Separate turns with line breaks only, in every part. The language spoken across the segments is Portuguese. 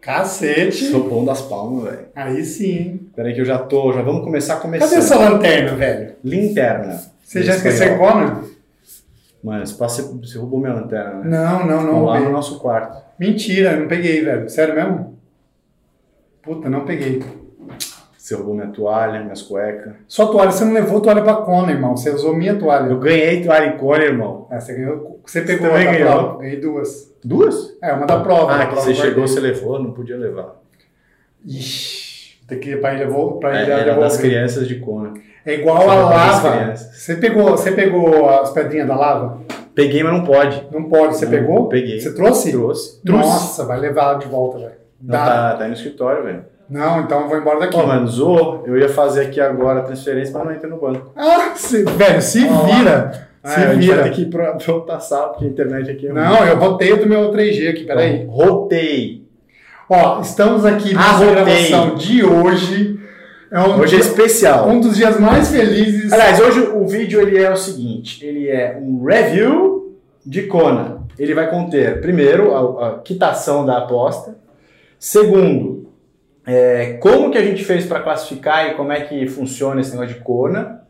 Cacete.
Sou bom das palmas, velho.
Aí sim.
Peraí que eu já tô, já vamos começar começando.
Cadê essa lanterna, velho?
Linterna.
Você já
Em espanhol.
esqueceu Conan?
Mano, esse passe- você roubou minha lanterna, né?
Não, não, não.
Vamos lá no
velho.
nosso quarto.
Mentira, não peguei, velho. Sério mesmo? Puta, não peguei.
Você roubou minha toalha, minhas cuecas.
Sua toalha, você não levou toalha pra Conan, irmão. Você usou minha toalha.
Eu ganhei toalha e cone, irmão.
Ah, você ganhou. Você pegou
também
uma da
ganhou?
prova. Ganhei duas.
Duas?
É, uma da prova. da
Ah, que
prova
você
eu
chegou,
guardei.
você levou, não podia levar.
Ixi, tem que ir pra ele devolver. Pra
É,
ele
era das
devolver.
crianças de cone.
É igual a
Só das
lava.
crianças.
Você pegou, você pegou as pedrinhas da lava?
Peguei, mas não pode.
Não pode. Você
Não,
pegou?
Peguei.
Você trouxe?
Trouxe.
Nossa, vai levar ela de volta, velho.
Não, tá, tá aí no escritório, velho.
Não, então eu vou embora daqui.
Pô, mano, zoou. Eu ia fazer aqui agora a transferência, mas não entra no banco.
Ah, se- É, velho, se
Ó lá.
vira. Se
Ah, a gente vai ter
vira.
que ir pra, pra outra sala, porque a internet aqui é
Não, eu roteio do meu 3G aqui, peraí.
Então, Rotei.
Ó, estamos aqui na
Ah, rotei.
gravação de hoje. É um,
Hoje é especial.
um dos dias mais felizes.
Aliás, hoje o vídeo ele é o seguinte: ele é um review de Conan. Ele vai conter, primeiro, a, a quitação da aposta. Segundo, é, como que a gente fez para classificar e como é que funciona esse negócio de Conan.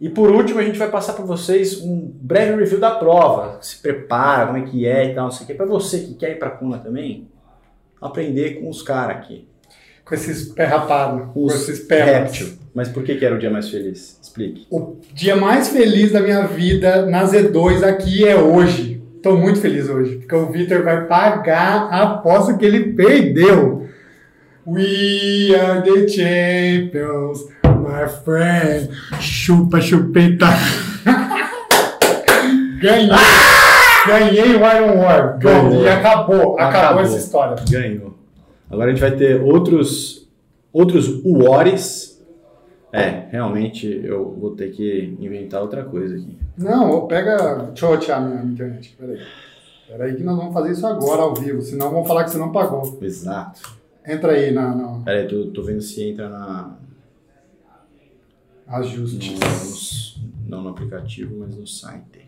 E por último, a gente vai passar para vocês um breve review da prova. Se prepara, como é que é e tal, não sei o que. Para você que quer ir para Conan também, aprender com os caras aqui.
Com esses pé rapado, com
Os
esses pés.
réptil. Mas por que, que era o dia mais feliz? Explique.
O dia mais feliz da minha vida na Z2 aqui é hoje. Tô muito feliz hoje, porque o Vitor vai pagar a aposta que ele perdeu. We are the champions, my friend. Chupa, chupeta. Ganhei. Ganhei o Iron War. Pronto,
Ganhou.
E acabou, acabou.
Acabou.
essa história.
Ganhou. Agora a gente vai ter outros outros uores. É, realmente eu vou ter que inventar outra coisa aqui.
Não, pega... Deixa eu rotear a minha internet. Peraí. Peraí que nós vamos fazer isso agora, ao vivo. Senão vão falar que você não pagou.
Exato.
Entra aí na, na
Pera aí, tô, tô vendo se entra na,
ajuste.
no- não no aplicativo, mas no site.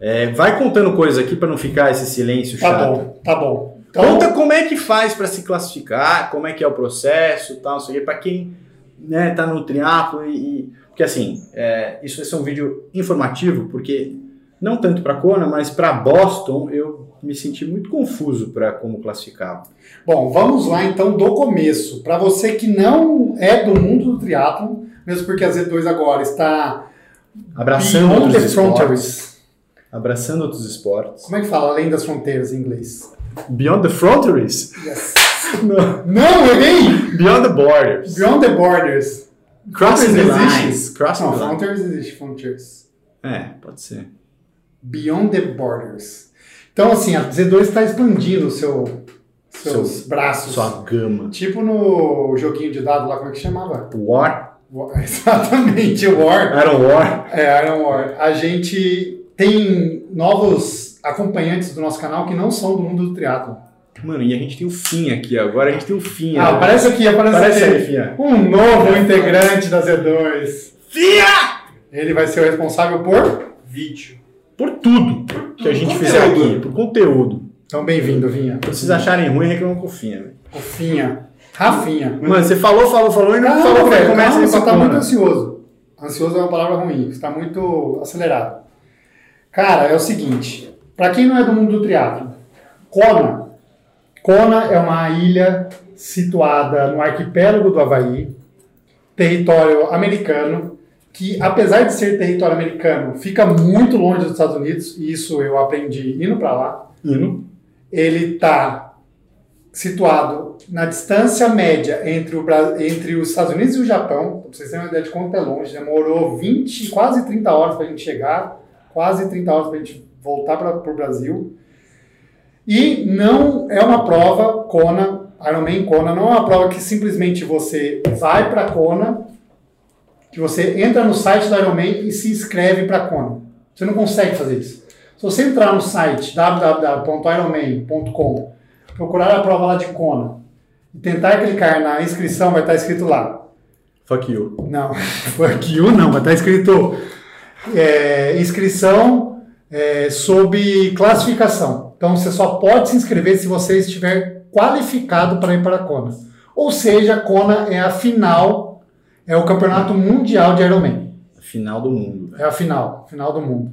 É, vai contando coisas aqui para não ficar esse silêncio
Tá
chato.
bom, tá bom. Então,
Conta como é que faz para se classificar, como é que é o processo, tal, não sei o quê, para quem né, tá no triatlo e, e- porque assim, é, isso vai ser um vídeo informativo, porque não tanto para Kona, mas para Boston eu me senti muito confuso para como classificar.
bom, vamos lá então do começo. Para você que não é do mundo do triatlon, mesmo porque a Z2 agora está
Abraçando
beyond
outros
the
esportes,
frontiers.
abraçando outros esportes.
Como é que fala além das fronteiras em inglês?
Beyond the frontiers, Não.
Não, eu errei!
beyond the borders,
Beyond the borders.
crossing the
Frontiers
lines, crossing
Não,
the lines.
frontiers existe, frontiers.
É, pode ser.
Beyond the borders. Então, assim, a Z2 está expandindo o seu, seus
Seu-
braços.
Sua gama.
Tipo no joguinho de dado lá, como é que chamava?
War,
War- Exatamente, War.
Iron War.
É, Iron War. A gente tem novos acompanhantes do nosso canal que não são do mundo do triatlon.
Mano, e a gente tem o fim aqui agora, a gente tem o fim. né?
Ah, aparece aqui, aparece, aqui.
Finha.
Um novo integrante da Z2.
Finha!
Ele vai ser o responsável por...
vídeo.
Por tudo que a gente
Conteúdo.
fizer aqui, por conteúdo.
Então, bem-vindo, Vinha.
Se vocês acharem ruim, reclamam com o Finha, velho.
O Finha. Rafinha.
Mano, você falou, falou, falou e não
Calma,
falou,
velho,
velho. Começa
calma,
aí
você
pra
tá muito
tá
ansioso. Ansioso é uma palavra ruim, você tá muito acelerado. Cara, é o seguinte, pra quem não é do mundo do triatlo, Kona. Kona é uma ilha situada no arquipélago do Havaí, território americano, que apesar de ser território americano, fica muito longe dos Estados Unidos, e isso eu aprendi indo pra lá
Hino.
ele está situado na distância média entre, o Bra- entre os Estados Unidos e o Japão. Então, Pra vocês terem uma ideia de quanto é longe. Demorou 20, quase 30 horas para a gente chegar, quase 30 horas para a gente voltar para o Brasil. E não é uma prova Kona, Ironman Kona, não é uma prova que simplesmente você vai para Kona, que você entra no site do Ironman e se inscreve para Kona. Você não consegue fazer isso. Se você entrar no site www.ironman.com, procurar a prova lá de Kona e tentar clicar na inscrição, vai estar escrito lá.
Fuck you.
Não, fuck you não, vai estar escrito é, inscrição é, sob classificação. Então você só pode se inscrever se você estiver qualificado para ir para a Kona. Ou seja, a Kona é a final, é o campeonato mundial de Ironman.
Final do mundo, velho.
É a final, final do mundo.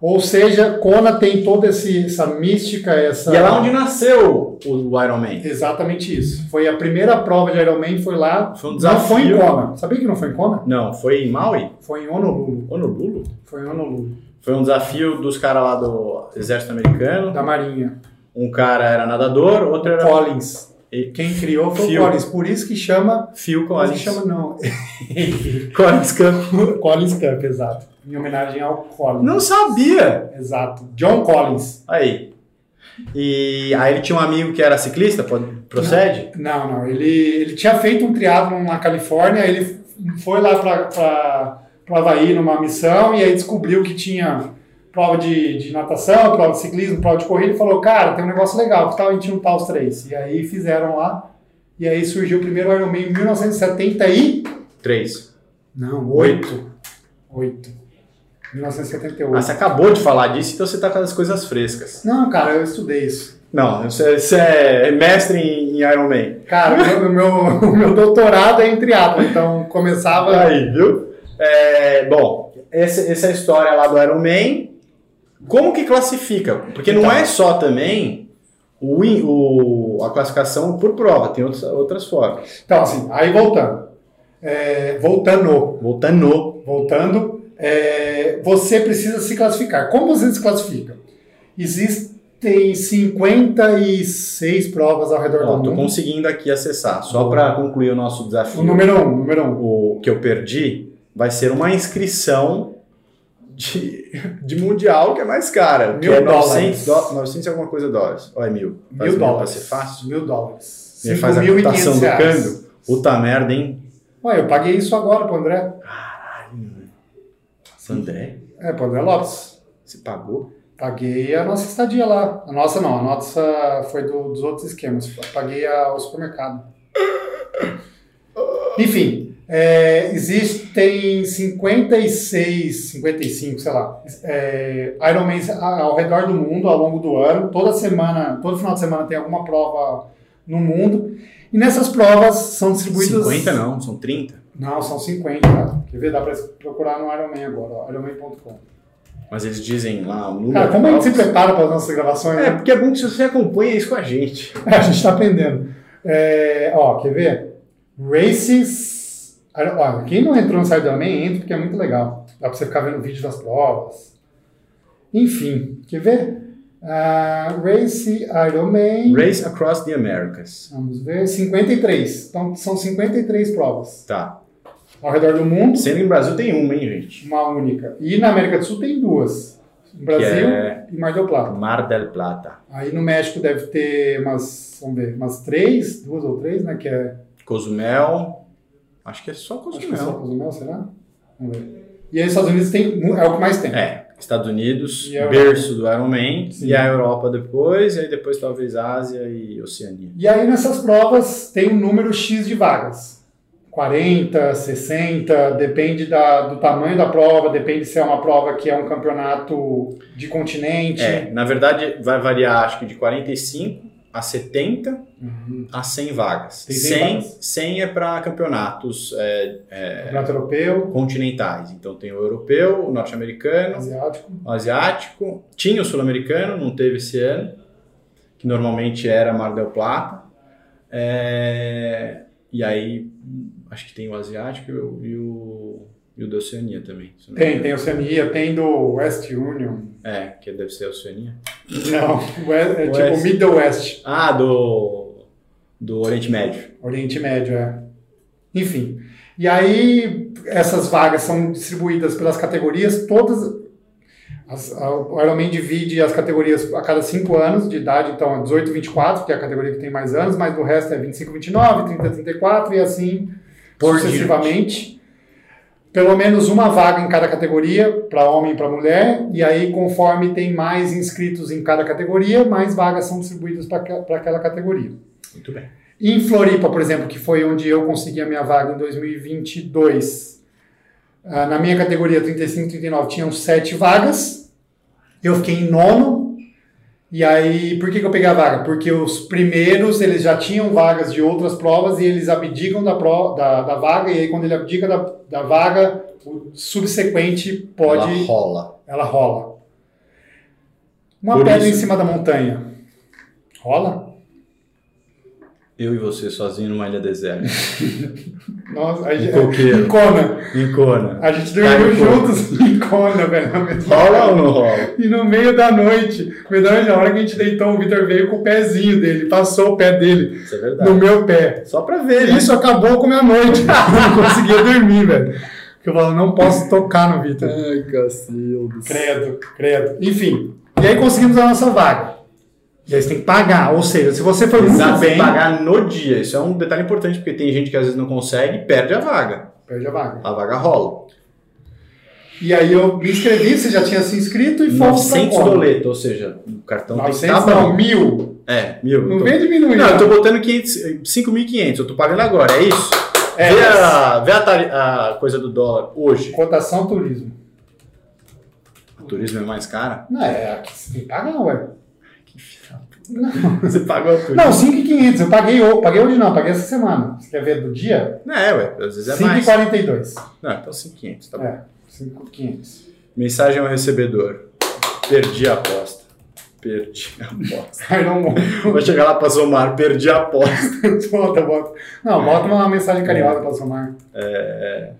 Ou seja, Kona tem toda esse- essa mística, essa.
E é lá onde nasceu o Iron Man.
Exatamente isso. Foi a primeira prova de Ironman, foi lá.
Foi um
Não foi em
desafio.
Kona. Sabia que não foi em Kona?
Não, foi em Maui?
Foi em Honolulu.
Honolulu?
Foi em Honolulu.
Foi um desafio dos caras lá do Exército Americano.
Da Marinha.
Um cara era nadador, outro era
Collins.
E-
Quem criou foi
Phil.
o Collins. Por isso que chama.
Phil
Por isso é que
Collins.
chama não.
Collins Cup.
Collins Cup, exato. Em homenagem ao Collins.
Não sabia!
Exato. John Collins.
Aí. E aí ele tinha um amigo que era ciclista, pode- procede?
Não, não. Ele, ele tinha feito um triatlon na Califórnia, ele foi lá para o Havaí numa missão e aí descobriu que tinha prova de, de natação, prova de ciclismo, prova de corrida e falou, cara, tem um negócio legal, que tal a gente juntar os três? E aí fizeram lá e aí surgiu o primeiro Ironman em 1970 e...
Três.
Não, oito. Oito. 1978.
Ah, você acabou de falar disso, então você tá com as coisas frescas.
Não, cara, eu estudei isso.
Não, você, você é mestre em, em Iron Man.
Cara, o meu, o meu- o meu doutorado é em triatlo, então começava.
Aí, viu? É, bom, essa, essa é a história lá do Iron Man. Como que classifica? Porque não
Então.
é só também o, in- o- a classificação por prova, tem outras, outras formas.
Então, assim, aí voltando. É, voltando.
Voltando.
Voltando. é, você precisa se classificar. Como você se classifica? Existem 56 provas ao redor
Ó,
do
tô
mundo.
conseguindo aqui acessar. Só para concluir o nosso desafio.
O número 1, um, número um.
o que eu perdi vai ser uma inscrição de, de mundial que é mais cara. que
Mil
é
dólares.
900, dó- 900 e alguma coisa dólares. Olha, é mil. Faz
Mil
Pra
dólares.
ser fácil.
Mil dólares.
Me faz a
5.500
cotação do
reais.
câmbio. Puta merda, hein?
Ué, eu paguei isso agora pro André.
André,
É, pro André Lopes.
você pagou?
Paguei a nossa estadia lá. A nossa não, a nossa foi do- dos outros esquemas. Paguei a, o supermercado. Enfim, é, existem 56, 55, sei lá, é, Ironmans a- ao redor do mundo, ao longo do ano. Toda semana, todo final de semana tem alguma prova no mundo. E nessas provas são distribuídas...
50 não, são 30.
Não, são 50. Quer ver? Dá pra procurar no Ironman agora, ó, ironman.com.
Mas eles dizem lá o número.
Cara, como a
é
gente se prepara para as nossas gravações,
É,
né?
porque é bom que você acompanha isso com a gente.
É, a gente está aprendendo. É, ó, quer ver? Races. Ó, quem não entrou no site do Amém, entra porque é muito legal. Dá pra você ficar vendo vídeo das provas. Enfim, quer ver? Ah, Race Ironman.
Race Across the Americas.
Vamos ver. 53. Então são 53 provas
Tá.
ao redor do mundo,
Sendo que no Brasil tem uma, hein, gente?
uma única. E na América do Sul tem duas: no Brasil
é-
e Mar del Plata.
Mar del Plata.
Aí no México deve ter umas, vamos ver, umas três, duas ou três, né? Que é
Cozumel. Acho que é só
Acho
Cozumel.
que é só Cozumel, será? Vamos ver. E aí, os Estados Unidos tem, mu- é o que mais tem.
É, Estados Unidos,
E a Europa.
berço do Iron Man,
Sim.
e a Europa depois, e aí depois talvez Ásia e Oceania.
E aí, nessas provas, tem um número X de vagas: 40, 60, depende da- do tamanho da prova, depende se é uma prova que é um campeonato de continente.
É, na verdade vai variar acho que de 45 a 70
Uhum.
a 100 vagas.
Tem 100 vagas.
100 é para campeonatos é,
Campeonato europeu,
continentais, então tem o europeu, o norte-americano,
asiático.
o asiático, tinha o sul-americano, não teve esse ano, que normalmente era Mar del Plata, É, e aí acho que tem o asiático e o, e o, e o da Oceania também. se não me
Tem,
engano.
tem Oceania, tem do West Union.
É, que deve ser a Oceania.
Não, o é, é tipo
West.
Middle West.
Ah, do, do Oriente Médio.
Oriente Médio, é. Enfim. E aí, essas vagas são distribuídas pelas categorias, todas. As, a, o Ironman divide as categorias a cada 5 anos de idade, então é 18, 24, que é a categoria que tem mais anos, mas do resto é 25, 29, 30, 34 e assim
Por
sucessivamente. Pelo menos uma vaga em cada categoria, para homem e para mulher, e aí conforme tem mais inscritos em cada categoria, mais vagas são distribuídas para aquela categoria.
Muito bem.
Em Floripa, por exemplo, que foi onde eu consegui a minha vaga em 2022, ah, na minha categoria 35 39 tinham sete vagas, eu fiquei em nono, E aí, por que, que eu peguei a vaga? Porque os primeiros, eles já tinham vagas de outras provas e eles abdicam da, pro, da, da vaga, e aí quando ele abdica da, da vaga, o subsequente pode...
Ela rola.
Ela rola. Uma
Por
pedra
isso-
em cima da montanha. Rola?
Eu e você sozinho numa ilha deserta.
Nossa, a
Em
gente...
coqueiro.
Encona.
Em cona.
A gente
Caiu
dormiu
um
juntos em Cona, velho. na mesma
Rola ou não rola?
E no meio da noite, no meio da noite, na hora que a gente deitou, o Vitor veio com o pezinho dele, passou o pé dele
Isso é verdade.
no meu pé.
Só pra ver, né?
Tá. É Isso acabou com a minha noite. Eu não conseguia dormir, velho. Porque eu falava, não posso tocar no Vitor.
Ai, cacildo.
Credo, credo. Enfim. E aí conseguimos a nossa vaga. E aí você tem que pagar. Ou seja, se você foi
Exato,
muito bem.
pagar no dia. Isso é um detalhe importante, porque tem gente que às vezes não consegue e perde a vaga.
Perde a vaga.
A vaga rola.
E aí eu me inscrevi, você já tinha se inscrito e fomos pra
900
Cona.
doleto, ou seja, o cartão tem que
900
estar
não, um.
bom.
mil.
É, mil.
Tá Não
eu tô-
vem diminuir.
Não, eu tô botando 500 5.500, eu tô pagando agora, é isso?
É,
vê a, vê a tari- a coisa do dólar hoje.
Cotação turismo.
O turismo é mais caro?
Não, é, aqui você tem que pagar, ué.
Você pagou o turismo.
Não, 5,500. Eu paguei, ho- paguei hoje, não, paguei essa semana. Você quer ver do dia?
É, ué, às vezes é mais.
5,42.
Não, então 5.500, tá bom.
É, 5,500.
Mensagem ao recebedor. Perdi a aposta. Perdi a aposta.
Aí não
Vou chegar lá pra somar, perdi a aposta.
bota, bota. Não, bota uma mensagem carinhosa pra somar. É.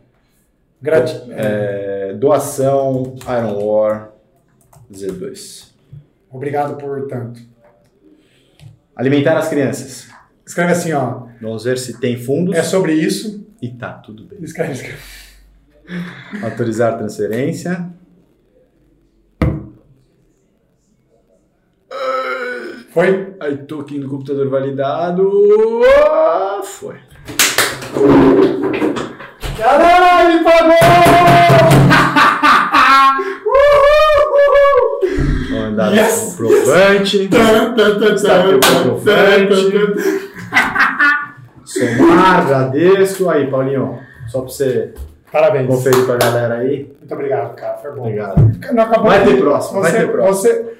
Gratidão.
É, doação, Iron War, Z2.
Obrigado por tanto.
Alimentar as crianças.
Escreve assim, ó.
Vamos ver se tem fundos.
É sobre isso.
E tá, tudo bem.
Escreve, escreve.
Autorizar transferência.
Foi?
Aí token do computador validado. Foi.
Caralho, ele pagou! Uhul!
Vamos andar
Yes!
no comprovante. Está aqui o comprovante. tá, Somar, Bradesco. Aí, Paulinho, só pra você
Parabéns.
conferir pra galera aí.
Muito obrigado, cara. Foi bom.
Obrigado.
Não acabou
Vai
aqui.
ter próximo, vai
Você-
ter próximo.
Você,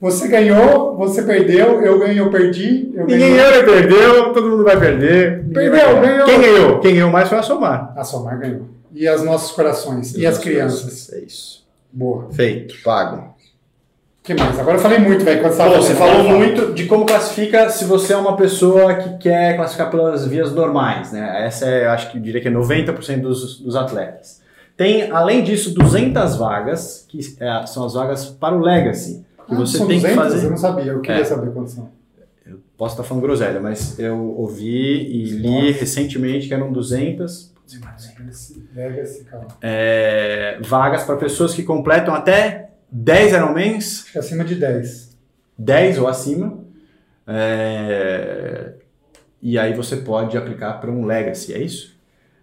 você ganhou, você perdeu, eu ganhei, eu perdi. Eu
Ninguém
ganhei.
ganhou, nem perdeu, todo mundo vai perder. Ninguém
Perdeu,
vai ganhar.
ganhou.
Quem ganhou? Quem ganhou mais foi a Somar.
A Somar ganhou. E os nossos corações. E as crianças.
É isso.
Boa.
Feito, pago.
O que mais? Agora eu falei muito, velho. Quando
Bom,
tava
você
fazendo.
falou muito de como classifica se você é uma pessoa que quer classificar pelas vias normais, né? Essa é, eu acho que eu diria que é 90% dos, dos atletas. Tem, além disso, 200 vagas, que é, são as vagas para o Legacy. Que
Ah,
você
são
tem
200?
que fazer.
Eu não sabia, eu queria
É.
saber quantos são.
Eu posso estar falando groselha, mas eu ouvi e li recentemente que eram 200. Putz, mais
Legacy, Legacy, calma.
é, vagas para pessoas que completam até 10 Ironmans,
Acho que é acima de 10.
10 ou acima. é, e aí você pode aplicar para um Legacy, é isso?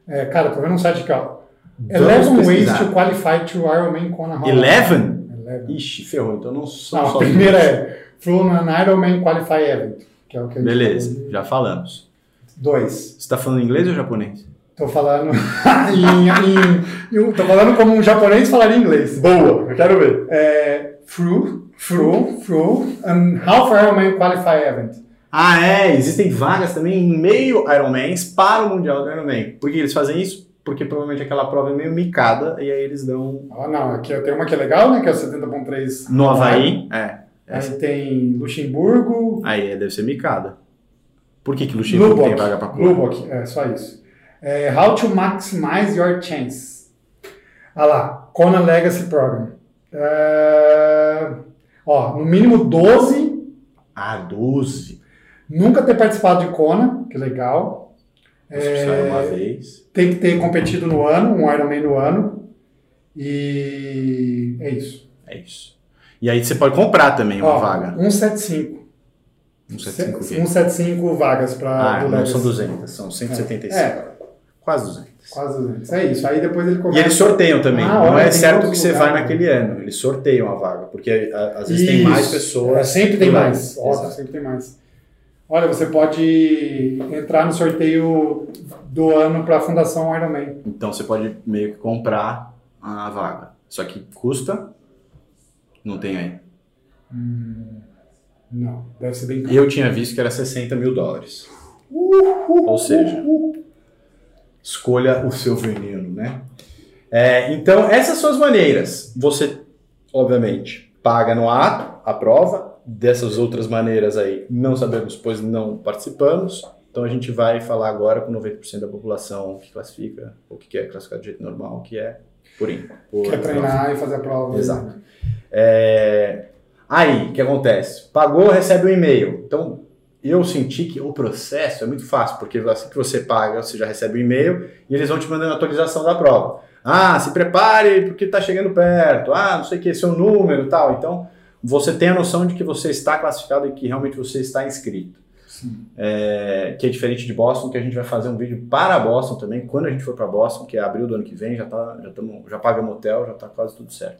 É, cara, tô vendo um site aqui, ó.
Vamos
11 ways
pesquisar.
to qualify to Ironman Kona Hall.
11?
11.
Ixi, ferrou, então não são
Não, a
só
Ah, primeira
duas.
é From an Ironman Qualify Event, que é o que a gente
Beleza,
falou.
já falamos.
Dois.
Você está falando inglês ou japonês?
Tô falando em, em- eu tô falando como um japonês falaria inglês.
Boa, eu quero ver.
É, through, through, through, and half Ironman Qualify Event.
Ah, é, existem vagas também em meio Ironmans para o Mundial do Ironman. Por que eles fazem isso? Porque provavelmente aquela prova é meio micada e aí eles dão
Ah, não, aqui tem uma que é legal, né, que é o 70.3.
no Havaí. É.
Aí tem Luxemburgo,
Aí é, deve ser micada. Por que, que Luxemburgo tem
Lubbock,
vaga pra cor?
Lubbock, é só isso. É, how to maximize your chance. Ah lá, Kona Legacy Program. É, ó, no mínimo 12
Ah, 12.
Nunca ter participado de Kona, que legal.
Acho
É.
que saiu uma vez.
Tem que ter competido no ano, um Ironman no ano. E é isso.
É isso. E aí você pode comprar também uma
Ó,
vaga.
175.
175
Se-
quilos.
175 vagas para
Ah, não são 200, são 175.
né? É,
Quase 200.
quase 200. É isso. Aí depois ele
E
começa.
eles sorteiam também.
Ah,
não
olha,
é
tem
certo
outro
que você
lugar,
vai
né?
naquele ano. Eles sorteiam a vaga. Porque eh, a- às vezes tem
Isso.
mais pessoas.
É, sempre tem
Não,
mais. Óbvio,
exato.
sempre tem mais. Olha, você pode entrar no sorteio do ano para a Fundação Ironman.
Então você pode meio que comprar a vaga. Só que custa. Não tem aí.
Não, deve ser bem caro.
Eu tinha visto que era 60 mil dólares. Ou seja, escolha o seu veneno, né? É, então, essas são as maneiras. Você, obviamente, paga no ato a prova. Dessas outras maneiras aí, não sabemos, pois não participamos. Então, a gente vai falar agora com 90% da população que classifica, ou que quer classificar de jeito normal, que é purinho. por
Quer é treinar e fazer a prova.
então. Exato. é, Aí, o que acontece? Pagou, recebe um e-mail. Então, eu senti que o processo é muito fácil, porque assim que você paga, você já recebe o e-mail e eles vão te mandando a atualização da prova. Ah, se prepare porque está chegando perto. Ah, não sei o que, seu número e tal. Então, você tem a noção de que você está classificado e que realmente você está inscrito.
Sim.
É, que é diferente de Boston, que a gente vai fazer um vídeo para Boston também, quando a gente for para Boston, que é abril do ano que vem, já, tá, já, tamo, já pagamos hotel, já está quase tudo certo.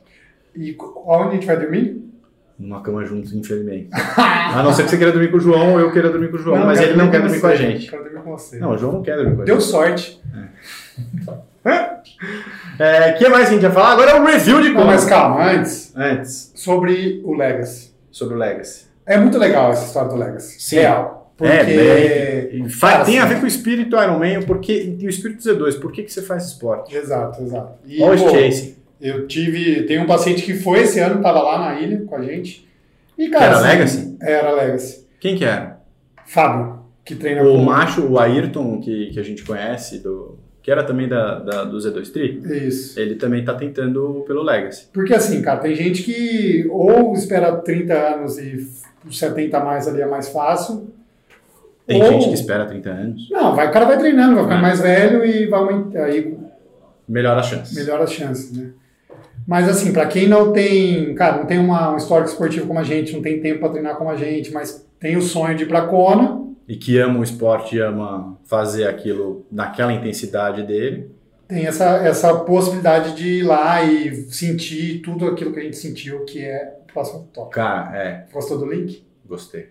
E co- onde a gente vai dormir?
Numa cama juntos, infelizmente. A não ser que você queira dormir com o João ou eu queira dormir com o João, mas ele não quer dormir com a gente.
Quero dormir com você.
Não, o João não quer dormir com a
Deu sorte.
gente. É, O que mais que a gente ia falar? Agora é o review de
Não,
como.
mas calma, antes,
Antes,
sobre o Legacy.
sobre o Legacy.
É muito legal essa história do Legacy.
Sim.
Real. Porque...
É, bem- Fa-
Cara,
tem a
assim-
ver com o espírito Iron Man porque, e o espírito Z2. Por que, que você faz esporte?
Exato, exato. E,
Always
pô,
chasing.
eu tive... Tem um paciente que foi esse ano, tava lá na ilha com a gente. E, cara...
Era
assim,
Legacy?
Era Legacy.
Quem que era?
Fábio, que treina
O
com...
macho, o Ayrton, que, que a gente conhece, do, que era também da, da- do Z2 Tri,
Isso.
ele também tá tentando pelo Legacy.
Porque assim, cara, tem gente que ou espera 30 anos e f- 70 a mais ali é mais fácil.
Tem
ou...
gente que espera 30 anos.
Não, vai, o cara vai treinando, vai ficando
É.
mais velho e vai aument- aí
Melhora a chance.
melhora as chances, né? Mas assim, pra quem não tem, cara, não tem uma, um histórico esportivo como a gente, não tem tempo pra treinar como a gente, mas tem o sonho de ir pra Kona,
e que ama o esporte, ama fazer aquilo naquela intensidade dele.
tem essa, essa possibilidade de ir lá e sentir tudo aquilo que a gente sentiu, que é o próximo top.
Cara, é,
Gostou do link?
gostei.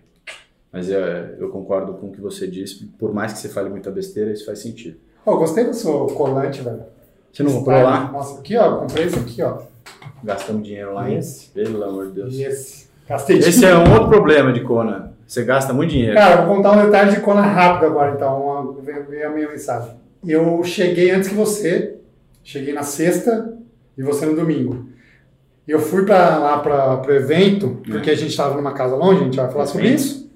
Mas eu, eu concordo com o que você disse, por mais que você fale muita besteira, isso faz sentido.
Pô, gostei do seu colante, velho.
Você não comprou lá?
Nossa, aqui ó, comprei esse aqui ó.
Gastamos dinheiro lá, hein?
Esse.
Pelo amor de Deus.
E esse. Gastei de...
Esse é um outro problema de Conan. Você gasta muito dinheiro.
Cara, vou contar um detalhe de Kona rápido agora então, uma... veio veio a minha mensagem. Eu cheguei antes que você, cheguei na sexta e você no domingo. Eu fui pra, lá para pro evento, porque a gente tava numa casa longe, a gente vai falar sobre
Evento?
isso.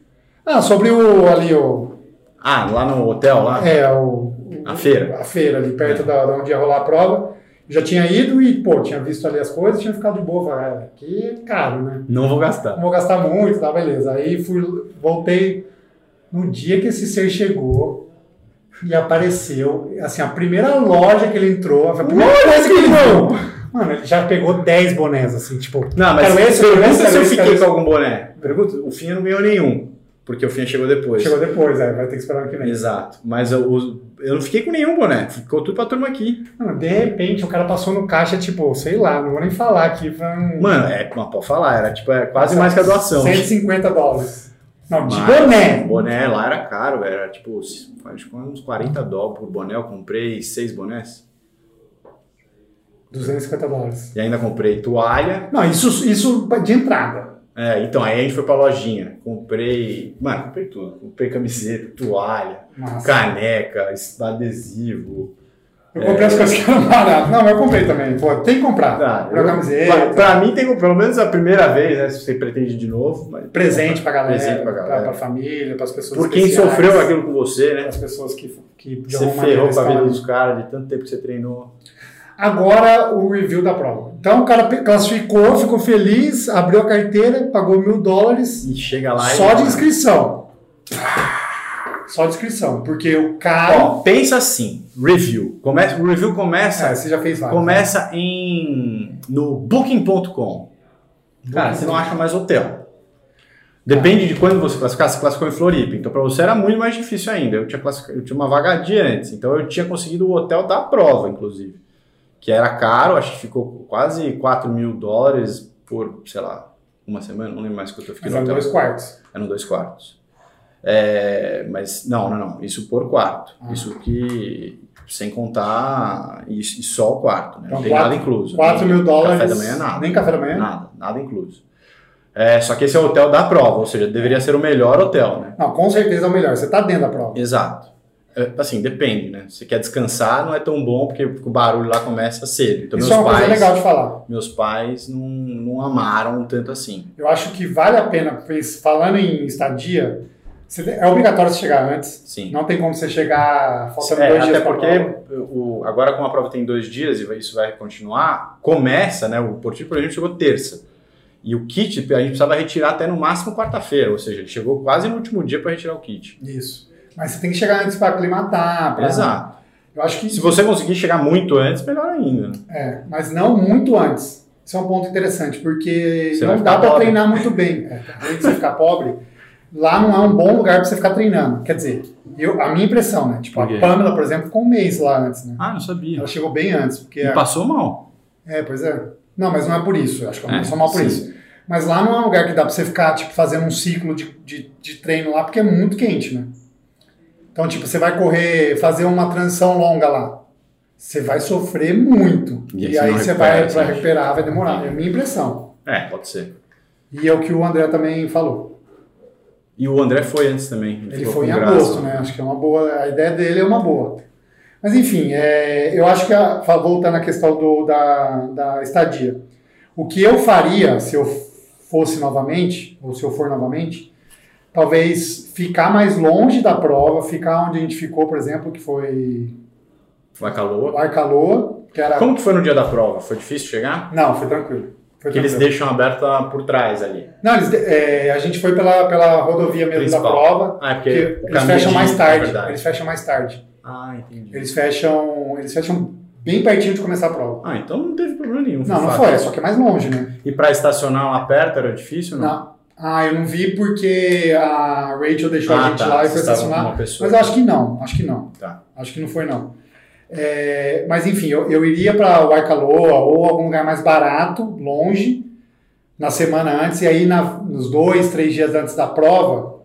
Ah, sobre o ali o
Ah, lá no hotel, lá?
é o, o-
A feira.
A feira ali perto
É.
da, da onde ia rolar a prova. Já tinha ido e, pô, tinha visto ali as coisas, tinha ficado de boa, falei, "Ah, aqui é caro, né?
Não vou gastar.
não vou gastar muito, tá, beleza. Aí fui, voltei no dia que esse ser chegou e apareceu, assim, a primeira loja que ele entrou, a primeira coisa que ele viu. Mano, ele já pegou 10 bonés, assim, tipo...
Não, mas
quero esse, quero
pergunta
esse,
se
quero
eu
esse,
fiquei
quero
com algum boné. Pergunta, o Finha não ganhou nenhum, porque o Finha chegou depois.
esse. Chegou depois, aí vai ter que esperar ano que vem.
Exato. Mas eu, eu não fiquei com nenhum boné. Ficou tudo pra turma aqui.
Mano, de repente, o cara passou no caixa, tipo, sei lá, não vou nem falar aqui. Foi um...
Mano, é, mas pode falar, era tipo, é quase mais que a doação.
150 dólares. Não, de
Mas
boné.
Boné lá era caro, velho, era tipo, acho que uns 40 dólares por boné, eu comprei seis bonés.
250 dólares.
E ainda comprei toalha.
Não, isso, isso de entrada.
É, então, aí a gente foi pra lojinha. Comprei. Mano, comprei tudo. Comprei camiseta, toalha,
Nossa.
caneca, es- adesivo.
Eu comprei
é.
as coisas que eram baratas. Não, mas eu comprei também. Pô, tem que comprar.
Ah,
Pra
eu-
camiseta.
pra, pra mim tem pelo menos a primeira vez, né? Se você pretende de novo, mas.
Presente pra galera.
É, Presente pra galera.
Pra, pra família, pras pessoas
Por quem
especiais,
sofreu aquilo com você, né?
As pessoas que, que de
Você
alguma
ferrou
maneira
com a vida
estavam-
dos caras de tanto tempo que você treinou.
Agora o review da prova. Então o cara pe- classificou, ficou feliz, abriu a carteira, pagou mil dólares.
E chega Tá lá né? e.
só de inscrição. Só de inscrição. Porque o cara.
Ó, pensa assim, review. Começa, o review começa,
Ah, você já fez vários.
começa em no booking.com. Cara, você não acha mais hotel. Depende de quando você classificar, você classificou em Floripa. Então, para você era muito mais difícil ainda. Eu tinha, classific- eu tinha uma vagadinha antes. Então, eu tinha conseguido o hotel da prova, inclusive. Que era caro, acho que ficou quase 4 mil dólares por, sei lá, uma semana. Não lembro mais quanto eu fiquei
Mas
no
eram
hotel.
né? dois quartos.
Eram dois quartos. É, mas não, não, não. Isso por quarto.
Ah.
Isso que. Sem contar. E, e só o quarto, né?
Então,
não tem
quatro-
nada incluso.
4
Nem
mil dólares.
Café da manhã, nada.
Nem café da manhã?
Nada, nada incluso. É, só que esse é o hotel da prova, ou seja, deveria ser o melhor hotel, né?
Não, com certeza é o melhor. Você tá dentro da prova.
Exato. É, Assim, depende, né? Se quer descansar, não é tão bom, porque o barulho lá começa cedo. Então,
Isso é
meus
uma
pais,
coisa legal de falar.
meus pais não, não amaram tanto assim.
Eu acho que vale a pena, pois, falando em estadia, você tem- é obrigatório você chegar antes.
Sim.
Não tem como você chegar faltando
É,
dois
até
dias pra prova.
porque o, agora como a prova tem dois dias e vai- isso vai continuar, começa, né? O Portillo, por exemplo, chegou terça. E o kit a gente precisava retirar até no máximo quarta-feira, ou seja, ele chegou quase no último dia para retirar o kit.
Isso. Mas você tem que chegar antes pra aclimatar. Pra...
Exato.
Eu acho que.
Se você conseguir chegar muito antes, melhor ainda. né?
É, mas não muito antes. Isso é um ponto interessante, porque
Você vai
não
ficar
dá pra
pobre.
treinar muito bem. É, além de você ficar pobre, lá não é um bom lugar pra você ficar treinando. Quer dizer, eu, a minha impressão, né? Tipo, a
Por quê?
Pamela, por exemplo, ficou um mês lá antes, né?
Ah, não sabia.
Ela chegou bem antes, porque a-
passou mal.
É, pois é. Não, mas não é por isso. Eu acho que não é
É,
só mal por
sim.
isso. Mas lá não é um lugar que dá pra você ficar, tipo, fazendo um ciclo de, de, de treino lá, porque é muito quente, né? Então, tipo, você vai correr, fazer uma transição longa lá. Você vai sofrer muito.
E
E,
aí você
aí
não
você
recupera,
vai,
você
vai
acha?
recuperar, vai demorar. É a minha impressão.
É, pode ser.
E é o que o André também falou.
E o André foi antes também.
Ele
ficou
foi
com
em
graça.
agosto, né? Acho que é uma boa. A ideia dele é uma boa. Mas enfim, é, eu acho que a, fa- voltando à questão do, da, da estadia. O que eu faria se eu fosse novamente, ou se eu for novamente, talvez ficar mais longe da prova, ficar onde a gente ficou, por exemplo, que foi
Vai calor.
Arcaloa, que era.
Como que foi no dia da prova? Foi difícil chegar?
Não, foi tranquilo. Foi
Porque eles
tranquilo.
deixam aberta por trás ali.
Não, eles de- é, a gente foi pela, pela rodovia mesmo da
Principal.
prova.
Ah, é porque
Porque
o
eles
caminho
fecham
de-
mais
é
tarde.
verdade.
Eles fecham mais tarde.
Ah, entendi.
Eles fecham, eles fecham bem pertinho de começar a prova.
Ah, então não teve problema nenhum.
Não, não
fácil.
foi, é só que é mais longe, né?
E pra estacionar lá perto era difícil, não?
Não. Ah, eu não vi porque a Rachel deixou a
Ah,
gente
tá.
lá e foi
vocês estavam com
estacionar.
uma pessoa.
Mas eu acho que não, acho que não.
Tá.
Acho que não foi, não. É, mas enfim, eu, eu iria para Waikaloa ou algum lugar mais barato, longe, na semana antes, e aí na- nos dois, três dias antes da prova,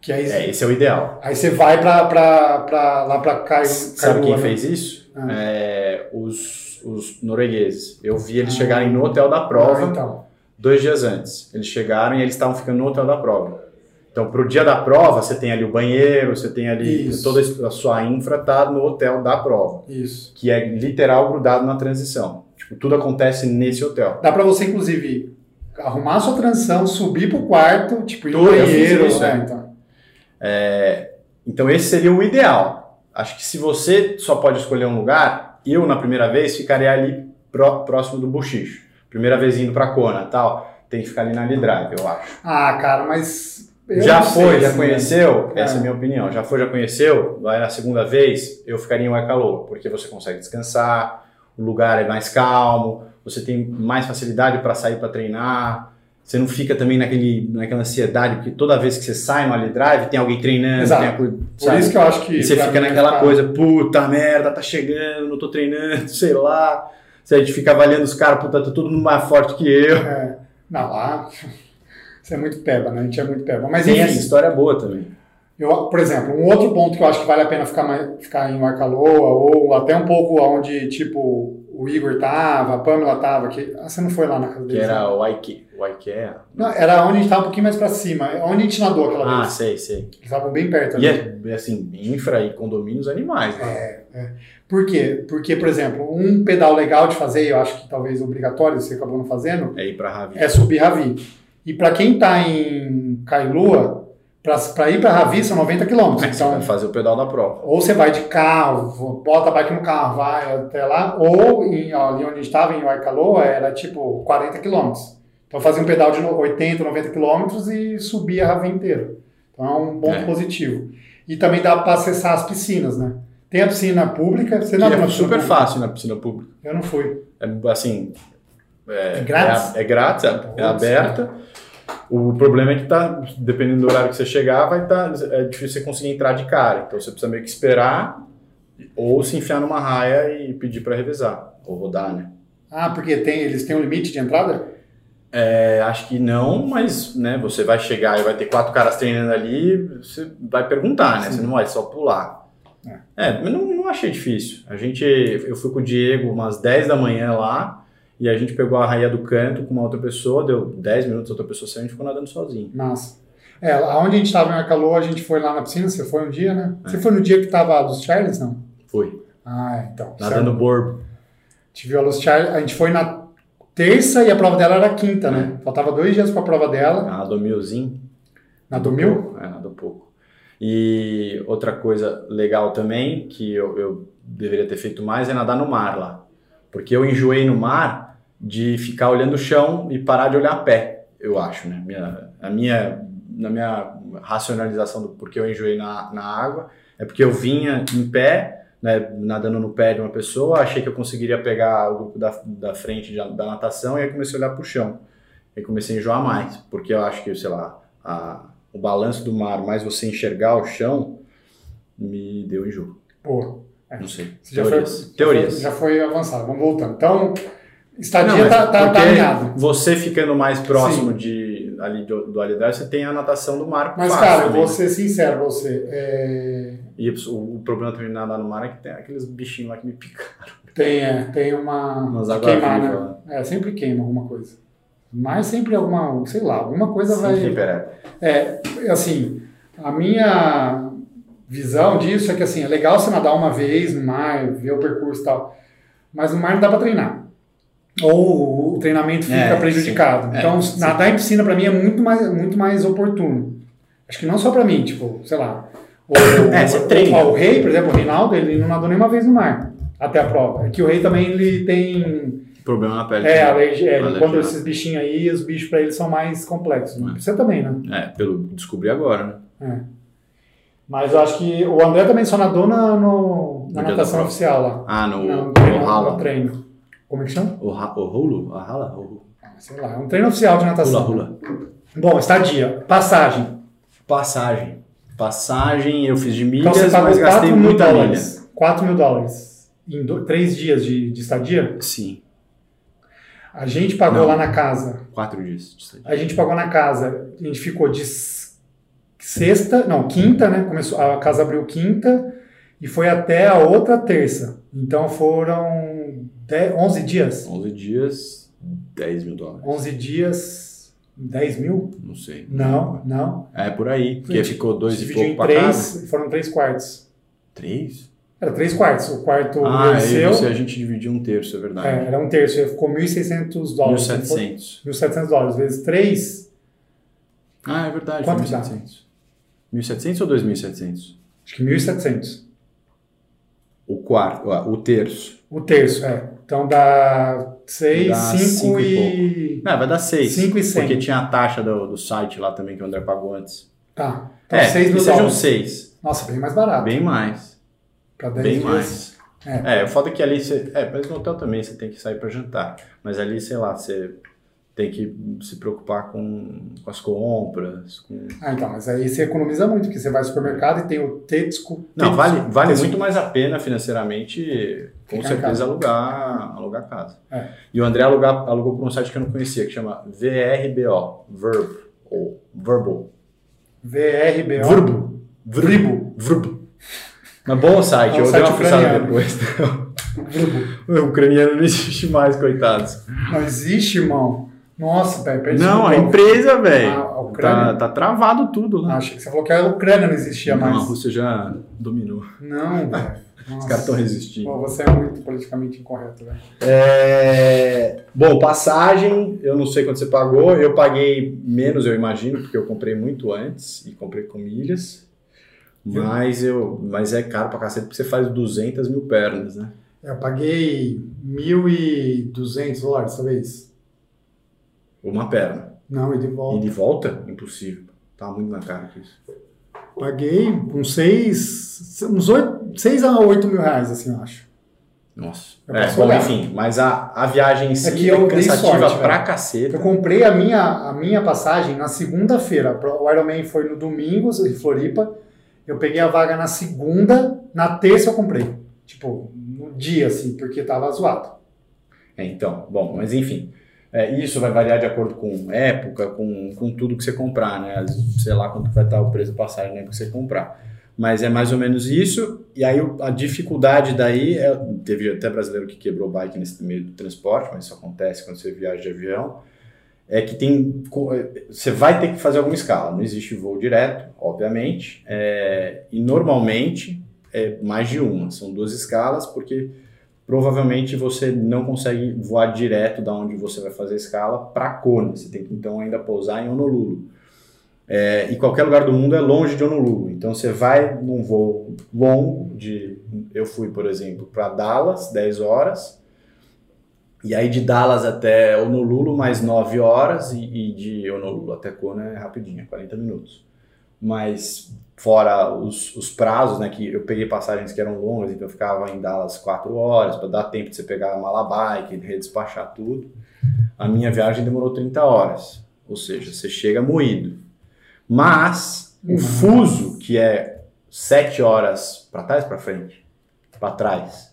que aí,
É, esse é o ideal.
aí você vai pra, pra, pra, lá para Caio.
Sabe quem fez isso?
Ah.
É, os, os noruegueses. Eu vi eles chegarem no hotel da prova
então.
dois dias antes. Eles chegaram e eles estavam ficando no hotel da prova. Então, pro dia da prova, você tem ali o banheiro, você tem ali
Isso.
toda a sua infra tá no hotel da prova,
Isso.
que é literal grudado na transição. Tipo, tudo acontece nesse hotel.
Dá pra você, inclusive, arrumar a sua transição, subir pro quarto, tipo, ir no
Tudo, eu fiz
banheiro.
isso,
né?
é.
então.
Então esse seria o ideal. Acho que se você só pode escolher um lugar, eu na primeira vez ficaria ali pró- próximo do bochicho. Primeira vez indo para Kona, tal, tem que ficar ali na Lidrive, eu acho.
Ah, cara, mas. eu
já
não sei,
foi, já
assim,
conheceu?
É.
Essa é a minha opinião. Já foi, já conheceu? Vai na segunda vez, eu ficaria em Waikaloa, porque você consegue descansar, o lugar é mais calmo, você tem mais facilidade para sair para treinar. Você não fica também naquele, naquela ansiedade, porque toda vez que você sai no Ali Drive, tem alguém treinando,
Exato.
tem a, coisa-
Por
sabe?
isso que eu acho que.
E você
pra
fica
mim,
naquela
cara,
coisa, puta merda, tá chegando, não tô treinando, sei lá. Você a gente fica avaliando os caras, puta, tá todo mundo mais forte que eu.
é, Não, lá. Você é muito peba, né? A gente é muito peba. Mas
Tem essa
enfim,
história boa também.
eu, por exemplo, um outro ponto que eu acho que vale a pena ficar, mais, ficar em Waikaloa, ou até um pouco onde, tipo, o Igor tava, a Pamela tava, que. Ah, você não foi lá na casa
Que
deles, né?
era o é? Ike. O Ikea.
Não, era onde a gente tava um pouquinho mais pra cima, onde a gente nadou aquela
Ah,
vez.
sei, sei.
Eles estavam bem perto ali.
E é, assim, infra e condomínios animais, né?
É, é. Por quê? Porque, por exemplo, um pedal legal de fazer, e eu acho que talvez obrigatório, você acabou não fazendo,
É, ir pra Ravi.
é subir Ravi. E para quem tá em Kailua, para ir para Ravi são 90 quilômetros. Então,
Vai né? fazer o pedal da prova.
ou você vai de carro, bota a bike no carro, vai até lá, ou em, ó, ali onde a gente estava, em Waikaloa, era tipo 40 quilômetros. Então fazia um pedal de no- 80, 90 quilômetros e subia a Ravi inteira. Então é um ponto
É.
positivo. E também dá para acessar as piscinas, né? Tem a piscina pública, você
Que
não na
é
piscina
super
pública?
fácil na piscina pública.
Eu não fui.
É assim.
É grátis?
É, a- é grátis, é, é aberta. O problema é que tá, dependendo do horário que você chegar, vai tá, é difícil você conseguir entrar de cara. Então você precisa meio que esperar ou se enfiar numa raia e pedir para revezar ou rodar, né?
Ah, porque tem, eles têm um limite de entrada?
É, acho que não, mas né, você vai chegar e vai ter quatro caras treinando ali, você vai perguntar, né?
Sim.
Você não vai só pular. É, mas não, não achei difícil. A gente, eu fui com o Diego umas 10 da manhã lá E a gente pegou a raia do canto com uma outra pessoa, deu 10 minutos, outra pessoa saiu, a gente ficou nadando sozinho.
Massa. É, aonde a gente estava em calor, a gente foi lá na piscina, você foi um dia, né?
É.
Você foi no dia que tava a Luz Charles, não?
Foi.
Ah, então.
Nadando borbo.
Tive a Luz Charles, a gente foi na terça e a prova dela era quinta, né? Faltava dois dias para a prova dela,
Nadou milzinho.
na do mil.
É, nadou pouco. E outra coisa legal também, que eu, eu deveria ter feito mais, é nadar no mar lá. Porque eu enjoei no mar de ficar olhando o chão e parar de olhar a pé, eu acho, né? Minha, a minha, na minha racionalização do porquê eu enjoei na, na água, é porque eu vinha em pé, né, nadando no pé de uma pessoa, achei que eu conseguiria pegar o grupo da, da frente de- da natação e aí comecei a olhar pro chão. E comecei a enjoar mais, porque eu acho que, sei lá, a, o balanço do mar, mais você enxergar o chão, me deu enjoo.
Pô, é.
Não sei.
Você já
Teorias.
foi,
Teorias.
Já foi, já foi avançado, vamos voltando. Então,
Não,
estadia
mas
tá, tá, tá
porque
alinhado.
Você ficando mais próximo de ali do, do Alidar, você tem a natação do mar.
Mas,
fácil
cara, eu
também,
vou
né?
ser sincero pra você. É,
E o, o problema também de nadar no mar é que tem aqueles bichinhos lá que me picam.
Tem, é, tem uma.
Umas
de
águas
queimar,
vivas
né? É, sempre queima alguma coisa. Mas sempre alguma, sei lá, alguma coisa vai.
pera.
Assim, a minha visão disso é que assim, é legal você nadar uma vez no mar, ver o percurso e tal. Mas no mar não dá pra treinar. Ou o treinamento fica
É,
prejudicado.
sim. É,
então,
sim.
nadar em piscina pra mim é muito mais, muito mais oportuno. Acho que não só pra mim, tipo, sei lá. O,
É, você treina.
ó, o rei, por exemplo, o Reinaldo, ele não nadou nenhuma vez no mar até a prova. É que o rei também ele tem
Problema na pele.
é,
também.
alergia, é,
Alergia.
enquanto esses bichinhos aí, os bichos pra eles são mais complexos. né? Você também, né?
É, pelo descobri agora, né?
Mas eu acho que o André também só nadou na, no- na
No dia da
natação
prova.
oficial lá.
Ah, no,
Não, um
no
treino, no
rala.
treino. Como é que chama?
O, ra, o rolo? A rala? O
Ah, Sei lá, é um treino oficial de
rula,
natação.
rula.
Bom, estadia. Passagem.
Passagem. Passagem eu fiz de
Então
milhas,
você
mas
pagou 4
gastei
mil
muita milha.
dólares. 4 mil dólares em do, três dias de, de estadia.
Sim,
A gente pagou
Não.
lá na casa.
quatro dias. de estadia.
A gente pagou na casa. A gente ficou de s- sexta, não, quinta, né? Começou, a casa abriu quinta e foi até a outra terça. Então foram de- 11 dias.
11 dias, 10 mil dólares.
11 dias, 10 mil?
Não sei.
Não, não.
É por aí. Porque
Gente,
ficou dois e
Dividiu
pouco
em
pra casa.
três, foram três quartos.
Três?
Era três quartos. O quarto meu
Ah,
e
eu
seu
e você a gente dividiu um terço, é verdade.
é, era um terço. Ficou 1.600 dólares. não foi?
1.700.
1.700 dólares vezes 3,
Ah, é verdade.
Quanto
foi
dá?
1.700. 1.700 ou 2.700?
acho que 1.700.
O quarto, ah, o terço.
O terço, é. Então dá 6,
Dá cinco
5
e
e.
Ah, vai dar seis.
Cinco e cem.
Porque tinha a taxa do, do site lá também que o André pagou antes.
Tá. Então
é,
6
que
mil
sejam
dólares. Tá.
seis.
Nossa, bem mais barato.
Bem mais.
pra 10
Bem
dias.
mais.
É.
É, o foda é que ali você. É, mas no hotel também você tem que sair pra jantar. Mas ali, sei lá, você tem que se preocupar com, com as compras. Com...
Ah, então, mas aí você economiza muito, porque você vai ao supermercado e tem o Tetsuko.
Não,
Tetsuko.
vale, vale
Tetsuko.
muito mais a pena financeiramente, com
Ficar em
certeza,
casa.
alugar, alugar casa.
É.
E o André alugar, alugou por um site que eu não conhecia, que chama VRBO, Verb, ou Verbal.
VRBO.
Verbo.
Vribo.
Verbo. Mas bom site,
É um
eu dei
site
uma fuçada
ucraniano.
depois.
Vribo.
o ucraniano não existe mais, coitados.
Não existe, irmão. Nossa, pera, perdi.
não, a
tudo.
empresa, velho.
Ah, a Ucrânia.
Tá, tá travado tudo lá.
Achei que você falou que a Ucrânia não existia
não, a
mais.
Rússia já dominou.
Não, velho.
Os
Nossa.
caras estão resistindo.
Pô, você é muito politicamente incorreto, velho.
É, Bom, passagem, eu não sei quanto você pagou. Eu paguei menos, eu imagino, porque eu comprei muito antes e comprei com milhas. Mas, eu, mas é caro pra cacete, porque você faz 200 mil pernas, né?
Eu paguei 1.200 dólares, talvez.
Uma perna.
Não, e de volta.
E de volta? Impossível. Tá muito na cara que isso.
Paguei uns 6, uns 8, 6 a 8 mil reais, assim, eu acho.
Nossa.
Eu
É,
posso
bom,
olhar.
enfim, mas a, a viagem em si
É que eu dei
cansativa
sorte,
pra
velho.
caceta.
Eu comprei a minha, a minha passagem na segunda-feira. O Ironman foi no domingo, em Floripa. Eu peguei a vaga na segunda, na terça eu comprei. Tipo, no dia, assim, porque tava zoado.
É, então, bom, mas enfim. É, isso vai variar de acordo com época, com, com tudo que né, você comprar, né? Às- Sei lá quanto vai estar o preço da passagem na época que você comprar. Mas é mais ou menos isso. E aí o- a dificuldade daí é. Teve até brasileiro que quebrou o bike nesse meio do transporte, mas isso acontece quando você viaja de avião. É que tem. co- é, Você vai ter que fazer alguma escala. Não existe voo direto, obviamente. É, e normalmente é mais de uma. São duas escalas, porque provavelmente você não consegue voar direto da onde você vai fazer a escala para Kona. Você tem que então ainda pousar em Honolulu e qualquer lugar do mundo é longe de Honolulu. Então você vai num voo longo de eu fui, por exemplo, para Dallas, 10 horas. E aí de Dallas até Honolulu mais 9 horas e, e de Honolulu até Kona é rapidinho, é 40 minutos. Mas fora os, os prazos, né, que eu peguei passagens que eram longas, então eu ficava em Dallas 4 horas para dar tempo de você pegar a mala bike, redespachar tudo. A minha viagem demorou 30 horas. Ou seja, você chega moído. Mas
Uhum.
o fuso, que é sete horas para trás, para frente, para trás,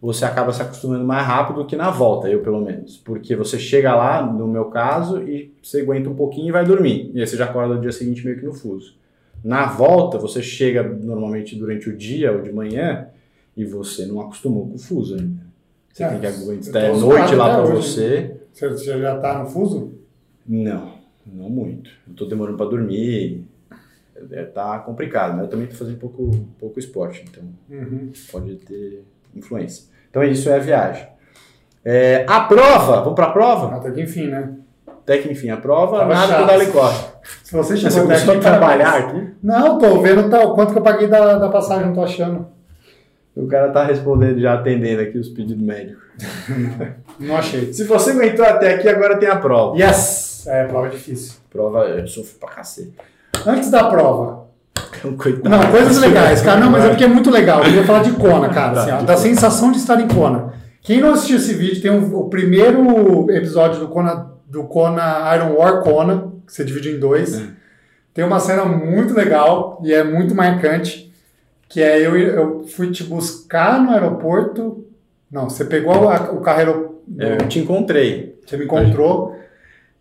você acaba se acostumando mais rápido que na volta, eu pelo menos. Porque você chega lá, no meu caso, e você aguenta um pouquinho e vai dormir. E aí você já acorda no dia seguinte meio que no fuso. Na volta, você chega normalmente durante o dia ou de manhã e você não acostumou com o fuso ainda. Você
É,
tem que
eu
aguentar
tô
é noite
zoado
lá
até
para
hoje.
você.
Você você já tá no fuso?
Não, não muito. Eu tô demorando para dormir. É, tá complicado, né? Eu também tô fazendo pouco, pouco esporte, então
Uhum.
pode ter influência. Então é isso é a viagem. É, a prova, vamos pra prova?
Até que enfim, né?
Até que enfim, a prova,
Tava
nada
chato.
do Dali Corre.
Se você
Você
chegou
conseguiu
daqui
trabalhar aqui?
Não, tô vendo tal, quanto que eu paguei da, da passagem, não tô achando.
O cara tá respondendo, já atendendo aqui os pedidos médicos.
Não achei.
Se você aguentou até aqui, agora tem a prova.
Yes! É, prova difícil.
Prova, eu sofro pra cacete.
Antes da prova,
Coitado.
Não, coisas legais, cara. Não, mas é porque é muito legal. Eu queria falar de Kona, cara. assim, ó, da sensação de estar em Kona. Quem não assistiu esse vídeo, tem um- o primeiro episódio do Kona, do Kona Iron War Kona, que você divide em dois. Tem uma cena muito legal e é muito marcante, que é eu, eu fui te buscar no aeroporto. Não, você pegou a- o carro aero-
É, Eu te encontrei.
você me encontrou.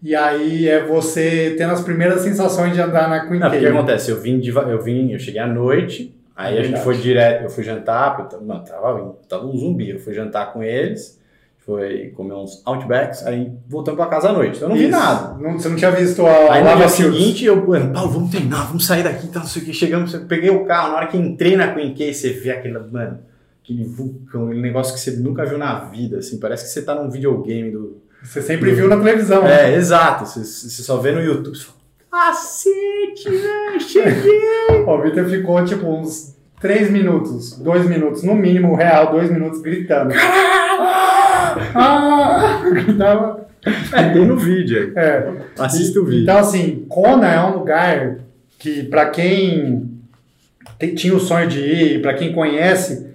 E aí é você tendo as primeiras sensações de andar na Queen
Não, porque
K, né?
acontece, eu vim, de, va- eu vim, eu cheguei à noite, aí a gente
Verdade.
foi direto, eu fui jantar, porque eu tava- mano, tava, tava um zumbi, eu fui jantar com eles, foi comer uns Outbacks, aí voltamos pra casa à noite, então eu não vi
Isso.
nada.
Não- você não tinha visto a
Aí no
Lava
dia
Fields.
seguinte, eu, mano, Paulo, vamos treinar, vamos sair daqui, tá, não sei o que, chegamos, eu peguei o carro, na hora que entrei na Queen K, você vê aquele, mano, aquele vulcão, aquele negócio que você nunca viu na vida, assim, parece que você tá num videogame do,
Você sempre viu na televisão. né?
É, exato. Você, você só vê no YouTube. Você fala, Cacete, velho, cheguei.
Ó, O Victor ficou tipo uns 3 minutos, 2 minutos, no mínimo real, 2 minutos gritando. Ah! Gritava.
É, tem no vídeo.
É.
Assista o vídeo.
Então, assim, Kona é um lugar que, pra quem te- tinha o sonho de ir, pra quem conhece,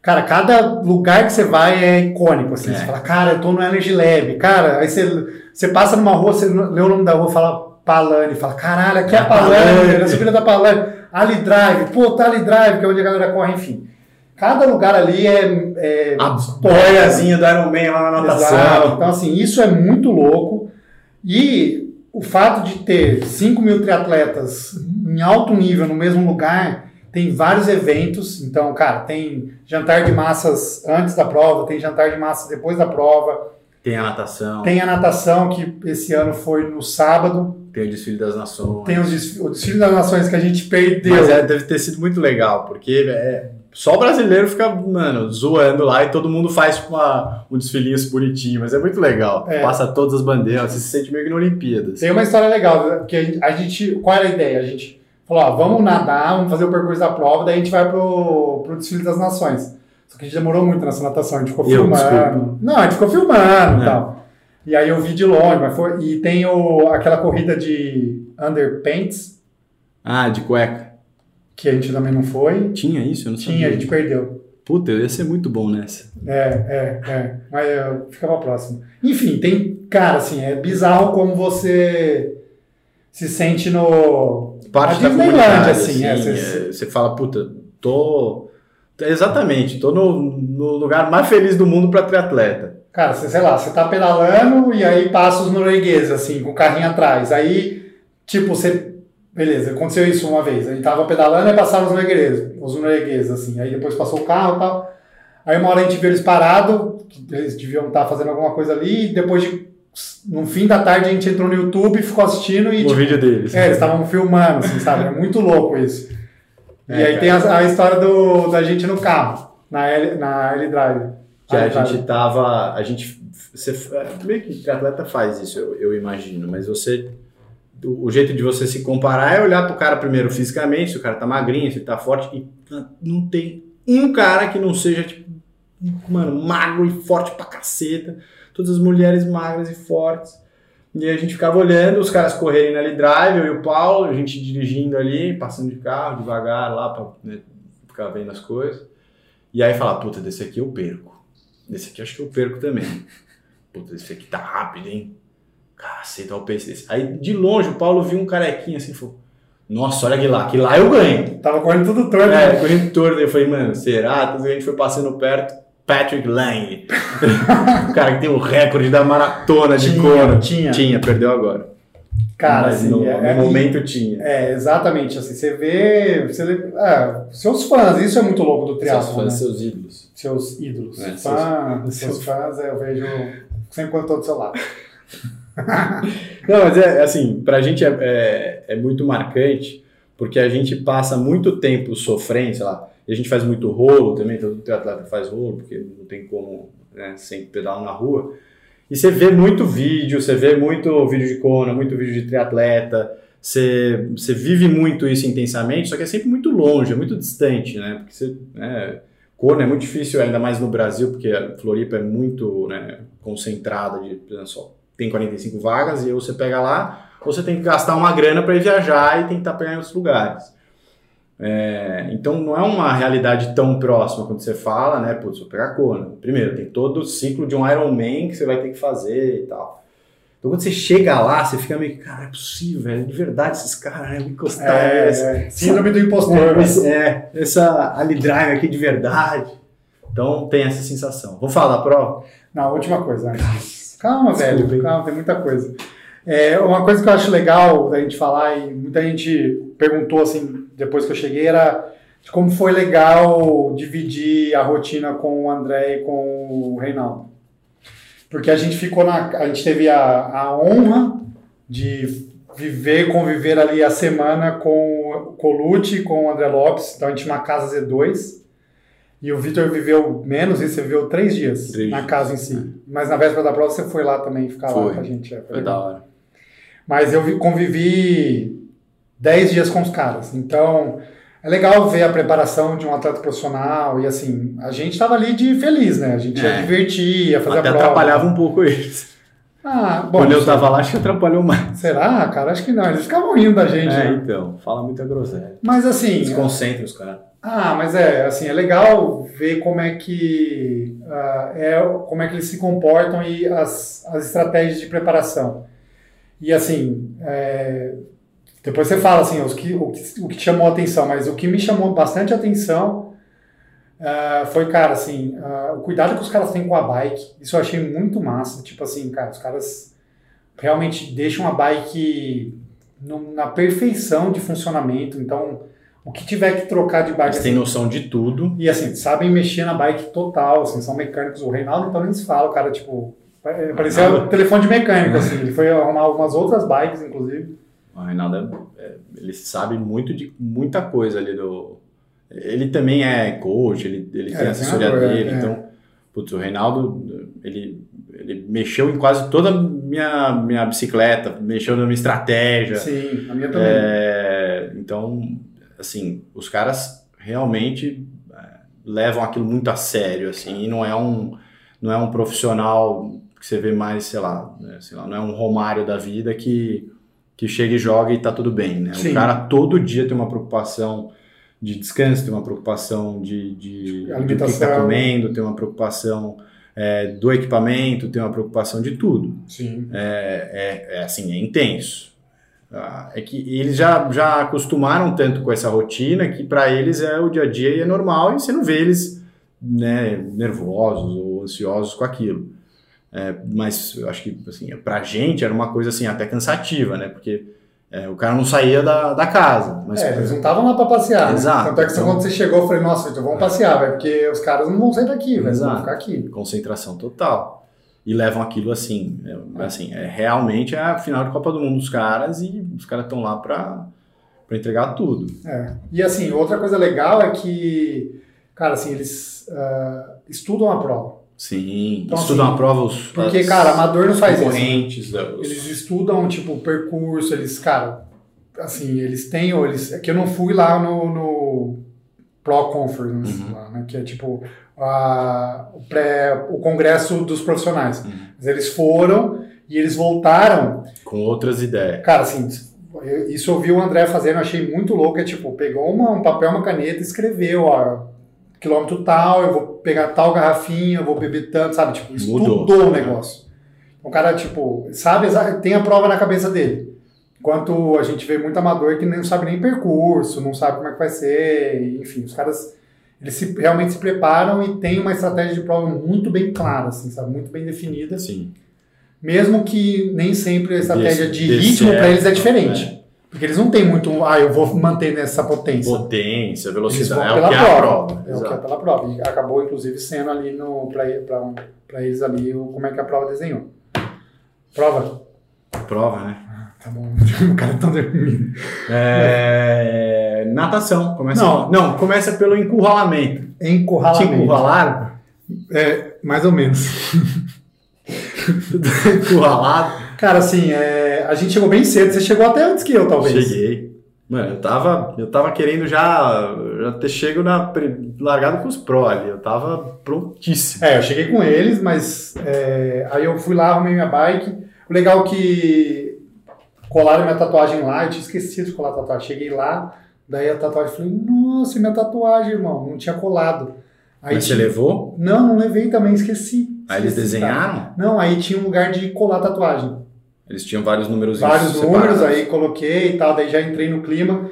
cara, cada lugar que você vai é icônico. Assim,
É.
Você fala, cara, eu tô no Energy Lab. Cara, aí você, você passa numa rua, você lê o nome da rua, fala Palane, fala, caralho, aqui é
Ah,
a Palane,
Palane.
velho, a subida da Palane. Ali Drive, pô, tá Ali Drive, que é onde a galera corre, enfim. Cada lugar ali é- é
a boiazinha do Iron Man lá na
Exato.
natação.
Então, assim, isso é muito louco. E o fato de ter 5 mil triatletas em alto nível no mesmo lugar, tem vários eventos. Então, cara, tem jantar de massas antes da prova, tem jantar de massas depois da prova,
Tem a natação, tem,
tem a natação, que esse ano foi no sábado,
o desfile das nações.
tem os desfi- o desfile das nações que a gente perdeu.
Mas é, deve ter sido muito legal, porque é, só o brasileiro fica, mano, zoando lá e todo mundo faz tipo, uma, um desfilinho bonitinho, mas é muito legal.
É.
Passa todas as bandeiras, você se sente meio que na Olimpíadas.
Tem uma história legal, né? porque a gente- a gente. Qual era a ideia? A gente falou: ó, vamos nadar, vamos fazer o percurso da prova, daí a gente vai pro, pro desfile das nações. Só que a gente demorou muito nessa natação, a gente ficou
Eu,
filmando.
desculpa.
Não, a gente ficou filmando e
É.
tal. E aí eu vi de longe, mas foi. E tem o, aquela corrida de underpants,
Ah, de cueca.
que a gente também não foi.
Tinha isso? Eu não
Tinha, a gente perdeu.
Puta, eu ia ser muito bom nessa.
É, é, é. Mas eu ficava próximo. Enfim, tem. Cara, assim, é bizarro como você se sente no.
parte
A
da
Disneylândia,
comunidade,
assim,
assim,
é,
é,
cê-
você fala, puta, tô... Exatamente, tô no, no lugar mais feliz do mundo pra triatleta.
Cara, você, sei lá, você tá pedalando e aí passa os noruegueses, assim, com o carrinho atrás. Aí, tipo, você Beleza, aconteceu isso uma vez. A gente tava pedalando e passaram os noruegueses, os noruegueses, assim. Aí depois passou o carro e tal. Aí uma hora a gente viu eles parado, que eles deviam estar fazendo alguma coisa ali. E depois, de, no fim da tarde, a gente entrou no YouTube, ficou assistindo e...
O
tipo,
vídeo deles.
é, eles estavam filmando, assim, sabe? É muito louco isso.
É,
e aí
cara.
tem a, a história do, da gente no carro, na L, na L Drive.
Que a
L Drive.
gente tava. A gente. Você, é, meio que atleta faz isso, eu, eu imagino, mas você. O o jeito de você se comparar é olhar pro cara primeiro fisicamente, se o cara tá magrinho, se ele tá forte, e ah, não tem um cara que não seja, tipo, mano, magro e forte pra caceta. Todas as mulheres magras e fortes. E aí a gente ficava olhando os caras correrem na L-Drive, eu e o Paulo, a gente dirigindo ali, passando de carro, devagar lá pra né, ficar vendo as coisas. E aí falar, puta, desse aqui eu perco. Desse aqui eu acho que eu perco também. Puta, esse aqui tá rápido, hein? Caceta, olha o pace desse. Aí de longe o Paulo viu um carequinho assim e falou: Nossa, olha que lá, que lá eu ganho.
Tava correndo tudo torto.
É,
né?
correndo torto. Eu falei, mano, será? Então a gente foi passando perto. Patrick Lang. o cara que tem o recorde da maratona de
Tinha,
Kona.
tinha.
Tinha, perdeu agora.
Cara,
Mas
assim,
no,
é-
no
é-
momento tinha.
É, exatamente. Assim, você vê. Você, vê- é, seus fãs, isso é muito louco do
Seus
triatlo,
fãs,
né?
seus ídolos.
Seus ídolos.
É,
Fã-
seus-
seus, fãs, é, eu vejo sempre quando estou do seu lado.
Não, mas é é assim, pra gente é, é, é muito marcante, porque a gente passa muito tempo sofrendo, sei lá, e a gente faz muito rolo também, todo atleta faz rolo, porque não tem como né, sempre pedalar na rua. E você vê muito vídeo, você vê muito vídeo de Kona, muito vídeo de triatleta, você, você vive muito isso intensamente, só que é sempre muito longe, é muito distante, né? Porque você, né, Kona é muito difícil, ainda mais no Brasil, porque a Floripa é muito né, concentrada, de, por exemplo, só tem 45 vagas e ou você pega lá, ou você tem que gastar uma grana para ir viajar e tentar pegar em outros lugares. É, então não é uma realidade tão próxima quando você fala, né? Putz, vou pegar Kona. Primeiro, tem todo o ciclo de um Ironman que você vai ter que fazer e tal. Então quando você chega lá, você fica meio, cara, é possível, velho, de verdade, esses caras né, me encostaram.
É,
essa-
é, síndrome do impostor.
é,
velho.
esse- é, essa Ali Drive aqui de verdade. Então tem essa sensação. Vou falar, prova.
Não, última coisa. né? antes. Calma,
Desculpa,
velho.
hein?
Calma, tem muita coisa. É, uma coisa que eu acho legal da gente falar, e muita gente perguntou assim, depois que eu cheguei, era de como foi legal dividir a rotina com o André e com o Reinaldo. Porque a gente ficou na. A gente teve a, a honra de viver, conviver ali a semana com o Colucci e com o André Lopes. Então a gente tinha uma casa Z2. E o Vitor viveu menos, isso, você viveu três dias
Três
na
dias.
casa em si. Mas na véspera da prova você foi lá também ficar lá
Foi.
com a gente. é, foi
Foi da hora.
mas eu vi- convivi 10 dias com os caras. Então, é legal ver a preparação de um atleta profissional. E assim, a gente estava ali de feliz, né? A gente ia
É.
divertir, ia fazer
Até
a prova.
atrapalhava um pouco eles.
Ah, bom.
Quando eu tava lá, acho que atrapalhou mais.
Será, cara? Acho que não. Eles ficavam rindo da gente.
É,
né?
então, fala muita groselha.
Mas assim,
Desconcentra os caras.
Ah, mas é assim, é legal ver como é que ah, é como é que eles se comportam e as, as estratégias de preparação. E assim, é, depois você fala assim, os que, o, que, o que te chamou a atenção, mas o que me chamou bastante a atenção ah, foi, cara, assim, ah, o cuidado que os caras têm com a bike, isso eu achei muito massa. Tipo assim, cara, os caras realmente deixam a bike no- na perfeição de funcionamento, então o que tiver que trocar de bike.
Eles têm noção de tudo.
E assim, sabem mexer na bike total, assim, são mecânicos. O Reinaldo então nem se fala, o cara, tipo, pa- parecia
Reinaldo.
um telefone de
É.
mecânico, assim. Ele foi arrumar algumas outras bikes, inclusive.
O Reinaldo, é- é, ele sabe muito de muita coisa ali do... Ele também é coach, ele, ele
É,
tem assessoria
treinador, é,
dele,
é.
então... Putz, o Reinaldo, ele, ele mexeu em quase toda a minha, minha bicicleta, mexeu na minha estratégia.
Sim, a minha também.
É, então, assim, os caras realmente é, levam aquilo muito a sério, assim, e não é um, não é um profissional que você vê mais, sei lá, né, sei lá, não é um Romário da vida que, que chega e joga e tá tudo bem, né?
Sim.
O cara todo dia tem uma preocupação de descanso, tem uma preocupação de, de do que
Alimentação.
tá comendo, tem uma preocupação é, do equipamento, tem uma preocupação de tudo
Sim.
é, é- é assim, é intenso. Ah, É que eles já, já acostumaram tanto com essa rotina que para eles é o dia a dia e é normal e você não vê eles né, nervosos ou ansiosos com aquilo. É, mas eu acho que assim, para gente era uma coisa assim até cansativa, né? Porque É, o cara não saía da, da casa. Mas
É, eles não estavam lá pra passear. né?
Exato.
Tanto é que você-
Então- É.
quando você chegou, eu falei, nossa, então vamos passear, velho, porque os caras não vão sair daqui, velho, eles vão
Exato.
ficar aqui.
concentração total. E levam aquilo assim. É, assim é, realmente é a final de Copa do Mundo dos caras e os caras estão lá pra, pra entregar tudo.
É. E assim, outra coisa legal é que, cara, assim, eles ah, estudam a prova.
Sim,
Então,
estudam
assim,
a prova os.
Porque,
as
cara, amador não faz isso.
concorrentes, né, os-
Eles estudam, tipo, o percurso, eles, cara, assim, eles têm, ou eles. É que eu não fui lá no, no Pro Conference,
Uhum.
lá, né, que é tipo a, o, pré, o congresso dos profissionais.
Uhum.
Mas eles foram e eles voltaram
com outras ideias.
Cara, assim, eu- isso eu vi o André fazendo, eu achei muito louco. É tipo, pegou uma- um papel, uma caneta e escreveu, ó, quilômetro tal, eu vou pegar tal garrafinha, eu vou beber tanto, sabe? Tipo, estudou
Mudou.
o negócio. O cara, tipo, sabe, exa- tem a prova na cabeça dele. Enquanto a gente vê muito amador que não sabe nem percurso, não sabe como é que vai ser, e, enfim, os caras eles se- realmente se preparam e tem uma estratégia de prova muito bem clara, assim, sabe? Muito bem definida.
Assim,
Mesmo que nem sempre a estratégia de,
Dê- dê
ritmo para
certo, né?
eles é diferente. Porque eles não têm muito, ah, eu vou manter nessa potência.
Potência,
eles vão
velocidade, é
pela
o que é a
prova.
prova.
É o que é
Exato.
pela prova. E acabou, inclusive, sendo ali no para eles ali o- como é que a prova desenhou. Prova?
Prova, né?
Tá bom, o cara tá dormindo.
É, Natação. Começa
Não.
não, começa pelo encurralamento. Te
Encurralamento.
encurralaram?
É, mais ou menos.
Encurralado.
Cara, assim, é, a gente chegou bem cedo, você chegou até antes que eu, talvez.
Cheguei. Mano, eu tava, eu tava querendo já, já ter chego na pre- largado com os pró ali. Eu tava prontíssimo.
É, eu cheguei com eles, mas é, aí eu fui lá, arrumei minha bike. O legal é que colaram minha tatuagem lá, eu tinha esquecido de colar a tatuagem. Cheguei lá, daí a tatuagem, falei, nossa, e minha tatuagem, irmão, não tinha colado. Aí
Mas você
tinha-
levou?
Não, não levei também, esqueci.
Aí eles
Esqueci, tá?
desenharam?
Não, aí tinha um lugar de colar a tatuagem
Eles tinham vários números
vários números aí, coloquei e tal, daí já entrei no clima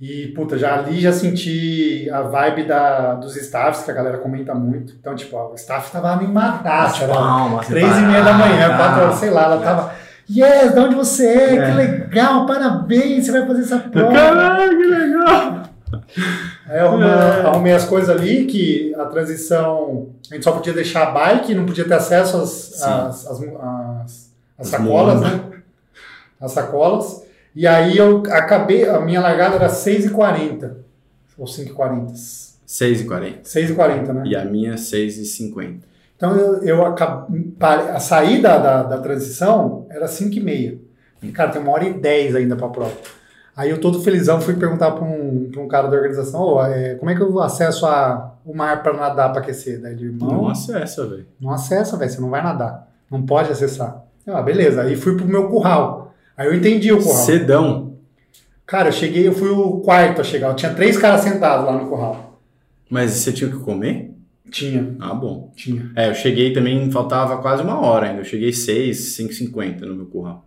e, puta, já ali já senti a vibe da, dos staffs, que a galera comenta muito. Então, tipo, ó, o staff tava animadaço, era
Palmas,
três e meia da manhã,
separadas.
quatro horas, sei lá, ela tava, yes, de onde você é, que legal, parabéns, você vai fazer essa prova.
Caralho, que legal!
Aí eu arrumei,
É.
arrumei as coisas ali, que a transição, a gente só podia deixar a bike, não podia ter acesso às,
Sim.
às, às, às- às
As
sacolas, né? As sacolas. E aí eu acabei, a minha largada era 6h40, ou 5h40.
6h40.
6h40, né?
E a minha, 6h50.
Então eu, eu acabei, a saída da, da transição era 5 e meia. Falei, Cara, tem uma hora e 10 ainda pra prova. Aí eu todo felizão fui perguntar pra um, pra um cara da organização, "Ô, é, como é que eu acesso a, o mar pra nadar, pra aquecer? Daí ele, irmão,
Não acessa, velho.
não acessa, velho, você não vai nadar. Não pode acessar. Eu, ah, beleza. Aí fui pro meu curral. Aí eu entendi o curral.
Cedão.
Cara, eu cheguei, eu fui o quarto a chegar. Eu tinha três caras sentados lá no curral.
Mas você tinha que comer?
Tinha,
Ah, bom.
tinha.
É, eu cheguei também, faltava quase uma hora ainda. Eu cheguei 6, 5h50 no meu curral.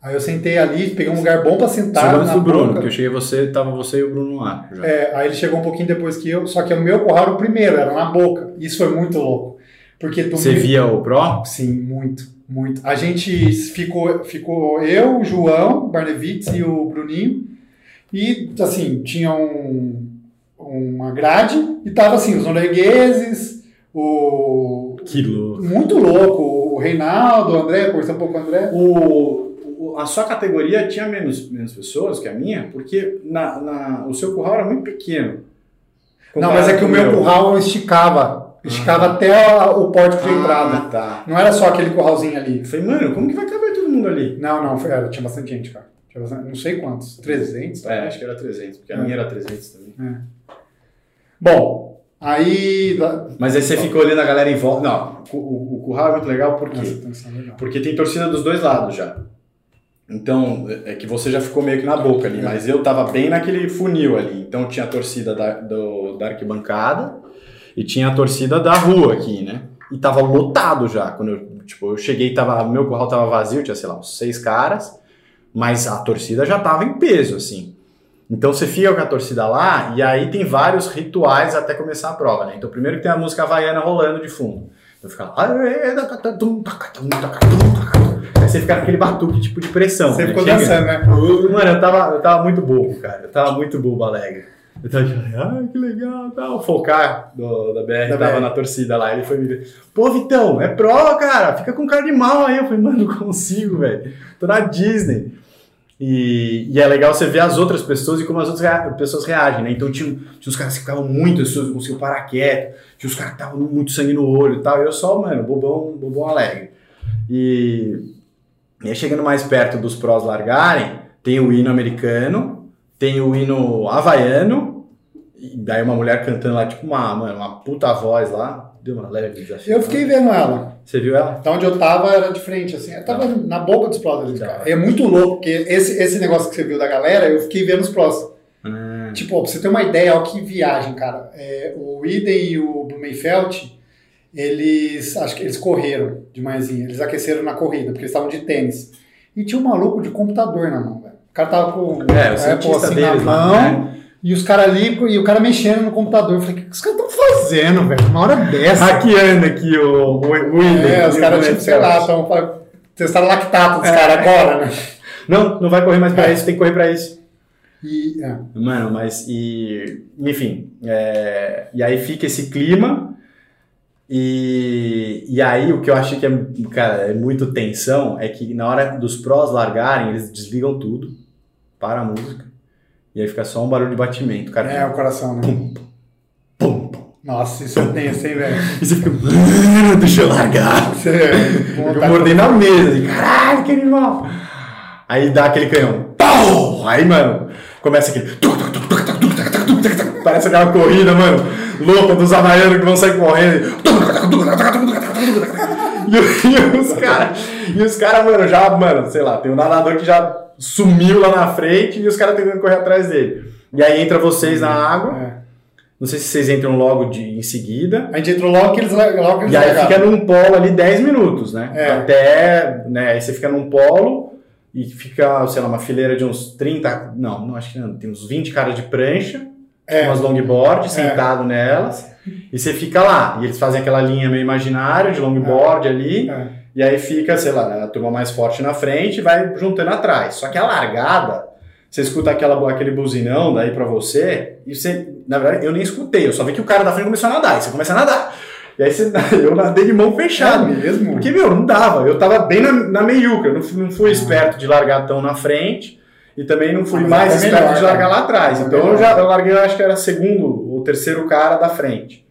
Aí eu sentei ali, peguei um lugar bom pra sentar.
Segundo
na
do Bruno,
boca.
que eu cheguei você, tava você e o Bruno lá. Já.
É, aí ele chegou um pouquinho depois que eu, só que o meu curral era o primeiro, era na boca. Isso foi muito louco. Porque do
você
meu-
via o Pro?
Sim, muito, muito. A gente ficou, ficou eu, o João Barnevitz e o Bruninho. E, assim, tinha um, uma grade e tava assim, os noruegueses, o...
Que louco.
Muito louco, o Reinaldo, o André, conversou um pouco com o André.
O, o- a sua categoria tinha menos, menos pessoas que a minha, porque na, na- o seu curral era muito pequeno.
Não, mas é que o meu curral eu esticava. Esticava até a- o pórtico de entrada.
Ah, tá.
Não era só aquele curralzinho ali.
Eu falei, mano, como que vai caber todo mundo ali?
Não, não, foi- era, tinha bastante gente, cara. Tinha bastante- não sei quantos, tá? 300,
É,
talvez.
acho que era 300, porque
a
a minha era 300 também.
Bom, aí. da-
Mas aí você ficou olhando a galera em volta. Não, o, o, o curral é muito legal por quê?
Nossa, tá sendo legal.
Porque tem torcida dos dois lados já. Então, é é que você já ficou meio que na boca ali, mas eu tava bem naquele funil ali. Então tinha a torcida da, do- da arquibancada e tinha a torcida da rua aqui, né? E tava lotado já. Quando eu, tipo, eu cheguei, tava, meu curral tava vazio, tinha, sei lá, uns seis caras, mas a torcida já tava em peso, assim. Então você fica com a torcida lá e aí tem vários rituais até começar a prova, né? Então primeiro que tem a música havaiana rolando de fundo. Eu ficava lá, "Aê, tacatum, tacatum, tacatum, tacatum". Aí você fica com aquele batuque tipo de pressão.
Você
né?
ficou
Chega-
dançando, né?
Mano, eu tava, eu tava muito bobo, cara. Eu tava muito bobo, alegre. Eu tava tipo, ah, que legal, tal. O Focar do- da BR
Da
tava
BR.
na torcida lá. Ele foi me dizer, pô, Vitão, é pró, cara. Fica com cara de mal aí. Eu falei, mano, não consigo, velho. Tô na Disney. E, e é legal você ver as outras pessoas e como as outras rea- pessoas reagem, né? Então tinha, tinha uns caras que ficavam muito ansiosos, não conseguiam parar quieto. Tinha uns caras que estavam muito sangue no olho e tal. E eu só, mano, bobão, bobão alegre. E e aí, chegando mais perto dos prós largarem, tem o hino americano, tem o hino havaiano, e daí uma mulher cantando lá, tipo uma, mano, uma puta voz lá. Deu uma leve desafio. né?
Eu fiquei vendo ela.
Você viu ela?
Da onde eu tava era de frente, assim. Eu
Tá.
tava na boca dos prós ali,
Da
cara.
hora.
É muito louco, porque esse, esse negócio que você viu da galera, eu fiquei vendo os prós.
Hum.
Tipo, ó, pra você ter uma ideia, ó, que viagem, cara. É, o Iden e o Blumenfeld, eles. Acho que eles correram de manhãzinha. Eles aqueceram na corrida, porque eles estavam de tênis. E tinha um maluco de computador na mão, velho. O cara tava com
É, o
Apple,
cientista
assim,
deles
na
lá,
mão.
né?
E os caras ali, e o cara mexendo no computador. Eu falei, o que os caras estão fazendo, velho? Uma hora dessa.
É, Hackeando aqui o, né? o, o hino.
É, os
O
caras,
hino
tipo, sei lá, estão testaram lactato dos caras agora, né?
Não, não vai correr mais
É.
pra isso, tem que correr pra isso.
E, é.
Mano, mas e. Enfim. é, e aí fica esse clima. E, e aí o que eu acho que é, cara, é muito tensão é que na hora dos prós largarem, eles desligam tudo, para a música, e aí fica só um barulho de batimento, cara.
é, o coração, né?
Pum, pum.
Nossa, isso é tenso, hein, velho? é
E você fica, mano, deixa eu largar.
Você-
Eu mordei na mesa, assim, caralho, que animal. Aí dá aquele canhão, pau! Aí, mano, começa aquele. tuc, tuc, tuc, tuc, tuc, tuc, tuc, tuc, tuc, tuc, tuc. Parece aquela corrida, mano, louca dos havaianos que vão sair correndo. E, o- e os caras, e os caras, mano, já, mano, sei lá, tem um nadador que já sumiu lá na frente e os caras tentando correr atrás dele. E aí entra vocês na água,
É.
não sei se vocês entram logo de, em seguida.
A gente entrou logo que eles logo que eles
E aí
largaram.
fica num polo ali 10 minutos, né?
É.
Até, né, aí você fica num polo e fica, sei lá, uma fileira de uns 30, não, não acho que não, tem uns 20 caras de prancha,
É.
umas longboard, sentado nelas, e você fica lá, e eles fazem aquela linha meio imaginária de longboard ali,
É.
e aí fica, sei lá, né, a turma mais forte na frente e vai juntando atrás. Só que a largada, você escuta aquela, aquele buzinão daí pra você, e você, na verdade, eu nem escutei, eu só vi que o cara da frente começou a nadar, e você começa a nadar. E aí você, eu nadei de
É
mão fechada.
mesmo?
Porque, meu, não dava. Eu tava bem na, na meiuca. Eu não fui, não fui esperto de largar tão na frente. E também não fui
Ah, mas
mais
é
esperto
melhor,
de largar
né?
lá atrás.
É
então eu
melhor.
já eu larguei, eu acho que era segundo ou terceiro cara da frente.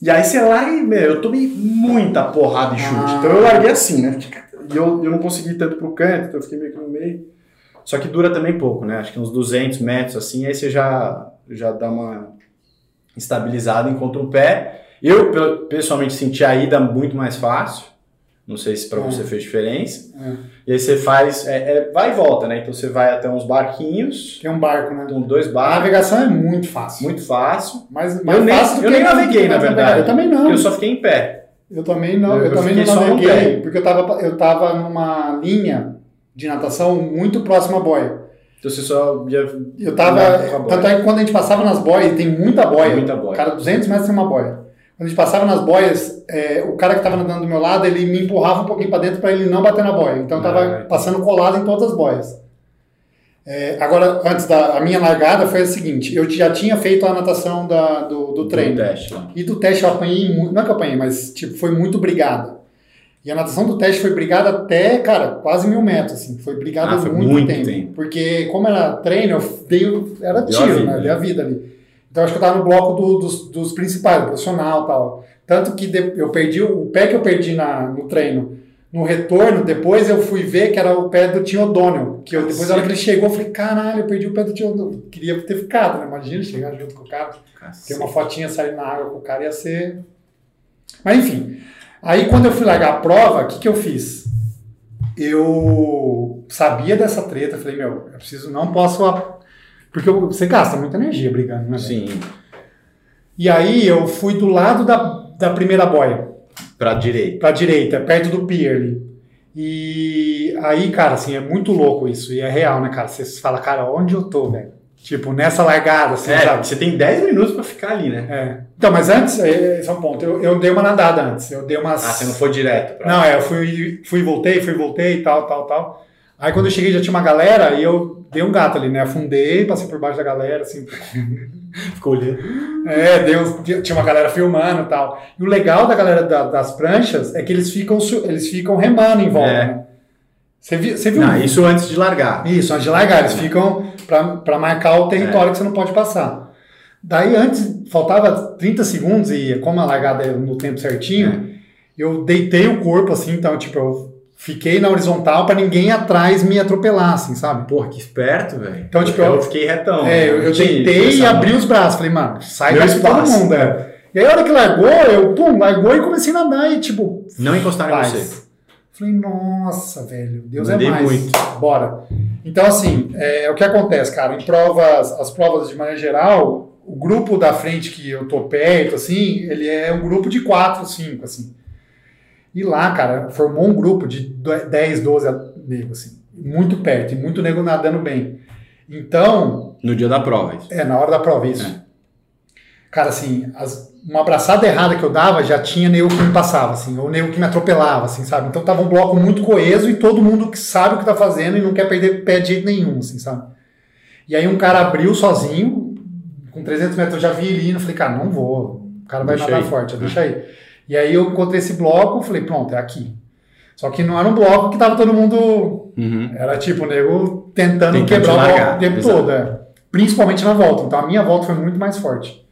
E aí você larga e, meu, eu tomei muita porrada e chute.
Ah.
Então eu larguei assim, né? E eu, eu não consegui ir tanto pro canto, então eu fiquei meio que no meio. Só que dura também pouco, né? Acho que uns 200 metros assim. Aí você já, já dá uma estabilizada, encontra um pé. Eu, pe- pessoalmente, senti a ida muito mais fácil. Não sei se para
É.
você fez diferença.
É.
E aí você faz, é, é vai e volta, né? Então você vai até uns barquinhos,
Tem um barco, né?
então dois
A
barcos,
navegação é muito fácil.
muito fácil.
mais, mais
Eu nem-
fácil do
eu
que
nem naveguei, na verdade.
Eu também não.
Eu só fiquei em pé.
Eu também não,
Eu-
eu,
eu
também
fiquei
não
só no
naveguei,
pé.
porque eu tava, eu tava numa linha de natação muito próxima à boia.
Então você só via
Eu tava.
Nada com a boia.
Tanto é que quando a gente passava nas boias, e tem muita boia.
muita boia.
Cara, 200 metros tem uma boia. Quando a gente passava nas boias, é, o cara que tava nadando do meu lado, ele me empurrava um pouquinho pra dentro pra ele não bater na boia. Então eu tava
Ah, entendi.
passando colado em todas as boias. É, agora, antes da a minha largada foi a seguinte: eu já tinha feito a natação da- do, do treino.
Do teste lá.
E do teste eu apanhei muito, não é que eu apanhei, mas tipo, foi muito brigada. E a natação do teste foi brigada até, cara, quase mil metros, assim. Foi brigada
Ah, foi
muito,
muito
tempo,
tempo.
Porque como era treino, eu dei, o- era
Deu a
tiro,
vida,
né?
né?
Dei a vida ali. Então acho que eu tava no bloco do- dos, dos principais, do profissional e tal. Tanto que de- eu perdi, o o pé que eu perdi na, no treino, no retorno, depois eu fui ver que era o pé do Tio O'Donnell. Que eu, depois,
Cacete.
na hora que ele chegou, eu falei, caralho, eu perdi o pé do Tio O'Donnell. Queria ter ficado, né? Imagina chegar junto com o cara. Tem uma fotinha saindo na água com o cara ia ser. Mas enfim. Aí quando eu fui largar a prova, o que, que eu fiz? Eu sabia dessa treta, falei, meu, eu preciso, não posso. a- Porque eu- você gasta muita energia brigando, né? velho?
Sim,
E aí eu fui do lado da, da primeira boia,
pra direita.
pra direita, perto do pier ali. E aí, cara, assim, é muito louco isso. E é real, né, cara? Você fala, cara, onde eu tô, velho? Tipo, nessa largada, assim,
É,
sabe?
você tem 10 minutos pra ficar ali, né?
É. Então, mas antes, é, esse é um ponto. Eu, eu dei uma nadada antes. Eu dei umas.
Ah, você não foi direto. Pra...
Não, é, eu fui, fui e voltei, fui e voltei e tal, tal, tal. Aí quando eu cheguei já tinha uma galera e eu dei um gato ali, né? Afundei, passei por baixo da galera, assim.
Ficou olhando.
É, deu, tinha uma galera filmando e tal. E o legal da galera da- das pranchas é que eles ficam, su- eles ficam remando em volta.
É.
né? Você viu, você viu um
Não, isso antes de largar.
isso, antes de largar, eles ficam para marcar o
É.
território que você não pode passar. Daí antes, faltava 30 segundos e como a largada é no tempo
É.
certinho, eu deitei o corpo assim, então tipo, eu fiquei na horizontal para ninguém atrás me atropelar, assim, sabe?
Porra, que esperto, velho.
Então, tipo,
eu,
eu-
fiquei retão.
é, eu, eu
Tinha
deitei
isso,
e
essa
abri os braços, falei, mano, sai
Meu
daqui todo
espaço.
mundo, é. E aí a hora que largou, eu, pum, largou e comecei a nadar e tipo,
Não encostaram em
Paz.
você.
Falei, nossa, velho, Deus
Mandei
é mais.
muito.
Bora. Então, assim, é, o que acontece, cara, em provas, as provas de maneira geral, o grupo da frente que eu tô perto, assim, ele é um grupo de quatro, cinco, assim. E lá, cara, formou um grupo de do- 10, 12 nego, assim, muito perto, e muito nego nadando bem. Então,
No dia da prova. isso.
é, na hora da prova, isso. Cara, assim, as- uma abraçada errada que eu dava já tinha nego que me passava, assim, ou nego que me atropelava, assim, sabe? Então tava um bloco muito coeso e todo mundo que sabe o que tá fazendo e não quer perder pé de jeito nenhum, assim, sabe? E aí um cara abriu sozinho, com 300 metros eu já vi ele indo, falei, cara, não vou, o cara vai
Deixa
nadar
aí. É.
forte, deixa aí. E aí eu encontrei esse bloco, falei, pronto, é aqui. Só que não era um bloco que tava todo mundo era tipo o nego tentando,
Tentando
quebrar
te
o
largar,
bloco o tempo
exato.
todo. é. Principalmente na volta. Então a minha volta foi muito mais forte.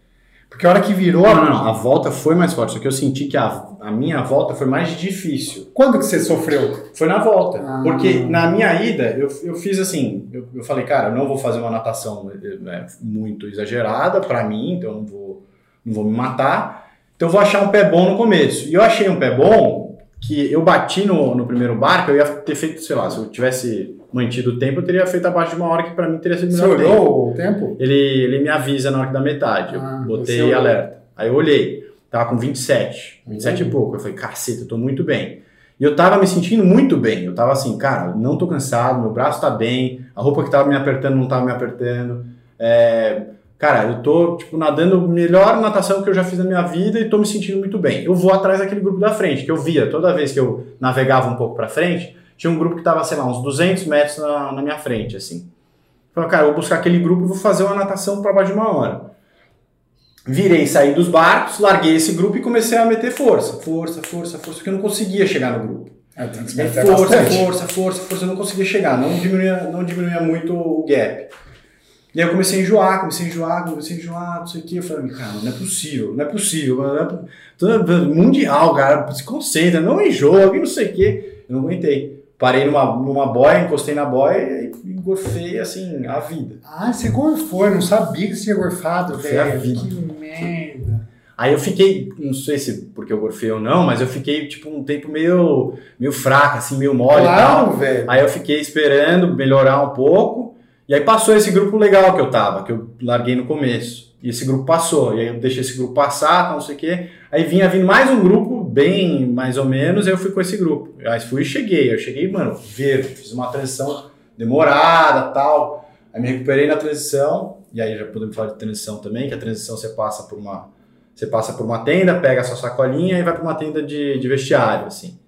Porque a hora que virou.
Não, não, não. A volta foi mais forte, só que eu senti que a, a minha volta foi mais difícil.
Quando que você sofreu?
Foi na volta.
Ah.
Porque na minha ida, eu, eu fiz assim: eu, eu falei, cara, eu não vou fazer uma natação eh, né, muito exagerada pra mim, então eu não vou, não vou me matar. Então eu vou achar um pé bom no começo. E eu achei um pé bom que eu bati no, no primeiro barco, eu ia ter feito, sei lá, se eu tivesse mantido o tempo, eu teria feito abaixo de uma hora que pra mim teria sido
Você
melhor. tempo.
olhou o tempo?
ele, ele me avisa na hora da metade. Eu
Ah, você
botei
olhou.
alerta. Aí eu olhei, tava com 27, 27
Uhum.
e pouco. Eu falei, caceta, eu tô muito bem. E eu tava me sentindo muito bem. Eu tava assim, cara, eu não tô cansado, meu braço tá bem, a roupa que tava me apertando não tava me apertando. É, cara, eu tô, tipo, nadando a melhor natação que eu já fiz na minha vida e tô me sentindo muito bem. Eu vou atrás daquele grupo da frente, que eu via toda vez que eu navegava um pouco pra frente, tinha um grupo que tava, sei lá, uns 200 metros na, na minha frente, assim. Falei, cara, eu vou buscar aquele grupo e vou fazer uma natação para baixo de uma hora. Virei, saí dos barcos, larguei esse grupo e comecei a meter força. Força, força, força, porque eu não conseguia chegar no grupo.
É, tem que se
É
meter
força,
bastante.
força, força, força, eu não conseguia chegar, não diminuía, não diminuía muito o gap. E aí eu comecei a enjoar, comecei a enjoar, comecei a enjoar, não sei o que. Eu falei, cara, não é possível, não é possível. Não é po- Tô- mundial, cara, se concentra, não enjoa, que não sei o que. Eu não aguentei. Parei numa, numa boia, encostei na boia e engorfei, assim, a vida.
Ah, você gorfou, eu não sabia que você tinha gorfado,
Foi a
velho.
vida.
Que merda.
Aí eu fiquei, não sei se porque eu gorfei ou não, mas eu fiquei, tipo, um tempo meio, meio fraco, assim, meio mole e tal.
claro, velho.
É, Aí eu fiquei esperando melhorar um pouco. E aí passou esse grupo legal que eu tava, que eu larguei no começo. E esse grupo passou. E aí eu deixei esse grupo passar, tal, não sei o quê. Aí vinha vindo mais um grupo, bem mais ou menos, e eu fui com esse grupo. Aí fui e cheguei. Eu cheguei, mano, ver, fiz uma transição demorada tal. Aí me recuperei na transição. E aí já podemos falar de transição também, que a transição você passa por uma. Você passa por uma tenda, pega a sua sacolinha e vai para uma tenda de, de vestiário, assim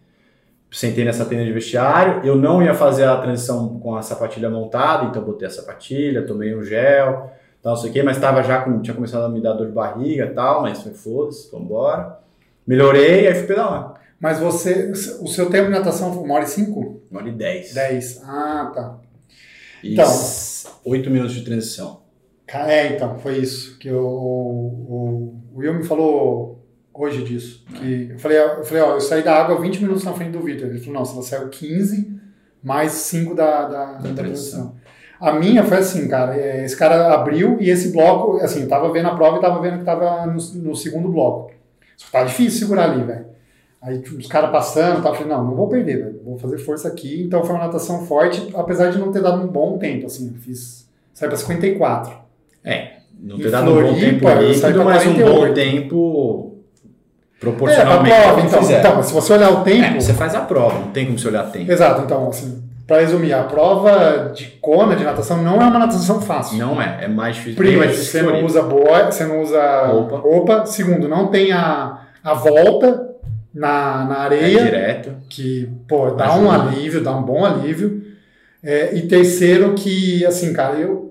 sentei nessa tenda de vestiário. Eu não ia fazer a transição com a sapatilha montada, então botei a sapatilha, tomei um gel, tal, não sei o quê, mas tava já com, tinha começado a me dar dor de barriga e tal, mas foi foda-se, vambora. Melhorei, aí fui pedalar.
Mas você. O seu tempo de natação foi uma hora e cinco?
Uma hora e dez.
Dez. Ah, tá.
E
Então.
s- oito minutos de transição.
Ca- É, então, foi isso. Que o, o, o Will me falou hoje disso. Que eu falei, eu falei, ó, eu saí da água 20 minutos na frente do Vitor. Ele falou, não, você saiu 15 mais 5 da, da, da,
transição.
transição. A minha foi assim, cara, é, esse cara abriu e esse bloco, assim, eu tava vendo a prova e tava vendo que tava no, no segundo bloco. Só que tava difícil segurar ali, velho. Aí tipo, os caras passando, tava falei, não, não vou perder, velho. Vou fazer força aqui. Então foi uma natação forte, apesar de não ter dado um bom tempo, assim, eu fiz. Saí pra 54.
Não
Em
ter dado um bom
Floripa, tá
tempo
eu
ali,
saí
tudo
pra
mais um bom
48.
tempo
É, pra
proporcionalmente. ao
prova,
que
então,
fizeram.
então, se você olhar o tempo.
É, você faz a prova, não tem como se olhar tempo.
Exato, então, assim. Para resumir, a prova de Kona, de natação, não é uma natação fácil.
Não é, é mais difícil. bem
Primeiro,
mais difícil
você
que
não
Olimpíada.
usa boia, você não usa
Roupa.
roupa. Segundo, não tem a, a volta na, na
É
areia,
direto.
que pô, dá
Ajuda.
um alívio, dá um bom alívio. É, e terceiro, que assim, cara, eu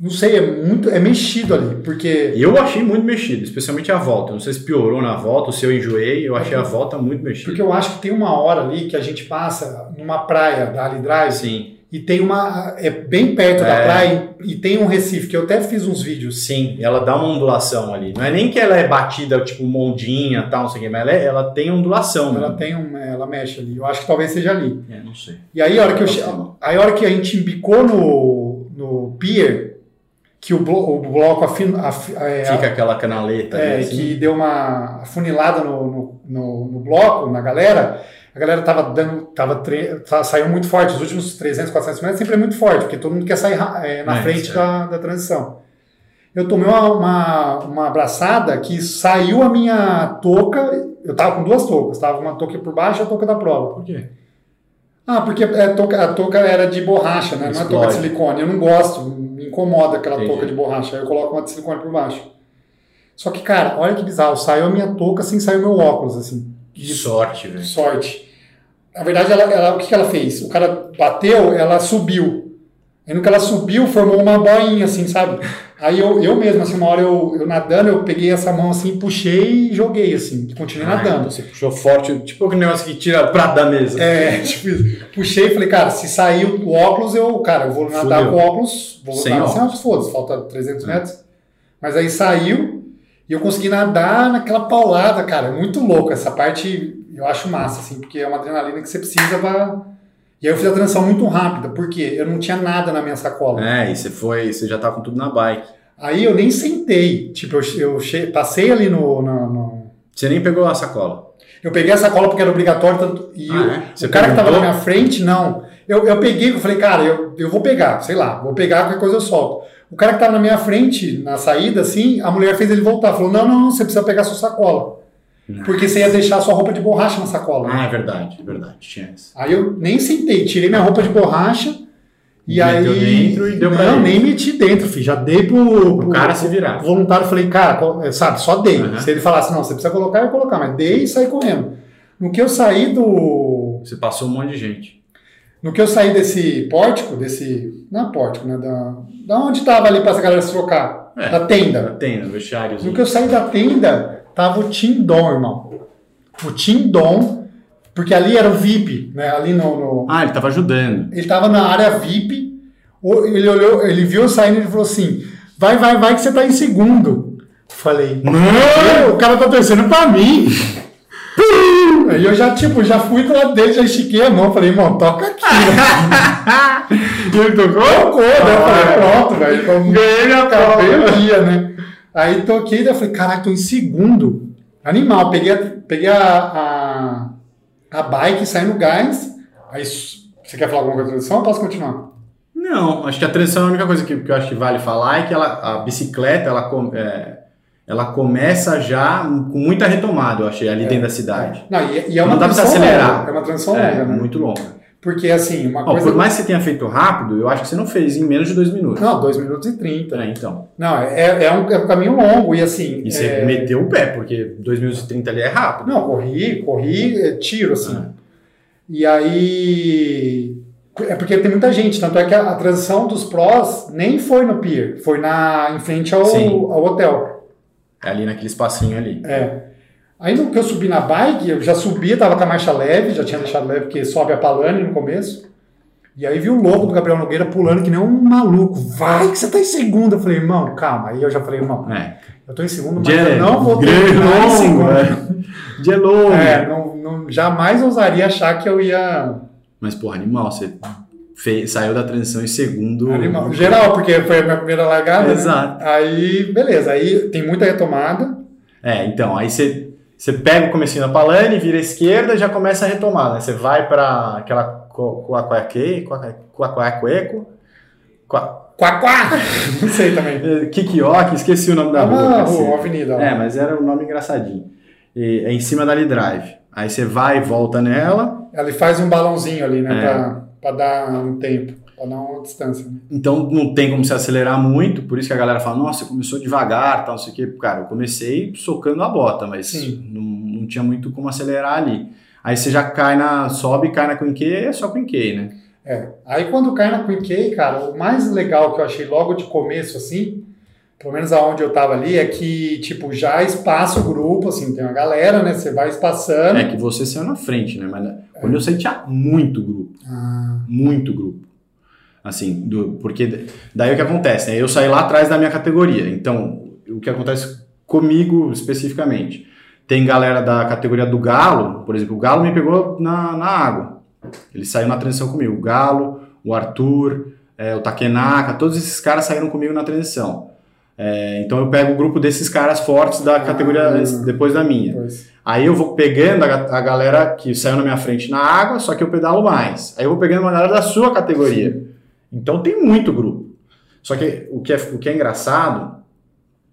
não sei, é muito, é mexido ali, porque
Eu achei muito mexido, especialmente a volta. Não sei se piorou na volta, ou se eu enjoei, eu achei a volta muito mexida.
porque eu acho que tem uma hora ali que a gente passa numa praia da Ali Drive
Sim,
e tem uma é bem perto
É.
da praia e e tem um recife que eu até fiz uns vídeos
sim, ela dá uma ondulação ali. Não é nem que ela é batida, tipo, mondinha, tal, não sei o que, mas ela, é- ela tem ondulação.
Ela
né?
tem um, ela mexe ali. Eu acho que talvez seja ali.
É, não sei.
E aí a hora que eu
Não
che-
sei, não.
aí a hora que a gente embicou no no pier que o, blo- o bloco afin, af- é,
Fica aquela canaleta
é,
ali, assim.
que deu uma funilada no, no, no- no bloco, na galera. A galera tava dando, tava tre- tá- saiu muito forte. Os últimos 300, 400 metros sempre é muito forte, porque todo mundo quer sair ra- é, na
É,
frente
é.
da, da transição. Eu tomei uma, uma, uma abraçada que saiu a minha touca. Eu tava com duas toucas, tava uma touca por baixo e a touca da prova.
Por quê?
Ah, porque é touca- a touca era de borracha, né? Não é touca
Explode.
de silicone. Eu não gosto, me incomoda aquela
Entendi.
touca de borracha. Aí eu coloco uma de silicone por baixo. Só que, cara, olha que bizarro. Saiu a minha touca sem sair o meu óculos, assim.
Que sorte, velho.
Sorte. Na verdade, ela, ela- o que, que ela fez? O cara bateu, ela subiu. Aí no que ela subiu, formou uma boinha, assim, sabe? Aí eu, eu mesmo, assim, uma hora eu, eu nadando, eu peguei essa mão assim, puxei e joguei, assim. Continuei
Ah,
nadando.
então você puxou forte, tipo aquele negócio que tira prato da mesa.
É, tipo, isso. puxei e falei, cara, se sair o óculos, eu, cara, eu vou nadar
Fudeu.
com óculos, vou
Sem
nadar sem
óculos. É.
óculos, foda-se, falta 300 metros. Mas aí saiu e eu consegui nadar naquela paulada, cara, é muito louco. Essa parte eu acho massa, assim, porque é uma adrenalina que você precisa pra... E aí eu fiz a transição muito rápida, porque eu não tinha nada na minha sacola.
É, e você foi, você já tá com tudo na bike.
Aí eu nem sentei, tipo, eu, che- eu che- passei ali no... na- no-
Você nem pegou a sacola.
Eu peguei a sacola porque era obrigatório, tanto... e eu-
é? Você
o cara que tava na
perguntou?
minha frente, não. Eu, eu peguei, eu falei, cara, eu, eu vou pegar, sei lá, vou pegar, qualquer coisa eu solto. O cara que tava na minha frente, na saída, assim, a mulher fez ele voltar. Falou, não, não, não, você precisa pegar sua sacola.
Não.
Porque você ia deixar sua roupa de borracha na sacola.
Ah, é verdade, é verdade, tinha essa.
Aí eu nem sentei, tirei minha roupa de borracha. E
Meteu
aí.
dentro e deu pra
não,
ele.
nem meti dentro, filho. Já dei pro,
O cara se virar.
voluntário, eu falei, cara, qual- é, sabe, só dei.
Aham.
Se ele falasse, não, você precisa colocar, eu ia colocar. Mas dei e saí correndo. No que eu saí do,
Você passou um monte de gente.
No que eu saí desse pórtico, desse. Não é pórtico, né? Da, da onde tava ali pra essa galera se trocar?
É.
Da tenda.
Tem, no vestiário.
No que eu saí da tenda, tava o Tim Dom, irmão. O Tim Dom, porque ali era o VIP, né? Ali no. no-
Ah, ele tava ajudando.
Ele tava na área VIP, o- ele olhou, ele viu eu saindo e ele falou assim: vai, vai, vai, que você tá em segundo. Falei,
Não!
o cara tá torcendo pra mim. Pum! Aí eu já, tipo, já fui pro lado dele, já estiquei a mão, falei, irmão, toca aqui.
E ele tocou?
Tocou, né? Eu falei,
Ah.
pronto, velho. Então,
Ganhei minha
acabei o dia, né? Aí toquei, daí eu falei, caraca, tô em segundo. Animal, peguei, a- peguei a, a, a bike, saí no gás. Aí, s- você quer falar alguma coisa da transição ou posso continuar?
Não, acho que a transição é a única coisa que, que eu acho que vale falar é que ela, a bicicleta, ela, com- é, ela começa já com muita retomada, eu achei, ali dentro da cidade.
Não, e, e é uma
Não dá pra
transição
acelerar.
longa, É uma transição
É,
longa, né?
muito longa.
Porque, assim, uma
Ó,
coisa...
por mais que você tenha feito rápido, eu acho que você não fez em menos de dois minutos.
Não, 2 minutos e 30.
É, então.
Não, é, é um, é um caminho longo e, assim...
E você
é-
meteu o pé, porque 2 minutos e 30 ali é rápido.
Não, corri, corri, é, tiro, assim.
Ah.
E aí. É porque tem muita gente, tanto é que a, a transição dos prós nem foi no pier, foi na, em frente ao,
Sim.
ao hotel.
É ali naquele espacinho ali.
É. Aí no que eu subi na bike, eu já subia, tava com a marcha leve, já tinha deixado leve, porque sobe a Palane no começo. E aí vi o louco do Gabriel Nogueira pulando que nem um maluco. Vai que você tá em segunda. Eu falei, irmão, calma. Aí eu já falei, irmão,
É.
eu tô em segundo, mas eu não vou terminar em segundo.
né? longo. Dia longo.
É, não, não, jamais ousaria achar que eu ia
Mas, porra, animal, você fez, saiu da transição em segundo.
Animal. Geral, porque foi a minha primeira largada. né?
Exato.
Aí, beleza. Aí tem muita retomada.
É, então, aí você, você pega o comecinho da Palane, vira à esquerda e já começa a retomar, né? Você vai pra aquela Coacuaque, Coacuacueco,
Quá, quá! Não sei também.
Kikioque, esqueci o nome da
É uma
rua.
rua, uma
cacete.
avenida lá.
É, mas era um nome engraçadinho. E, é em cima da Lee Drive. Aí você vai e volta nela.
Ela faz um balãozinho ali, né?
É.
pra- para dar um tempo, para dar uma distância. Né?
Então não tem como se acelerar muito, por isso que a galera fala, nossa, começou devagar, tal, não sei o quê. Cara, eu comecei socando a bota, mas não, não, tinha muito como acelerar ali. Aí você já cai na. sobe, cai na Quinkei, é só Quinkei, né?
É. Aí quando cai na Quinkei, cara, o mais legal que eu achei logo de começo, assim, pelo menos aonde eu tava ali, é que, tipo, já espaça o grupo, assim, tem uma galera, né? Você vai espaçando.
É que você saiu na frente, né? Mas é. quando eu saí tinha muito grupo. Ah. Muito grupo. Assim, do, porque daí o que acontece, né? Eu saí lá atrás da minha categoria. Então, o que acontece comigo especificamente? Tem galera da categoria do Galo, por exemplo, o Galo me pegou na, na água. Ele saiu na transição comigo. O Galo, o Arthur, é, o Takenaka, todos esses caras saíram comigo na transição. É, então eu pego o grupo desses caras fortes da categoria ah, depois da minha. Pois. Aí eu vou pegando a, a, galera que saiu na minha frente na água, só que eu pedalo mais. Aí eu vou pegando uma galera da sua categoria. Sim. Então tem muito grupo. Só que o que, é, o que é engraçado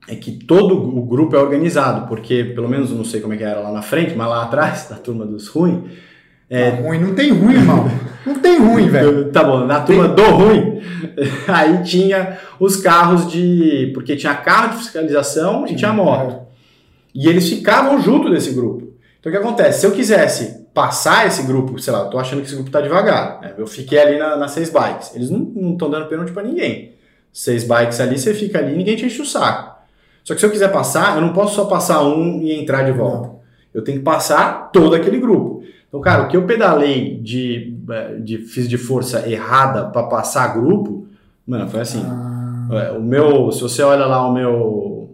é que todo o grupo é organizado, porque pelo menos eu não sei como é que era lá na frente, mas lá atrás, da turma dos ruins.
É... Tá ruim, não tem ruim, irmão. Não tem ruim, velho.
Tá bom, na turma tem... do ruim, aí tinha os carros de. Porque tinha carro de fiscalização Sim, e tinha moto. É. E eles ficavam junto desse grupo. Então o que acontece? Se eu quisesse passar esse grupo, sei lá, eu tô achando que esse grupo tá devagar. Né? Eu fiquei ali na, nas seis bikes. Eles não estão dando pênalti para ninguém. Seis bikes ali, você fica ali ninguém te enche o saco. Só que se eu quiser passar, eu não posso só passar um e entrar de volta. Não. Eu tenho que passar todo aquele grupo. Então, cara, o que eu pedalei de, eh, de fiz de força errada para passar grupo, mano, foi assim. Ah. O meu, se você olha lá o meu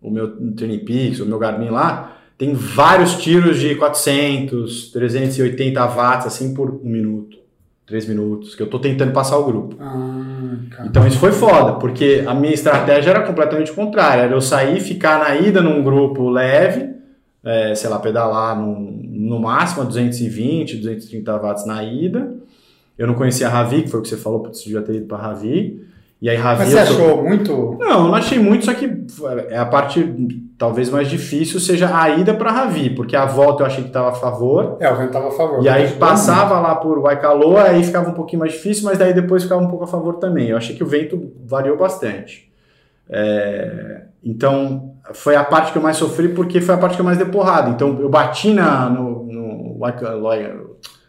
o meu Turning Peaks, o meu Garmin lá, tem vários tiros de 400, 380 watts assim por um minuto, três minutos, que eu tô tentando passar o grupo. Ah, então isso foi foda, porque a minha estratégia era completamente contrária, era eu sair, ficar na ida num grupo leve, é, sei lá, pedalar num, no máximo a 220, 230 watts na ida. Eu não conhecia a Ravi, que foi o que você falou, putz, devia ter ido para Ravi. E aí Ravi.
Mas você achou tô... muito?
Não, eu não achei muito, só que é a parte talvez mais difícil seja a ida para Ravi, porque a volta eu achei que estava a favor.
É, o vento estava a favor.
E aí passava lá por Waikaloa, aí ficava um pouquinho mais difícil, mas daí depois ficava um pouco a favor também. Eu achei que o vento variou bastante. É... então, foi a parte que eu mais sofri porque foi a parte que eu mais dei porrada. Então eu bati na, no, no,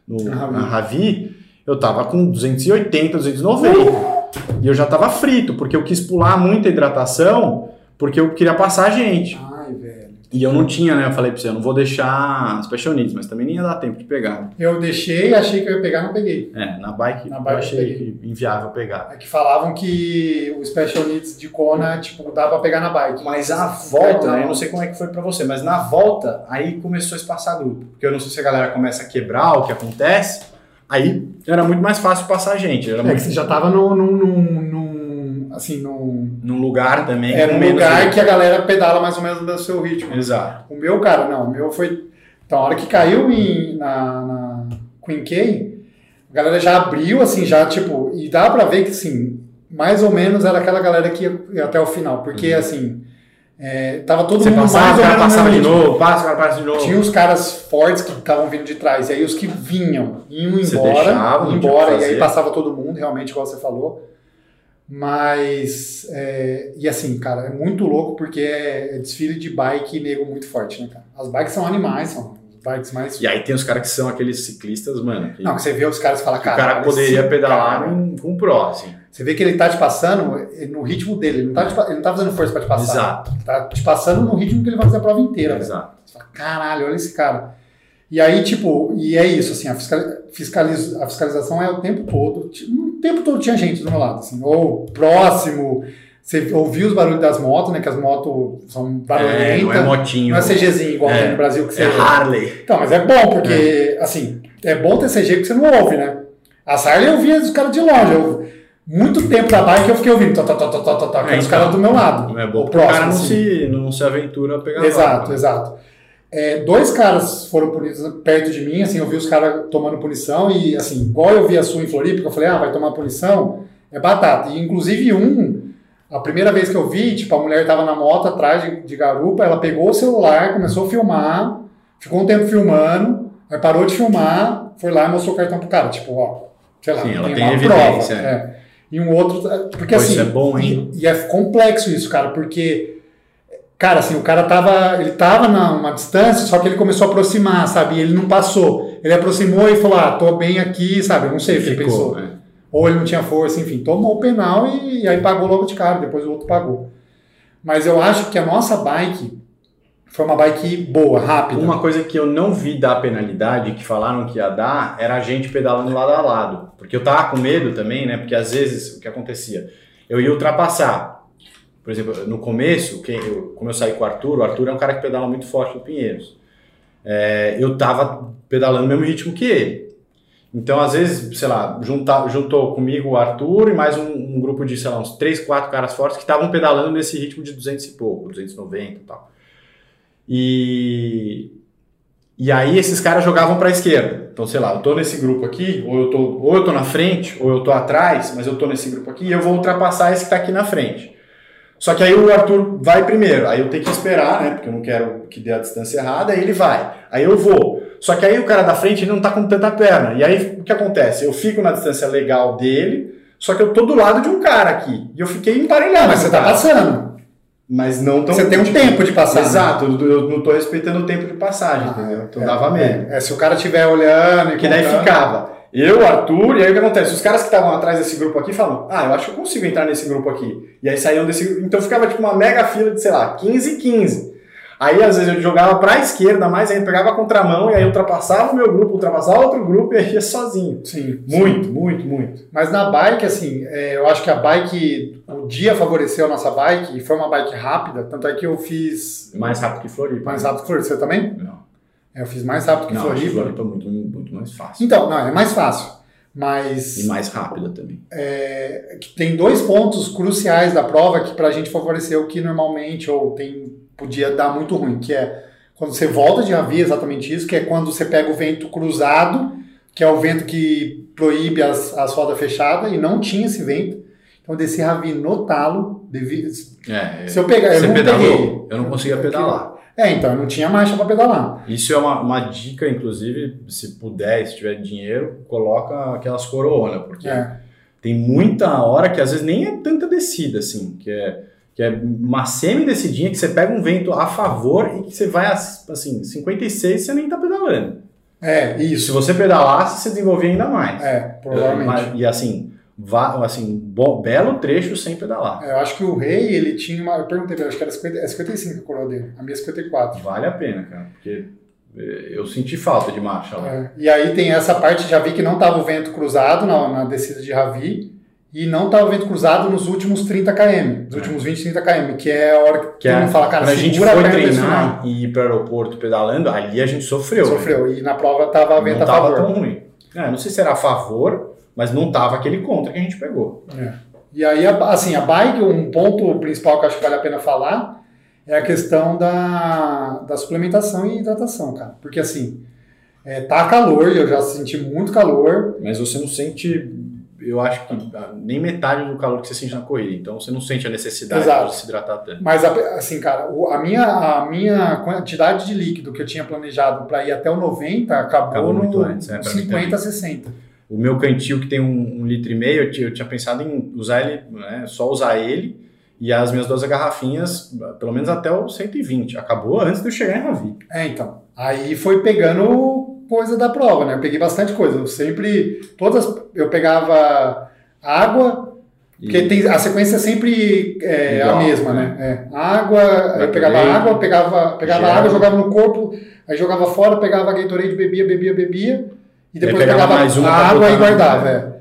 no, no na Ravi, eu tava com 280, 290. E eu já tava frito, porque eu quis pular muita hidratação, porque eu queria passar a gente.
Ai, velho.
E eu não tinha, né? Eu falei pra você, eu não vou deixar Special Needs, mas também nem ia dar tempo de pegar.
Eu deixei, achei que eu ia pegar, não peguei.
É, na bike, na bike eu achei eu inviável pegar.
É que falavam que o Special Needs de Kona, tipo, dava pra pegar na bike.
Mas a volta, eu não sei como é que foi pra você, mas na volta, aí começou a espaçar grupo. Porque eu não sei se a galera começa a quebrar o que acontece, aí era muito mais fácil passar a gente. Era
é que você já tava num, assim, num...
Num um lugar também.
É, num lugar mesmo. que a galera pedala mais ou menos no seu ritmo.
Exato.
O meu, cara, não. O meu foi... Então, a hora que caiu em, na, na Queen K, a galera já abriu, assim, já, tipo... E dá pra ver que, assim, mais ou menos era aquela galera que ia até o final. Porque, uhum. assim... É, tava todo Você mundo
passava, mais o cara passava de novo, passa, o cara passa de novo.
Tinha os caras fortes que estavam vindo de trás, e aí os que vinham, iam embora, deixava, embora, e aí passava todo mundo, realmente, igual você falou. Mas, é, e assim, cara, é muito louco porque é, é desfile de bike e nego muito forte, né, cara? As bikes são animais, são as bikes mais.
E aí tem os caras que são aqueles ciclistas, mano. Que,
não, que você vê os caras e fala, cara.
O cara poderia esse, pedalar cara, um, um pro, assim.
Você vê que ele tá te passando no ritmo dele, ele não tá, te, ele não tá fazendo força pra te passar.
Exato.
Ele tá te passando no ritmo que ele vai fazer a prova inteira.
Exato.
Você fala, caralho, olha esse cara. E aí, tipo, e é isso, assim, a, fiscaliz a fiscalização é o tempo todo. O tempo todo tinha gente do meu lado, assim, ou próximo. Você ouvia os barulhos das motos, né? Que as motos são barulhentas. É,
não é motinho.
Não é CGzinho, igual é, no Brasil que você. É
Harley.
Então, mas é bom, porque, é. assim, é bom ter CG porque você não ouve, né? A Harley eu via os caras de longe. Eu, muito tempo da bike eu fiquei ouvindo, tá, tá, tá, tá, tá, tá, tá, é, então, os caras do meu lado.
É bom, o próximo, o cara não, assim. se, não se aventura a pegar
Exato, barco, exato. Né? É, dois caras foram punidos perto de mim, assim, eu vi os caras tomando punição e, assim, igual eu vi a sua em Floripa, que eu falei, ah, vai tomar punição, é batata. E, inclusive, um, a primeira vez que eu vi, tipo, a mulher tava na moto atrás de, de garupa, ela pegou o celular, começou a filmar, ficou um tempo filmando, aí parou de filmar, foi lá e mostrou o cartão pro cara, tipo, ó, sei lá,
Sim, ela tem
uma
evidência,
prova.
é.
é. E um outro. Porque
Pô,
assim.
isso é bom, hein?
E, e é complexo isso, cara, porque. Cara, assim, o cara tava. Ele tava na uma distância, só que ele começou a aproximar, sabe? E ele não passou. Ele aproximou e falou: ah, tô bem aqui, sabe? Eu não sei o que ele pensou.
Ficou, né?
Ou ele não tinha força, enfim, tomou o penal e, e aí pagou logo de cara, depois o outro pagou. Mas eu acho que a nossa bike foi uma bike boa, rápida.
Uma coisa que eu não vi da penalidade, que falaram que ia dar, era a gente pedalando lado a lado. Porque eu tava com medo também, né? Porque às vezes o que acontecia? Eu ia ultrapassar. Por exemplo, no começo, quem- eu- como eu saí com o Arthur, o Arthur é um cara que pedala muito forte no Pinheiros. É, eu tava pedalando no mesmo ritmo que ele. Então, às vezes, sei lá, junta, juntou comigo o Arthur e mais um, um grupo de, sei lá, uns 3, 4 caras fortes que estavam pedalando nesse ritmo de 200 e pouco, 290 e tal. E, e aí esses caras jogavam para a esquerda. Então, sei lá, eu tô nesse grupo aqui, ou eu tô, ou eu tô na frente, ou eu tô atrás, mas eu tô nesse grupo aqui e eu vou ultrapassar esse que tá aqui na frente. Só que aí o Arthur vai primeiro, aí eu tenho que esperar, né? Porque eu não quero que dê a distância errada, aí ele vai. Aí eu vou. Só que aí o cara da frente ele não tá com tanta perna. E aí o que acontece? Eu fico na distância legal dele, só que eu tô do lado de um cara aqui. E eu fiquei emparelhado.
Ah, mas você tá
cara.
passando.
Mas não tão tipo,
Você tem um tempo de passar, né?
Exato, eu, eu não tô respeitando o tempo de passagem, entendeu? Então dava medo.
É, Então, se o cara tiver olhando e
Porque daí
contando-
ficava eu, Arthur, e aí o que acontece? Os caras que estavam atrás desse grupo aqui falam: Ah, eu acho que eu consigo entrar nesse grupo aqui. E aí saíam desse grupo. Então ficava tipo uma mega fila de, sei lá, 15 e 15. Aí às vezes eu jogava pra esquerda, mas aí pegava a contramão e aí ultrapassava o meu grupo, ultrapassava outro grupo e aí ia sozinho.
Sim.
Muito, muito, muito.
Mas na bike, assim, é, eu acho que a bike, o dia favoreceu a nossa bike, e foi uma bike rápida, tanto é que eu fiz
Mais rápido que Floripa.
mais rápido que Floripa. Você também?
Não.
É, Eu fiz mais rápido que
Não, acho que
Floripa.
Floripa é muito, muito mais fácil.
Então, não, é mais fácil.
E
Mas
mais rápida também.
é, que tem dois pontos cruciais da prova que pra gente favoreceu que normalmente, ou tem, podia dar muito ruim, que é quando você volta de havia exatamente isso, que é quando você pega o vento cruzado, que é o vento que proíbe as, as rodas fechadas, e não tinha esse vento. Então eu desci Ravi no talo, devi-
É,
se eu pegar, eu
você
não peguei.
pedalou? Eu não conseguia pedalar.
É, então, eu não tinha marcha pra pedalar.
Isso é uma, uma dica, inclusive, se puder, se tiver dinheiro, coloca aquelas coronas, porque
É.
tem muita hora que às vezes nem é tanta descida, assim, que é, que é uma semi-descidinha que você pega um vento a favor e que você vai, assim, 56 você nem tá pedalando.
É,
E se
isso.
você pedalasse, você desenvolvia ainda mais.
É, provavelmente.
E assim, va- assim um bo- belo trecho sem pedalar.
É, Eu acho que o rei, ele tinha uma. Eu perguntei pra ele, acho que era 50, é 55 a coroa dele, a minha é 54.
Vale a pena, cara, porque eh, eu senti falta de marcha lá.
É, e aí tem essa parte, já vi que não tava o vento cruzado na, na descida de Ravi, e não tava o vento cruzado nos últimos 30 km, nos últimos 20, 30 km, que é a hora que,
É. Que
todo
é-
mundo fala, cara,
Quando a gente
segura
foi
a perna desse final.
treinar e ir para o aeroporto pedalando, ali a gente sofreu. né?
Sofreu. E na prova tava a vento
Não
a favor.
tava tão ruim. É, não sei se era a favor, mas não tava aquele contra que a gente pegou.
E aí, a- assim, a bike, um ponto principal que eu acho que vale a pena falar é a questão da, da suplementação e hidratação, cara. Porque assim, é, tá calor, e eu já senti muito calor.
Mas você não sente, eu acho que ah, nem metade do calor que você sente na corrida. Então você não sente a necessidade
Exato.
de se hidratar tanto.
Mas, a- assim, cara, o- a minha, a minha quantidade de líquido que eu tinha planejado para ir até o 90 acabou,
Acabou
no
muito antes, né, pra mim
50, 60.
O meu cantil que tem um, um litro e meio, eu, ti- eu tinha pensado em usar ele, né, só usar ele e as minhas 12 garrafinhas, pelo menos até o 120. Acabou antes de eu chegar em Ravi.
É, então. Aí foi pegando coisa da prova, né? Eu peguei bastante coisa. Eu sempre. Todas. Eu pegava água, porque tem, a sequência é sempre é,
Igual,
a mesma, né? É, água, eu pegava
Gatorade,
água, pegava, pegava
gel.
água, jogava no corpo, aí jogava fora, pegava Gatorade, bebia, bebia, bebia. E depois
pegava
pegava,
mais uma
a
pra
água
botar
e
na
guardava.
boca.
É.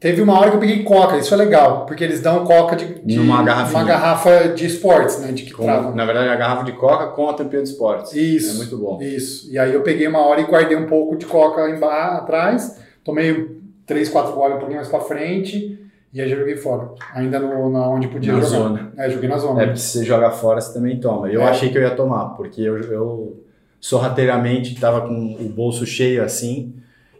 Teve uma hora que eu peguei coca, isso é legal, porque eles dão coca de, de
Numa garrafinha.
uma garrafa de esportes, né? De que
Com-
trava.
na verdade, a garrafa de coca com a tampinha de esportes.
Isso. Tipo
É muito bom.
Isso. E aí eu peguei uma hora e guardei um pouco de coca em bar, atrás, tomei três, quatro goles um pouquinho mais pra frente e aí já joguei fora. Ainda no, na onde podia
Na
jogar.
zona.
É, joguei na
É,
zona.
porque se você joga fora, você também toma. Eu
É.
achei que eu ia tomar, porque eu, eu sorrateiramente tava com o bolso cheio assim,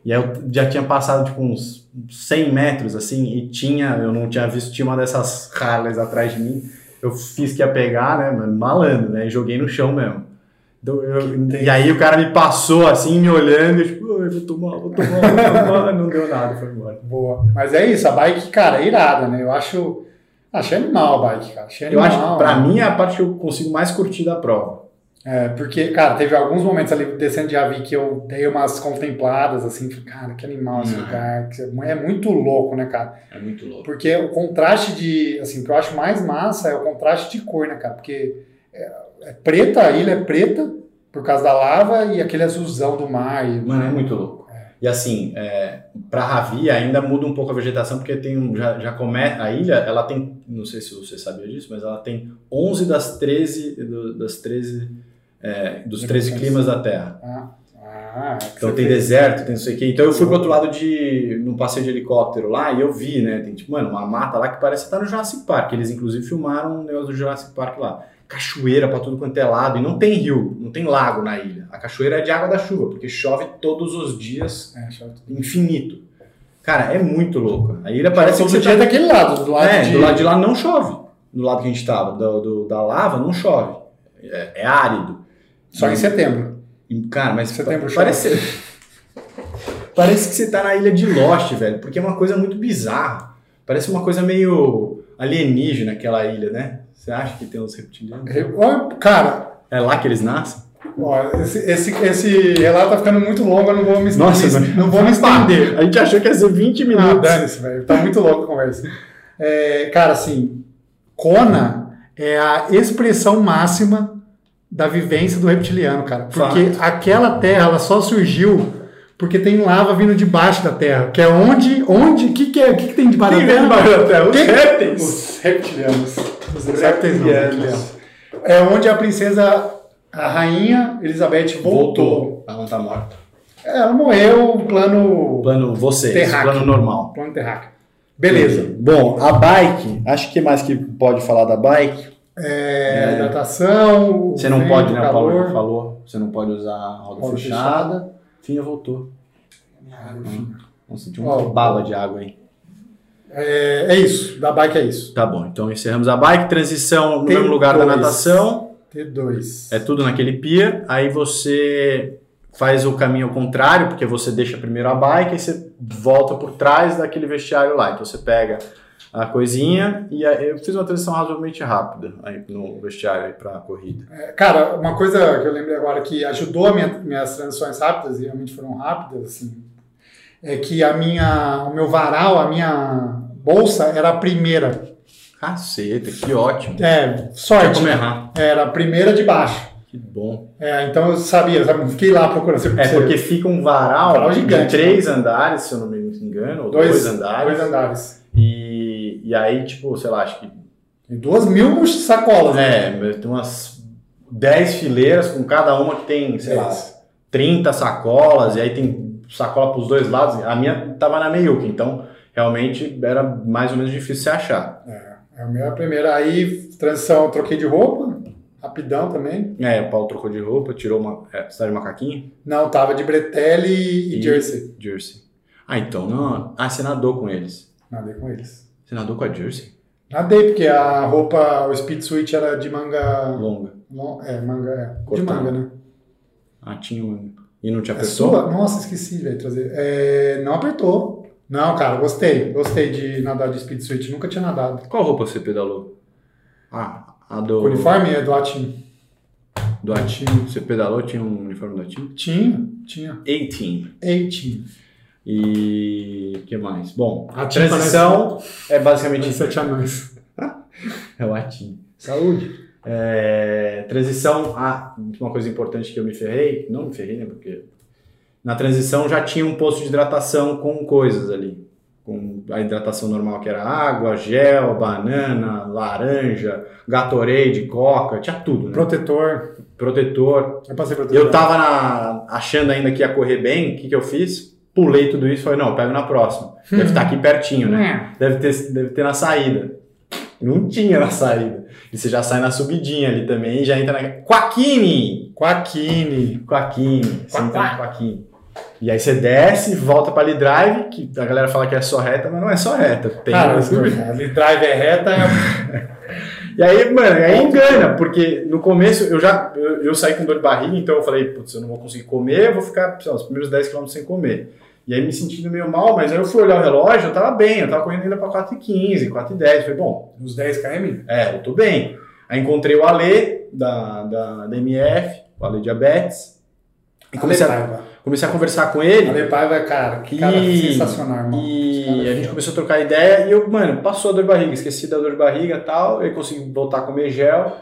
e aí eu já tinha passado tipo uns 100 metros assim, e tinha, eu não tinha visto, tinha uma dessas Harleys atrás de mim. Eu fiz que ia pegar, né, mano, malandro, né, e joguei no chão mesmo.
Então, eu- e aí o cara me passou assim, me olhando, eu tipo, "Ai, vou tomar, vou tomar, vou tomar. Não deu nada, foi embora.
Boa. Mas é isso, a bike, cara, é irada, né? Eu acho. Achei animal a bike, cara. Achei
Eu
animal. né?
acho que pra mim é a parte que eu consigo mais curtir da prova.
É, porque, cara, teve alguns momentos ali descendo de Javi que eu dei umas contempladas, assim, falei, cara, que animal esse
Uhum.
lugar. que É muito louco, né, cara?
É muito louco.
Porque o contraste de. Assim, o que eu acho mais massa é o contraste de cor, né, cara? Porque é, é preta, a ilha é preta, por causa da lava, e aquele azulzão do mar. e-
Mano, é muito louco. E assim, é, pra Ravi ainda muda um pouco a vegetação, porque tem um, já, já começa. A ilha, ela tem, não sei se você sabia disso, mas ela tem 11 das 13, do- das 13 é, dos 13 climas da Terra.
Ah, que
Então
você
tem
fez.
deserto, tem não sei o quê. Então eu fui pro outro lado de. num passeio de helicóptero lá e eu vi, né? Tem tipo, mano, uma mata lá que parece que tá no Jurassic Park. Eles inclusive filmaram um negócio do Jurassic Park lá. Cachoeira pra tudo quanto é lado. E não tem rio, não tem lago na ilha. A cachoeira é de água da chuva, porque chove todos os dias
É, show.
infinito. Cara, é muito louco. A ilha parece que
Todo
você
dia
tá...
é daquele lado, do lado
é,
de.
do lado de lá não chove. Do lado que a gente tava, do, do- da lava, não chove. É, é árido.
Só em setembro.
E, Cara, mas
Você
pa-
tem bruxa?
parece... parece que você tá na ilha de Lost, velho, porque é uma coisa muito bizarra. Parece uma coisa meio alienígena aquela ilha, né? Você acha que tem uns reptilianos?
Eu- ó, Cara,
É lá que eles nascem?
ó, esse, esse, esse relato tá ficando muito longo, eu não vou me
Nossa,
me- não vou me estender.
A gente achou que ia ser 20
Ah,
minutos.
dane-se, velho. Tá muito louco a conversa. É, cara, assim, Kona é a expressão máxima da vivência do reptiliano, cara. Porque aquela terra, ela só surgiu porque tem lava vindo debaixo da terra. Que é onde, onde, o que, que é? O que, que tem debaixo
Quem
da
vem
terra?
debaixo da terra? Os
Quem-
répteis.
Os reptilianos. Os
reptilianos.
reptilianos. É onde a princesa, a rainha Elizabeth voltou.
Voltou. Ela não tá morta.
É, Ela morreu, o plano,
Plano vocês,
Terráqueo.
plano normal.
plano terráqueo. Beleza.
Bom, a bike, acho que mais que pode falar da bike.
É, hidratação.
Você não
vento,
pode, né? O Paulo já
calor,
falou. Você não pode usar a roda,
Roda
fechada.
fechada.
Finha voltou. Nossa, tinha
Ó.
uma bala um de água aí.
É, é isso, da bike é isso.
Tá bom, então encerramos a bike, transição no
Tem
mesmo lugar da
dois.
natação.
T2.
É tudo naquele pier. Aí você faz o caminho ao contrário, porque você deixa primeiro a bike e você volta por trás daquele vestiário lá. Então você pega a coisinha e aí eu fiz uma transição razoavelmente rápida aí no vestiário aí pra corrida.
É, Cara, uma coisa que eu lembrei agora que ajudou a minha- minhas transições rápidas, e realmente foram rápidas, assim, é que a minha, o meu varal, a minha bolsa era a primeira.
Caceta, que ótimo.
É,
Tinha
sorte.
como errar.
Era a primeira de baixo.
Que bom.
É, então eu sabia, sabe? Não Fiquei lá procurando. assim, Você,
É
você-
porque fica um varal,
Varal
de
gigante,
três andares, se eu não me engano, ou dois,
Dois-
andares.
dois andares.
E, e aí, tipo, sei lá, acho que.
E duas mil sacolas, né?
É, tem umas 10 fileiras com cada uma que tem, sei lá, 30 sacolas, e aí tem sacola pros dois lados. A minha tava na meiuca, então realmente era mais ou menos difícil você achar.
É a minha primeira. Aí, transição, eu troquei de roupa, rapidão também.
É, o Paulo trocou de roupa, tirou uma. É, você tá de macaquinho?
Não, tava de bretelle e,
E-
jersey.
Jersey. Ah, então não. Ah, você nadou com eles.
Nadei com eles.
Você nadou com a Jersey?
Nadei, porque a roupa, o Speed Switch era de manga.
Longa.
lon- é, manga. É, de
Cortado.
manga, né?
Ah, tinha uma. E não te
É
apertou?
sua? Nossa, esqueci, velho, trazer. É, não apertou. Não, cara, gostei. Gostei de nadar de Speed Switch. Nunca tinha nadado.
Qual roupa você pedalou? Ah, a do.
O uniforme é do Atim.
Do Atim. Você pedalou, tinha um uniforme do Atim?
Tinha, tinha.
A-Team.
Ei, tinha.
E. O que mais? Bom, a
Atim
transição é basicamente.
Parece sete anões.
É o Atim. Saúde! É, transição. Ah, uma coisa importante que eu me ferrei. Não me ferrei, né? Porque. Na transição já tinha um posto de hidratação com coisas ali. Com a hidratação normal, que era água, gel, banana, laranja, Gatorade, coca, tinha tudo, né?
Protetor.
Protetor.
Eu passei protetor.
Eu tava na- achando ainda que ia correr bem, o que, que eu fiz? Pulei tudo isso e falei, não, eu pego na próxima.
Hum.
Deve estar aqui pertinho, né?
É.
Deve ter, deve ter na saída. Não tinha na saída. E você já sai na subidinha ali também, já entra na. Quaquini!
Quaquini.
Quaquini. Você entra no Quaquini. E aí você desce, volta pra Lidrive, que a galera fala que é só reta, mas não é só reta. Tem
Cara,
umas-
a drive é reta, é
E aí, mano, aí engana, porque no começo eu já eu, eu saí com dor de barriga, então eu falei, putz, eu não vou conseguir comer, eu vou ficar sei lá, os primeiros 10 km sem comer. E aí me sentindo meio mal, mas aí eu fui olhar o relógio, eu tava bem, eu tava correndo ainda pra 4h15, 4h10. Falei, bom,
Uns 10 km?
é, eu tô bem. Aí encontrei o Ale da, da, da MF, o Ale Diabetes. E comecei a,
Ale Paiva.
comecei a conversar com ele.
Ale Paiva, é, cara, que cara
E-
sensacional, irmão. Esse cara
E
é
a gente
foda.
começou a trocar ideia e eu, mano, passou a dor de barriga, esqueci da dor de barriga e tal, eu consegui voltar a comer gel.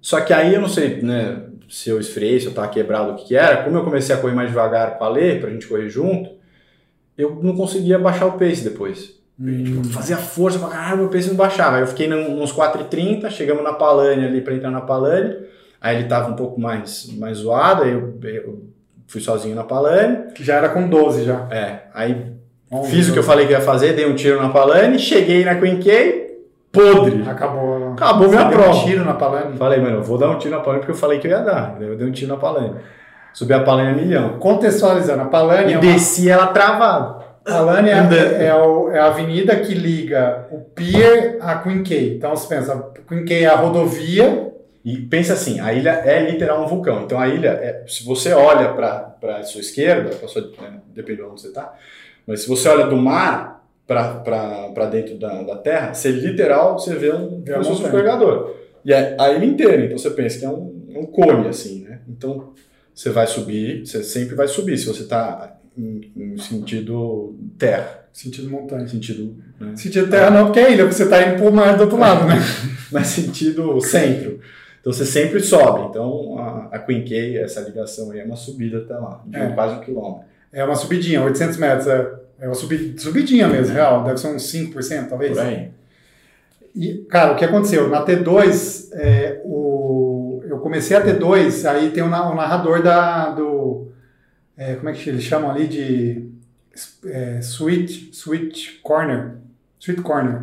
Só que aí eu não sei, né, se eu esfriei, se eu tava quebrado, o que que era. Como eu comecei a correr mais devagar com a Lê, pra gente correr junto, eu não conseguia baixar o pace depois.
Hum.
Tipo, Fazia força pra caralho, meu pace não baixava. Aí eu fiquei num- nos 4,30, chegamos na Palane ali pra entrar na Palane. Aí ele tava um pouco mais, mais zoado, aí eu, eu fui sozinho na Palane.
Que já era com 12 já.
É, aí
Onze,
Fiz o que eu falei que ia fazer, dei um tiro na Palane, cheguei na Queen K, podre.
Acabou.
Acabou minha
Você deu
prova.
Um tiro na Palane.
Falei, mano, eu vou dar um tiro na Palane porque eu falei que eu ia dar. Daí Eu dei um tiro na Palane. Subi a Palane a milhão.
Contextualizando, a Palane,
E
é, uma-
desci ela travada.
Palane é,
Andando.
é o- é a avenida que liga o Pier à Queen K. Então você pensa, Queen K é a rodovia,
E pensa assim, a ilha é literal um vulcão. Então a ilha, é- se você olha para a sua esquerda, pra sua, né, depende de onde você está, mas se você olha do mar para dentro da, da terra, você literal você vê um,
Vê a
como se fosse um
montanha.
escorregador. E é a ilha inteira, então você pensa que é um, é um cone assim, né? Então você vai subir, você sempre vai subir se você está em, em sentido terra,
sentido montanha.
em sentido, né?
Sentido terra não, porque é ilha, porque você tá indo pro mar do outro lado, né?
mas sentido centro. Então você sempre sobe. Então a, a Queen K, essa ligação aí é uma subida até lá, de
É.
quase um quilômetro.
É uma subidinha, 800 metros. É, é uma subi- subidinha mesmo, real. Deve ser uns 5%, talvez.
Por aí.
E, cara, o que aconteceu? Na T2, é, o... eu comecei a T2, aí tem o na- o narrador da, do. é, como é que eles chamam ali de. É, sweet, sweet Corner. Sweet Corner.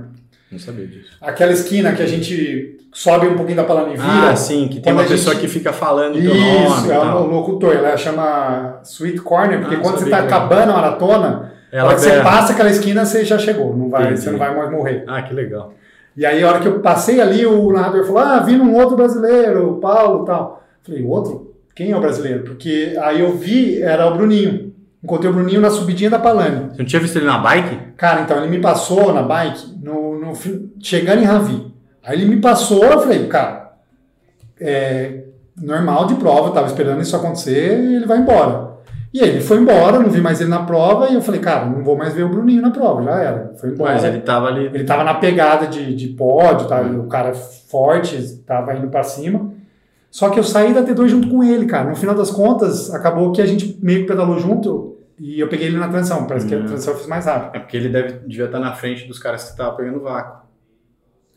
Não sabia disso.
Aquela esquina que a gente sobe um pouquinho da Palana e vira.
Ah, sim, que tem
Quando
uma
a gente-
pessoa que fica falando teu nome
Isso,
e
é o
tal.
locutor, ela chama Sweet Corner, porque
Ah,
quando você
sabia
está
que era.
acabando a maratona, a
Ela
hora que você
berra.
passa aquela esquina, você já chegou, não vai,
Entendi.
você não vai mais morrer.
Ah, que legal.
E aí, a hora que eu passei ali, o narrador falou: Ah, vi um outro brasileiro, o Paulo e tal. Falei: Outro? Quem é o brasileiro? Porque aí eu vi, era o Bruninho. Encontrei o Bruninho na subidinha da Palane.
Você não tinha visto ele na bike?
Cara, então ele me passou na bike, no, no fim- chegando em Ravi. Aí ele me passou, eu falei: Cara, é normal de prova, eu tava esperando isso acontecer e ele vai embora. E aí ele foi embora, não vi mais ele na prova, e eu falei, cara, não vou mais ver o Bruninho na prova, já era. Foi embora.
Mas ele tava ali.
Ele tava na pegada de, de pódio, tá? o cara forte, tava indo pra cima. Só que eu saí da T2 junto com ele, cara. No final das contas, acabou que a gente meio que pedalou junto e eu peguei ele na transição. Parece que a
Hum.
transição eu fiz mais rápido.
É porque ele deve, devia estar na frente dos caras que estavam pegando vácuo.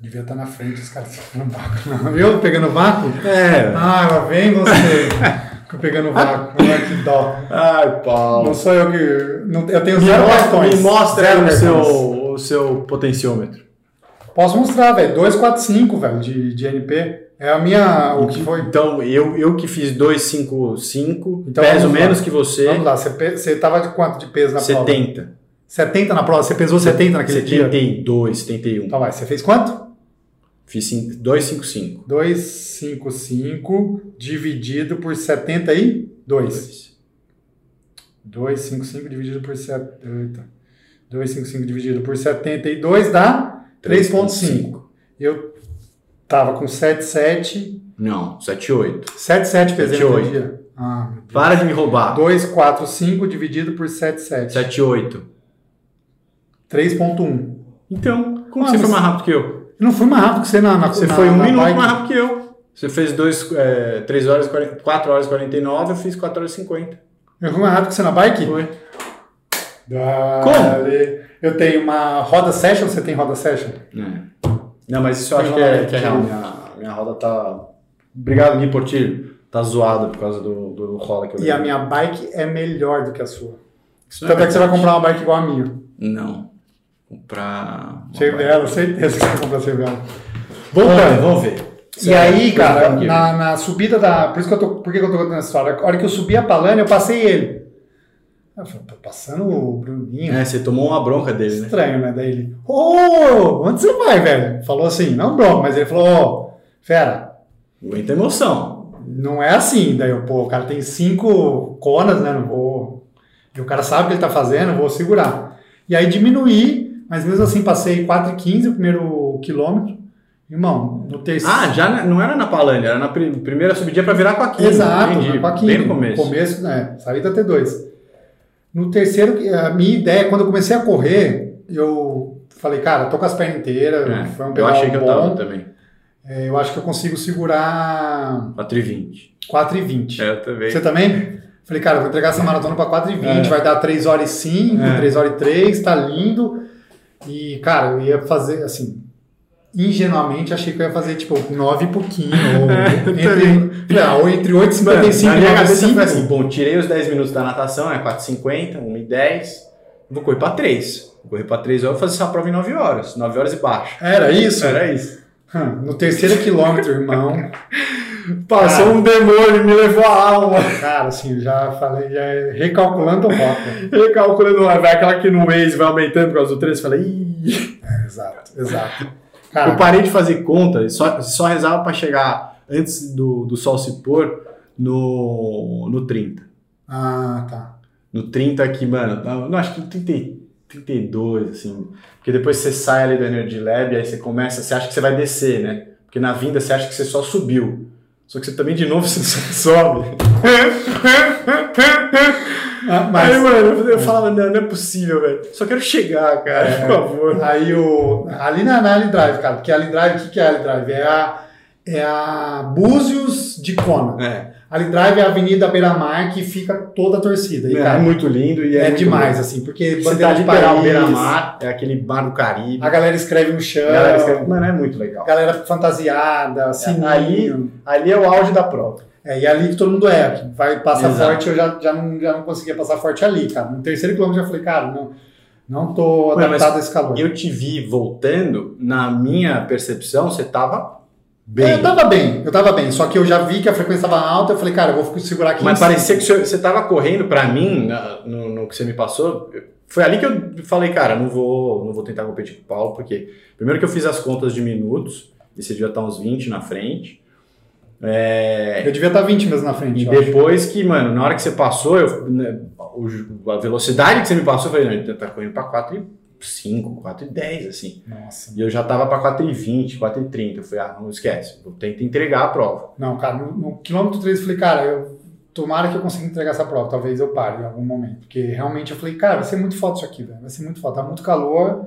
Devia estar na frente, os caras pegando vácuo. Eu pegando vácuo?
É.
Ah, lá vem você. Fico pegando vácuo. Ah, que dó.
Ai, Paulo.
Não sou eu que. não- eu tenho
Me
zero
mostra,
cartões.
me mostra
Zero
o
cartões.
seu, o seu potenciômetro.
Posso mostrar, velho. 245, velho, de, de NP. É a minha. O que foi?
Então, eu, eu que fiz 255,
Então,
peso
vamos lá.
menos que você.
Vamos lá, você, pe- você tava de quanto de peso na prova?
70.
70 na prova? Você pesou 70 naquele dia?
72, 71.
Então vai, você fez quanto?
Fiz cin- 255.
255 dividido por 72.
Dois.
255 dividido por 70. 255 dividido por 72 dá 3.5. Eu tava com 77.
Não, 78.
77 pesei naquele
78.
dia. Ah, meu Deus.
Para de me roubar.
245 dividido por 77.
78.
3.1.
Então, como
Ah,
você
mas-
foi mais rápido que eu?
Eu um. não fui mais rápido que você na, na
Você
na-
foi um
na
minuto
bike.
mais rápido que eu. Você fez 2, é, 3 horas, 4 horas e 49, eu fiz 4 horas e 50.
Eu fui mais rápido que você na bike?
Foi.
Dale. Eu tenho uma roda session, você tem roda session?
Não, mas isso eu
Foi
É. acho
uma
que é,
hora
que é
que
real.
eu-
Minha, minha roda tá. Obrigado, Gui Portilho. Tá zoada por causa do, do rola que eu
E a
dei.
minha bike é melhor do que a sua.
Isso não é
Tanto é que você vai
verdade.
comprar uma bike igual a minha.
Não. Comprar. uma
Chega
bike.
dela, certeza que você vai comprar chega dela.
Voltando,
Voltando.
vamos ver.
E aí, cara, na, na subida da. Por isso que eu tô. Por que que eu tô contando essa história? A hora que eu subi a Palane, eu passei ele. Eu falei, tô passando o Bruninho.
É, você tomou uma bronca dele, né?
Estranho, né? Daí ele, ô, onde você vai, velho? Falou assim, não bronca, mas ele falou, ô, fera,
Aguenta a emoção.
não é assim. Daí eu, pô, o cara tem cinco conas, né? Não vou. E o cara sabe o que ele tá fazendo, eu vou segurar. E aí diminuí, mas mesmo assim passei 4,15 o primeiro quilômetro. Irmão, no terceiro.
Ah, já na- não era na Palândia, era na pri- primeira subidinha pra virar com a 15.
Exato,
entendi.
na Paquinha.
Bem no começo.
né? Saída T2. No terceiro, a minha ideia, quando eu comecei a correr, eu falei, cara, tô com as pernas inteiras,
É,
foi um
eu
pedal
achei que eu
bom.
tava também.
É, eu acho que eu consigo segurar
4,20.
4,20.
É, eu também.
Você também? Falei, cara, eu vou entregar essa maratona pra 4,20,
É.
vai dar 3 horas e 5,
É.
3 horas e 3, tá lindo. E, cara, eu ia fazer, assim, ingenuamente achei que eu ia fazer, tipo, 9 e pouquinho, ou,
É,
entre, um, não, ou entre 8 e
Mano,
55
É, na
e 9
minha
e
cabeça foi
5.
assim, bom, tirei os 10 minutos da natação, é 4h50, 1h10, vou correr pra 3. Vou correr pra 3 horas, vou fazer essa prova em 9 horas, 9 horas e baixo.
Era isso?
Era isso.
Hum, No terceiro quilômetro, irmão.
Passou um demônio, me levou a alma.
Cara, assim, eu já falei, já é recalculando o rota.
Eu calculando lá, vai aquela que no Waze vai aumentando por causa do 13, falei, "Ih".
É, Exato, exato.
Eu
Cara,
parei de fazer conta, só, só rezava pra chegar antes do, do sol se pôr no, no 30.
ah, tá.
No 30 aqui, mano, tá- não, acho que no 30, e- 32, assim. Porque depois você sai ali do Energy Lab, aí você começa, você acha que você vai descer, né? Porque na vinda você acha que você só subiu. Só que você também de novo você só sobe.
Ah,
Aí,
mas
mano, eu- eu falava, não, não é possível, velho. Só quero chegar, cara, por favor.
aí o. Ali na, na Ali Drive, cara, porque a Ali Drive, o que, que é a Ali Drive? É a, é a Búzios de Kona.
É,
A Ali Drive é a avenida beira-mar que fica toda a torcida. E,
é,
cara,
muito lindo e
é,
é, muito
demais, assim, porque
lindo. Você tá
bandeira de
literal
Paris,
beira-mar, é aquele bar do Caribe.
a galera escreve no chão,
A galera escreve- Mano, é muito legal.
galera fantasiada, sininho.
aí- Ali é o auge da prova.
É, e ali que todo mundo é. Vai passar
Exato.
forte, eu já, já, não, já não conseguia passar forte ali, cara. No terceiro quilômetro eu já falei, cara, não, não tô
Ué,
adaptado a esse calor.
Eu te vi voltando, na minha percepção, você tava bem.
É, eu tava bem, eu tava bem. Só que eu já vi que a frequência estava alta, eu falei, cara, eu vou segurar aqui.
Mas
em cima.
parecia que você, você tava correndo pra mim, na- no, no que você me passou. Foi ali que eu falei, cara, não vou, não vou tentar competir com o Paulo, porque primeiro que eu fiz as contas de minutos, e você devia estar uns 20 na frente. É,
Eu devia estar 20 mesmo na frente,
e
eu acho.
depois que, mano, na hora que você passou, eu, né, o- a velocidade que você me passou, eu falei, não, ele tá correndo pra 4 e 5, 4 e 10, assim.
Nossa.
E eu já tava pra 4,20, 4,30. Eu falei, ah, não esquece, eu tento entregar a prova.
Não, cara, no, no quilômetro 3 eu falei, cara, eu tomara que eu consiga entregar essa prova, talvez eu pare em algum momento. Porque realmente eu falei, cara, vai ser muito foto isso aqui, velho. Vai ser muito foto, tá muito calor.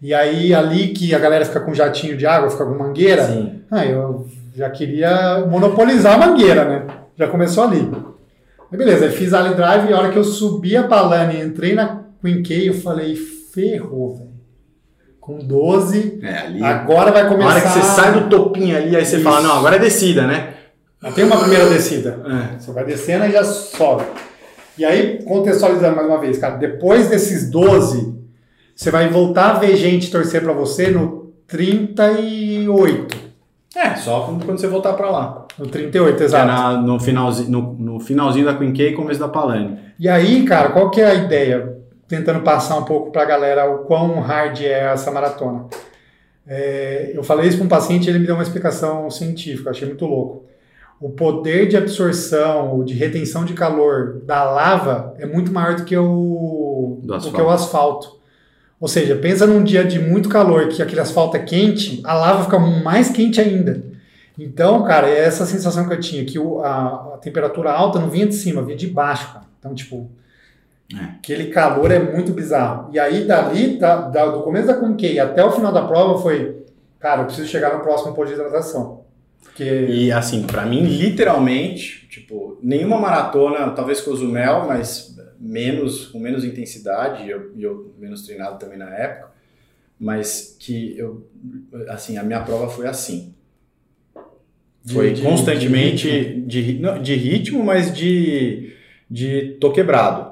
E aí, ali que a galera fica com um jatinho de água, fica com mangueira.
Sim.
Ah, eu já queria monopolizar a mangueira, né? Já começou ali. Aí beleza, aí fiz a Ali Drive e a hora que eu subi a Palane e entrei na Queen K, eu falei, ferrou, velho. Com 12,
É, ali.
agora vai
Na
começar...
hora que você sai do topinho ali, aí você
Isso.
fala, não, agora é descida, né?
Não Ah, Tem uma primeira descida.
É.
Você vai descendo e já sobe. E aí, contextualizando mais uma vez, cara, depois desses 12, você vai voltar a ver gente torcer pra você no 38.
É, só quando quando você voltar pra lá.
No 38,
Que é
exato.
na- no, finalzinho, no, no finalzinho da Queen K e começo da Palane.
E aí, cara, qual que é a ideia? Tentando passar um pouco pra galera o quão hard é essa maratona. É, eu falei isso para um paciente, ele me deu uma explicação científica, eu achei muito louco. O poder de absorção ou de retenção de calor da lava é muito maior do que o,
Do
do que o asfalto. Ou seja, pensa num dia de muito calor que aquele asfalto é quente, a lava fica mais quente ainda. Então, cara, é essa sensação que eu tinha, que o- a, a temperatura alta não vinha de cima, vinha de baixo, cara. Então, tipo, aquele calor é muito bizarro. E aí, dali, tá, da- da- do começo da Conquei até o final da prova, foi, cara, eu preciso chegar no próximo posto de hidratação. Porque
E assim, pra mim, literalmente, tipo, nenhuma maratona, talvez Cozumel, mas menos, com menos intensidade, e eu, e eu menos treinado também na época, mas que eu, assim, a minha prova foi assim.
de-
Foi
de-
constantemente
de-
de, ri- não, de ritmo, mas de, de tô quebrado.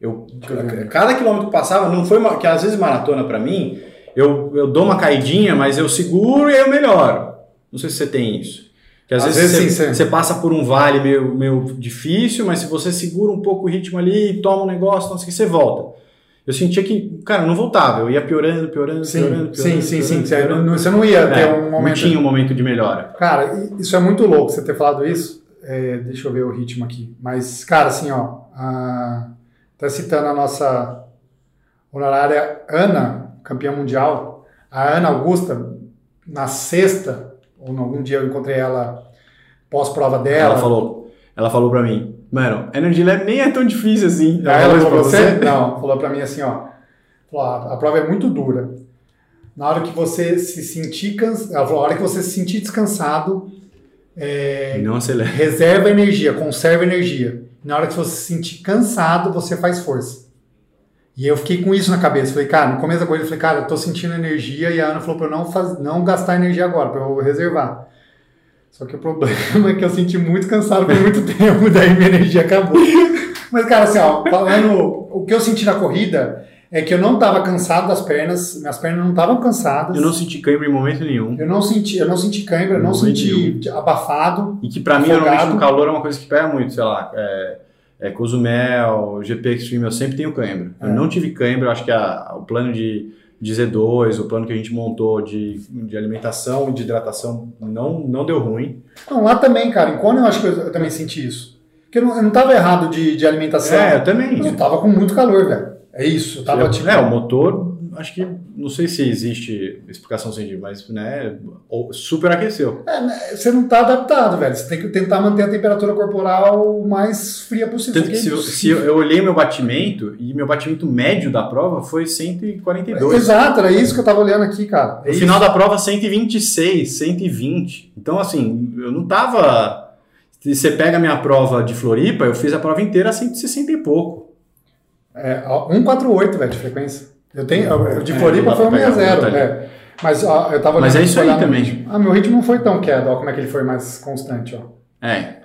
Eu,
Tô quebrado.
cada quilômetro que passava, não foi uma, que às vezes maratona pra mim, eu, eu dou uma caidinha, mas eu seguro e eu melhoro. Não sei se você tem isso. Porque às,
Às
vezes,
vezes,
você,
sim, sim.
você passa por um vale meio, meio difícil, mas se você segura um pouco o ritmo ali e toma um negócio, não sei o que, você volta. Eu sentia que, cara, não voltava. Eu ia piorando, piorando,
Sim,
piorando, piorando.
sim, sim, sim.
piorando,
Você
piorando.
não, você não ia
É,
ter um
Não
momento.
tinha um momento de melhora.
Cara, i- isso é muito louco você ter falado isso. É, deixa eu ver o ritmo aqui. Mas, cara, assim, ó. A, tá citando a nossa honorária Ana, campeã mundial. A Ana Augusta, na sexta, ou em algum dia eu encontrei ela pós-prova dela.
Ela falou, ela falou pra mim, mano, Energy Lab nem é tão difícil assim.
Aí ela
falou
falou pra
isso
você? Não, falou pra mim assim, ó. Falou, "Ah, a prova é muito dura. Na hora que você se sentir cansado, ela falou, a hora que você se sentir descansado,
Não acelera.
reserva energia, conserva energia. Na hora que você se sentir cansado, você faz força. E eu fiquei com isso na cabeça. Falei, cara, no começo da corrida, eu falei, cara, eu tô sentindo energia. E a Ana falou pra eu não, faz, não gastar energia agora, pra eu reservar. Só que o problema é que eu senti muito cansado por muito tempo, daí minha energia acabou. Mas, cara, assim, ó, falando o que eu senti na corrida, é que eu não tava cansado das pernas, minhas pernas não estavam cansadas.
Eu não senti câimbra em momento nenhum.
eu não senti, eu não senti cãibra, eu não
Não
senti abafado.
E que pra mim,
Afogado.
normalmente, no calor é uma coisa que pega muito, sei lá, é, é Cozumel, GP Extreme, eu sempre tenho cãibra.
É.
Eu não tive cãibra, eu acho que a- o plano de, de Z2, o plano que a gente montou de, de alimentação, de hidratação, não, não deu ruim.
Não, lá também, cara. Em Kona eu acho que eu, eu também senti isso. Porque eu não, eu não tava errado de, de alimentação.
É, eu também.
mas eu tava com muito calor, velho. É isso. Eu tava
Eu-
tipo.
É, o motor, acho que, não sei se existe explicação científica, mas, né, ou- superaqueceu.
É, Você não tá adaptado, velho. Você tem que tentar manter a temperatura corporal o mais fria possível.
Tanto que se, eu- se eu, eu olhei meu batimento, e meu batimento médio da prova foi 142.
é Exato, era isso que eu tava olhando aqui, cara. É
No
isso.
final da prova, 126, 120. Então, assim, eu não tava. Se você pega a minha prova de Floripa, eu fiz a prova inteira a 160 e pouco.
É, ó, 148, velho, de frequência. Eu tenho. eu- eu- de
É,
Floripa
não dá
foi
pra pegar
160,
muito ali.
é. Mas ó, eu tava
Mas
olhando
é isso aí
olhando meu
também.
ritmo. Ah, meu ritmo não foi tão queda, ó, como é que ele foi mais constante, ó.
É.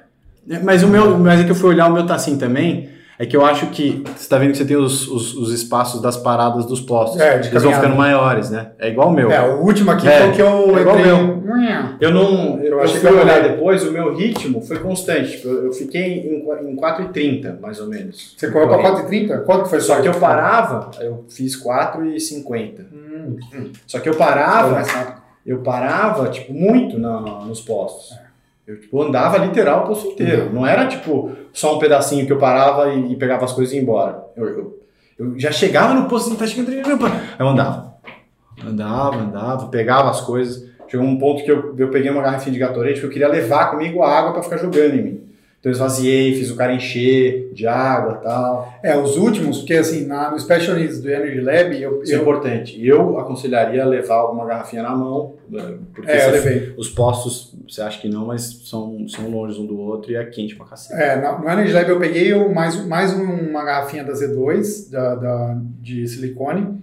Mas o meu. Mas é que eu fui olhar o meu Tassim também. É que eu acho que. Você tá vendo que você tem os, os, os espaços das paradas dos postos.
É, de
Eles vão
caminhada.
ficando maiores, né? É igual o meu.
É, o último aqui
É,
foi o que eu
é igual
entrei.
Eu não. Eu,
Eu
eu
achei
fui
que um- eu
olhar
olhei.
depois, o meu ritmo foi constante. Tipo, Eu, eu fiquei em, qua- em 4,30, mais ou menos.
Você correu pra 4,30? Quanto que foi
Só
sua
que eu
última?
parava, eu fiz 4,50.
Hum,
Só que eu
foi
parava,
mais rápido.
eu parava, tipo, muito na, nos postos. Eu, tipo, andava literal o posto inteiro. Não era, tipo, só um pedacinho que eu parava e, e pegava as coisas e ia embora. Eu, eu- eu já chegava no posto, assim, tá chegando, eu pa- eu andava. Andava, andava, pegava as coisas. Chegou um ponto que eu, eu peguei uma garrafinha de gatorade que eu queria levar comigo a água pra ficar jogando em mim. Então eu esvaziei, fiz o cara encher de água e tal.
É, os últimos, porque assim, na, no Special Needs do Energy Lab, eu,
Isso é
eu,
importante. Eu aconselharia levar alguma garrafinha na mão, né, porque
é, eu
você
levei.
Os postos, você acha que não, mas são, são longe um do outro e é quente pra cacete.
É, na- no Energy Lab eu peguei o- mais, mais um- uma garrafinha da Z2, da, da- de silicone,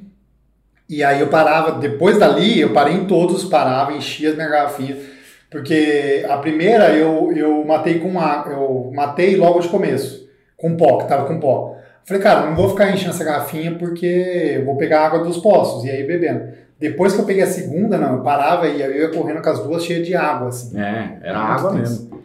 e aí eu parava, depois dali, eu parei em todos, parava, enchia minha garrafinha, porque a primeira eu, eu matei com a, eu matei logo de começo, com pó, que tava com pó. Falei, cara, não vou ficar enchendo essa garrafinha porque eu vou pegar a água dos poços e aí bebendo. Depois que eu peguei a segunda, não, eu parava e aí eu ia correndo com as duas cheias de água, assim.
É, era
Muito
água
tenso.
mesmo.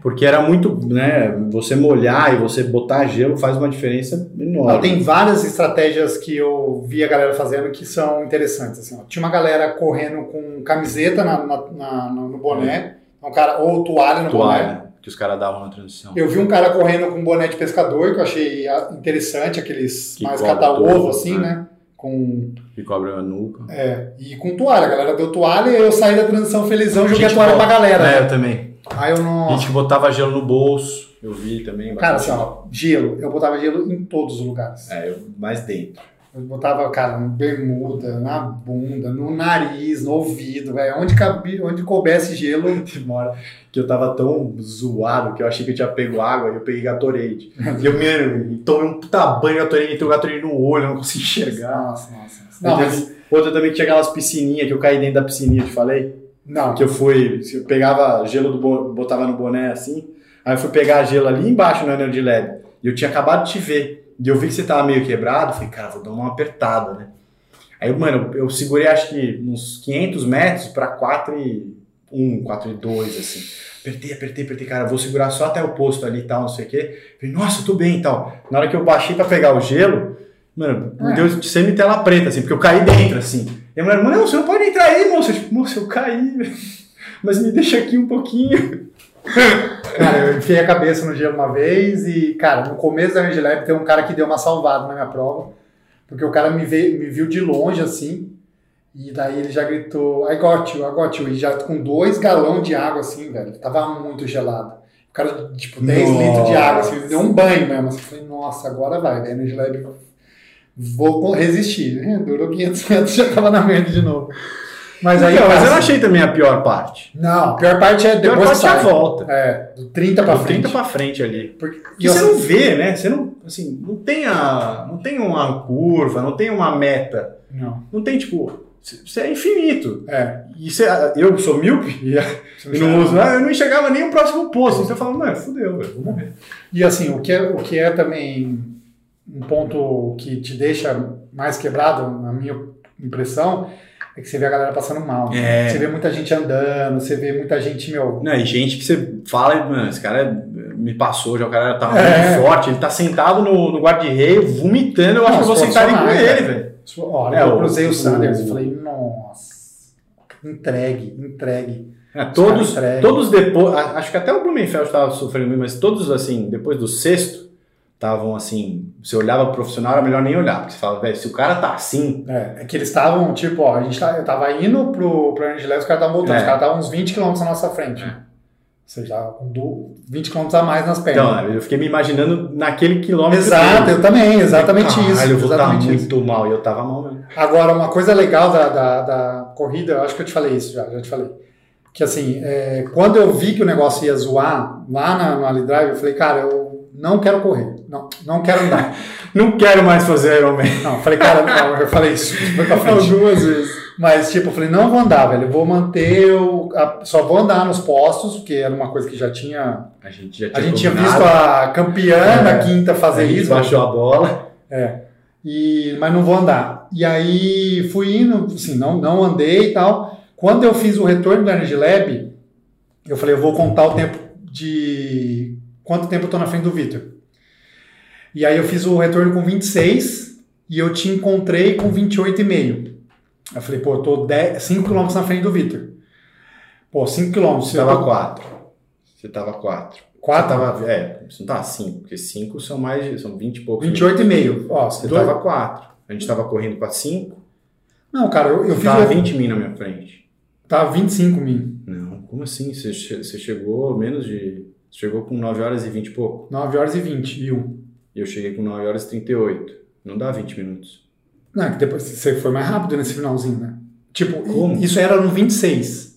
Porque era muito, né? Você molhar e você botar gelo faz uma diferença enorme.
Não, tem várias estratégias que eu vi a galera fazendo que são interessantes. assim, ó. Tinha uma galera correndo com camiseta na- na- na- no no boné, um cara, ou toalha no boné.
É. toalha né, que os caras davam na transição.
Eu vi um cara correndo com boné de pescador, que eu achei ah, interessante, aqueles
Que
mais
cobre
cata-ovo,
todo,
assim,
né?
né? Com,
Que cobra a nuca.
é, e com toalha. A galera deu toalha e eu saí da transição felizão e joguei a
Gente
toalha
boa.
pra galera. né?
É, eu também.
Aí eu não.
Gente que botava gelo no bolso, eu vi também.
Cara,
bastante.
assim, ó, gelo. Eu botava gelo em todos os lugares.
É, eu mais dentro.
Eu botava, cara, na bermuda, na bunda, no nariz, no ouvido, velho. Onde, cabi- onde coubesse gelo.
Teve uma hora que eu tava tão zoado que eu achei que eu tinha pego água e eu peguei Gatorade. e eu, mano, tomei um puta banho de Gatorade, entrou Gatorade no olho, eu não consegui enxergar.
Nossa, nossa. nossa. Não, mas.
Outra também que tinha aquelas piscininhas que eu caí dentro da piscininha, eu te falei.
Não.
Que eu fui, eu pegava gelo do bo- botava no boné assim. Aí eu fui pegar gelo ali embaixo no Energy Lab. E eu tinha acabado de te ver. E eu vi que você tava meio quebrado. Falei, cara, vou dar uma apertada, né? Aí, mano, eu, eu segurei acho que uns 500 metros pra 4 e. 1, 4 e 2, assim. Apertei, apertei, apertei, cara, vou segurar só até o posto ali e tal, não sei o quê. Falei, nossa, tô bem e tal. Na hora que eu baixei pra pegar o gelo, mano, me
É.
deu semi-tela preta, assim, porque eu caí dentro, assim. E a mulher, mano, não, você não pode entrar aí, moça. Eu, tipo, moça, eu caí, velho. mas me deixa aqui um pouquinho.
Cara, eu enfiei a cabeça no gelo uma vez e, cara, no começo da Range Lab tem um cara que deu uma salvada na minha prova, porque o cara me, veio, me viu de longe assim, e daí ele já gritou, I got you, I got you, e já com dois galão de água assim, velho, tava muito gelado. O cara, tipo, 10
Nossa.
litros de água, assim, deu um banho mesmo. Assim, eu falei, nossa, agora vai, né? Energy Lab, vou resistir. né? Durou 500 metros, já tava na merda de novo. Mas aí.
Então, mas eu
passa.
não achei também a pior parte.
Não, a pior parte é
A pior
depois
parte é a
que sai.
volta.
É, do 30 pra
Do
frente.
30 pra frente ali.
Porque, e
E você
eu-
não vê, né? Você não, assim, não tem a, não tem uma curva, não tem uma meta,
Não.
não tem tipo, c- você é infinito.
É.
E você, eu sou míope e, e não uso,
né?
nada, eu não enxergava nem o próximo posto. Então eu falava, mano, fudeu, velho, vou morrer.
E assim, o que, é, o que é também um ponto que te deixa mais quebrado, na minha impressão, é que você vê a galera passando mal. né?
É.
Você vê muita gente andando, você vê muita gente, meu.
Não, e gente que você fala, e, mano, esse cara é, me passou já, o cara tá
É.
muito forte, ele tá sentado no, no guarda-reio, vomitando, eu
Não,
acho que eu vou sentar ali com
profissionais,
ele,
né?
velho.
Olha,
É,
eu
o-
cruzei o Sanders
o-
e falei, nossa, entregue, entregue.
É, todos,
Cara, entregue.
Todos depois, a- acho que até o Blumenfeld estava sofrendo muito, mas todos assim, depois do sexto, estavam assim, você olhava pro profissional, era melhor nem olhar, porque você fala, velho, se o cara tá assim,
É, é que eles estavam, tipo, ó, a gente tá, eu tava indo pro, pro Angeles, os caras estavam voltando,
É.
os caras estavam uns 20 km na nossa frente.
É.
Ou seja, com du- 20 km a mais nas pernas.
então, eu fiquei me imaginando naquele quilômetro.
É. Exato, eu também, exatamente
É, Caralho,
isso.
eu vou estar
exatamente isso.
muito mal, e eu tava mal mesmo.
Agora, uma coisa legal da, da, da corrida, eu acho que eu te falei isso já, já te falei. Que assim, é, quando eu vi que o negócio ia zoar lá na, no Ali Drive, eu falei, cara, eu não quero correr, não, não quero andar.
Não quero mais fazer Ironman.
não, eu falei, cara, não, eu falei isso, foi pra frente.
Algumas vezes.
Mas, tipo, eu falei, não vou andar, velho. Eu vou manter, o, a- só vou andar nos postos, porque era uma coisa que já tinha.
A gente já
A
tinha
gente tinha
combinado,
visto a campeã
É.
da quinta fazer
a gente
isso. né?
baixou a bola.
e mas não vou andar. E aí fui indo, assim, não, não andei e tal. Quando eu fiz o retorno do Energy Lab, eu falei, eu vou contar o tempo de quanto tempo eu tô na frente do Vitor. E aí eu fiz o retorno com 26 e eu te encontrei com 28,5. Eu falei, pô, eu tô 10, 5 km na frente do Vitor. Pô, 5 km,
Você tava quatro. Você tava quatro. Você
4,
tava, é, você não tava cinco, porque cinco são mais, de- são vinte e poucos.
28,5. Ó,
Você
dois-
tava 4. A gente tava correndo pra 5.
Não, cara, eu, eu fiz.
Tava
o-
20 mil na minha frente.
Tava 25 mil.
Não, como assim? Você che- você chegou menos de. Você chegou com 9 horas e 20 e pouco.
9 horas e 21.
E eu cheguei com 9 horas e 38. Não dá 20 minutos.
Não, é que depois você foi mais rápido nesse finalzinho, né? Tipo,
Como?
isso era no 26.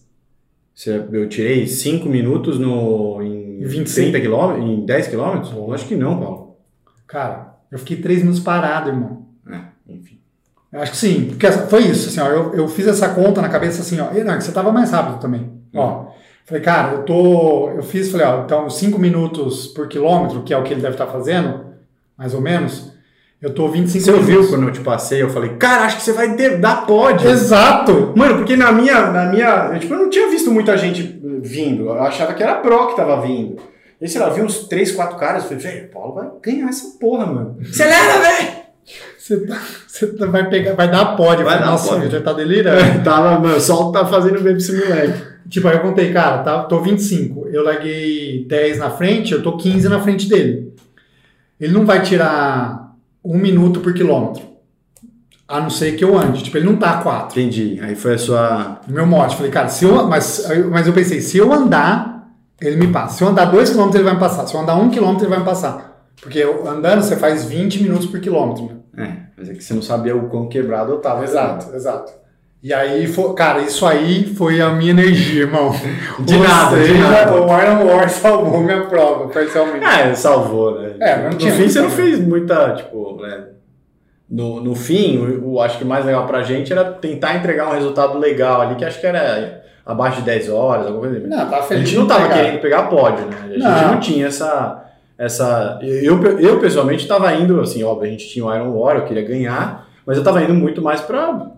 Você- eu tirei 5 minutos no, em
Em 25?
30 quilômetros? Em 10 quilômetros? Acho que não, Paulo.
Cara, eu fiquei três minutos parado, irmão.
É, enfim.
Eu acho que sim, porque essa- foi isso, assim, ó. Eu, eu fiz essa conta na cabeça assim, ó. E não, que você tava mais rápido também.
Hum.
Ó. Falei, cara, eu tô. Eu fiz, falei, ó, então 5 minutos por quilômetro, que é o que ele deve estar fazendo, mais ou menos, eu tô 25
Você
minutos.
ouviu quando eu te passei? Eu falei, cara, acho que você vai ter- dar pódio.
Exato!
Mano, porque na minha, na minha. Eu, tipo, eu não tinha visto muita gente eh, vindo. Eu achava que era a Pro que tava vindo. E sei lá, eu vi uns 3, 4 caras. Eu falei, velho, o Paulo vai ganhar essa porra, mano. Acelera, velho!
Você, tá- você tá- vai pegar, vai dar pódio. Eu
Vai
falei,
dar
Nossa,
pódio.
Vitor tá delirando.
Tava, mano, o sol tá fazendo bem pra esse moleque.
Tipo, aí eu contei, cara, tá, tô 25. Eu larguei 10 na frente, eu tô 15 na frente dele. Ele não vai tirar um minuto por quilômetro. A não ser que eu ande. Tipo, ele não tá a 4.
Entendi. Aí foi a sua.
No meu mote. Falei, cara, se eu. Mas, aí- mas eu pensei, se eu andar, ele me passa. Se eu andar 2 km, ele vai me passar. Se eu andar 1 km, ele vai me passar. Porque eu- andando, você faz 20 minutos por quilômetro. né?
É, mas é que você não sabia o quão quebrado eu tava.
Exato, exato. E aí, fo- cara, isso aí foi a minha energia, irmão.
De
Ou
nada, de
seja,
nada.
O Iron War salvou minha prova, parcialmente.
É, salvou, né?
É, mas não
no
tinha
fim
muito
você não
pra
fez muita, tipo, né? No, no fim, o, o- acho que o mais legal pra gente era tentar entregar um resultado legal ali, que acho que era abaixo de 10 horas, alguma coisa assim.
Não, tava
A
feliz.
gente não tava
né, cara?
querendo pegar pódio, né? A gente
Não.
não, tinha essa. essa eu, eu pessoalmente tava indo, assim, óbvio, a gente tinha o Iron War, eu queria ganhar, mas eu tava indo muito mais pra,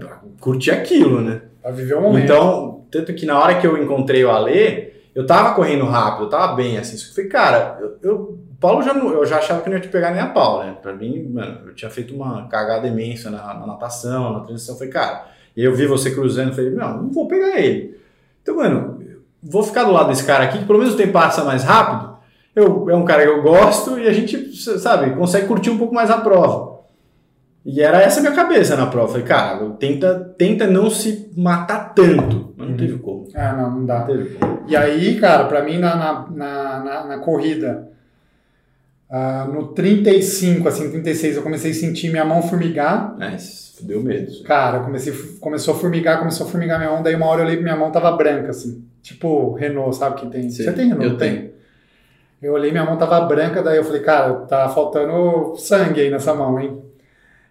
pra curtir aquilo, né?
Pra viver o um momento.
Então, Tanto que na hora que eu encontrei o Alê, eu tava correndo rápido, eu tava bem assim. Só que eu falei, cara, eu, eu, o Paulo já não- eu já achava que não ia te pegar nem a pau, né? Pra mim, mano, eu tinha feito uma cagada imensa na, na natação, na transição. Eu falei, cara, e eu vi você cruzando, eu falei, não, não vou pegar ele. Então, mano, eu vou ficar do lado desse cara aqui, que pelo menos o tempo passa mais rápido. Eu, é um cara que eu gosto e a gente, sabe, consegue curtir um pouco mais a prova. E era essa a minha cabeça na prova. Falei, cara, tenta, tenta não se matar tanto. Mas não teve como.
Ah, não, não
Uhum. Não
dá.
teve como.
E aí, cara, pra mim na, na, na, na- na corrida, ah, no 35, assim, 36, eu comecei a sentir minha mão formigar.
Mas deu medo. É, isso.
Cara, eu comecei, começou a formigar, começou a formigar minha mão, daí uma hora eu olhei pra minha mão tava branca, assim. Tipo Renault, sabe que tem?
Sim,
Você tem Renault?
eu
Tem. Eu olhei, minha mão tava branca, daí eu falei, cara, tá faltando sangue aí nessa mão, hein?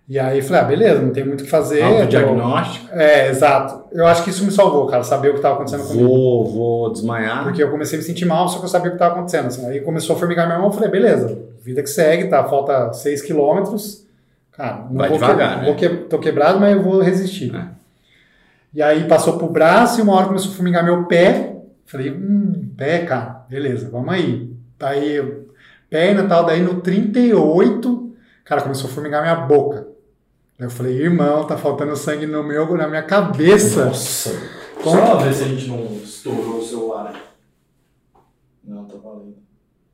E aí eu falei, ah, beleza, não tem muito o que fazer.
Alto
tô-
diagnóstico.
É, exato. Eu acho que isso me salvou, cara, saber o que tava acontecendo comigo.
Vou, vou desmaiar.
Porque eu comecei a me sentir mal, só que eu sabia o que estava acontecendo. assim. Aí começou a formigar minha mão, eu falei, beleza, vida que segue, tá? Falta 6 quilômetros. Cara, não
Vai
vou,
devagar,
que-
né?
vou que- tô quebrado, mas eu vou resistir.
É.
E aí passou pro braço e uma hora começou a formigar meu pé. Falei, hum, pé, cara, beleza, vamos aí. Daí, perna e tal, daí no 38, cara, começou a formigar minha boca. Daí Eu falei, irmão, tá faltando sangue no meu, na minha cabeça.
Nossa.
Como-
Só pra ver se a gente não estourou o celular. né? Não, tá valendo.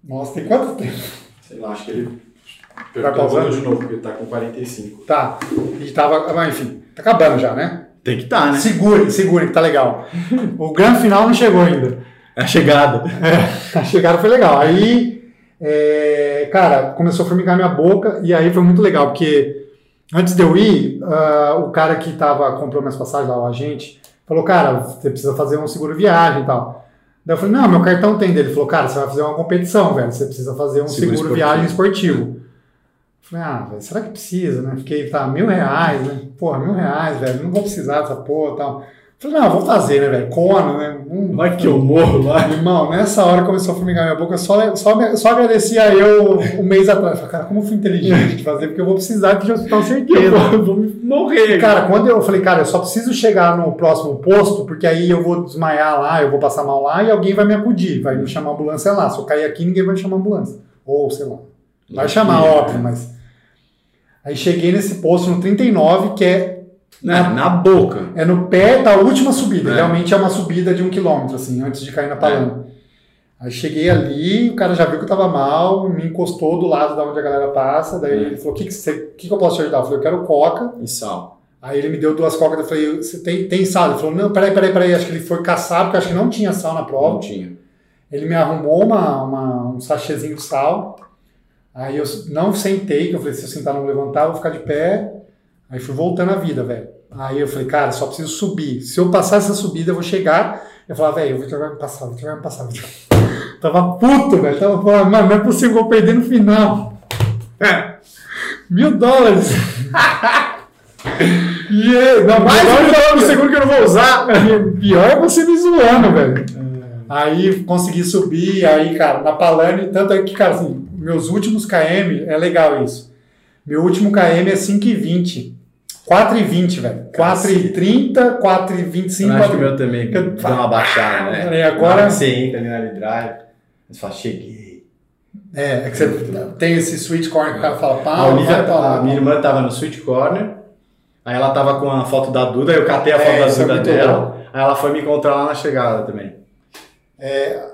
Nossa, tem quanto tempo?
Sei lá, acho que ele. Tá
Vai pausando?
de novo, porque tá com 45.
Tá. E tava. Mas enfim, tá acabando já, né?
Tem que estar, tá, né?
Segure, segure, que tá legal. O grande final não chegou ainda. É,
É a chegada.
A chegada foi legal. Aí, é, cara, começou a formigar minha boca e aí foi muito legal, porque antes de eu ir, ah, o cara que tava, comprou minhas passagens lá, o agente, falou, cara, você precisa fazer um seguro viagem e tal. Daí eu falei, não, meu cartão tem dele. Ele falou, cara, você vai fazer uma competição, velho. Você precisa fazer um seguro,
Seguro esportivo.
viagem esportivo. Eu Falei, ah, velho, será que precisa, né? Fiquei, tá, mil reais, né? Porra, mil reais, velho, não vou precisar dessa porra e tal. Eu Falei, não, vou fazer, né, velho? Cono, né? Não-
Vai que eu morro lá.
Irmão, nessa hora começou a formigar minha boca, eu só, só, só agradecia eu um mês atrás. Falei, cara, como eu fui inteligente de fazer, porque eu vou precisar de hospital
Eu
certeza.
vou, vou morrer.
E, Cara, quando eu falei, cara, eu só preciso chegar no próximo posto, porque aí eu vou desmaiar lá, eu vou passar mal lá e alguém vai me acudir, vai me chamar a ambulância lá. Se eu cair aqui, ninguém vai me chamar a ambulância. Ou, sei lá. Vai chamar, óbvio, mas. Aí cheguei nesse posto no 39, que é
Na, na boca.
é no pé da última subida.
É.
Realmente é uma subida de um quilômetro, assim, antes de cair na palana. Aí cheguei ali, o cara já viu que eu tava mal, me encostou do lado da onde a galera passa. Daí
É.
ele falou: O que, que, você- que que eu posso te ajudar? Eu falei: Eu quero coca.
E sal.
Aí ele me deu duas cocas. Eu falei: Você tem, tem sal? Ele falou: Não, peraí, peraí, peraí. Acho que ele foi caçar, porque acho que não tinha sal na prova.
Não tinha.
Ele me arrumou uma, uma- um sachêzinho de sal. Aí eu não sentei, que eu falei, se eu sentar não levantar, eu vou ficar de pé. Aí fui voltando à vida, velho. Aí eu falei, cara, só preciso subir. Se eu passar essa subida, eu vou chegar. Eu falava, velho, o Victor vai me passar, o Victor vai me passar. o Victor- Tava puto, velho. Tava falando, mano, não é possível que eu vou perder no final. Mil dólares. e aí, não, mais um dólar no segundo que eu não vou usar. Pior é você me zoando, velho. É. Aí consegui subir, aí, cara, na Palane, tanto é que, cara, assim, meus últimos KM, é legal isso. Meu último KM é 5,20. 4,20, velho. 4,30, 4,25.
Eu acho que o
4,25.
meu também
Eu- Ah,
dá uma baixada, né?
E agora-
Na hora que Você entra ali na Lidrive, você fala, cheguei.
É, é que você tem esse sweet corner que o cara fala,
A,
é pau,
Olivia
Ah, vai pra
tá-
lá.
a minha irmã tava no Sweet Corner, aí ela tava com a foto da Duda, aí eu catei a
É,
foto da
isso é
Duda
muito
dela, aí ela foi me encontrar lá na chegada também.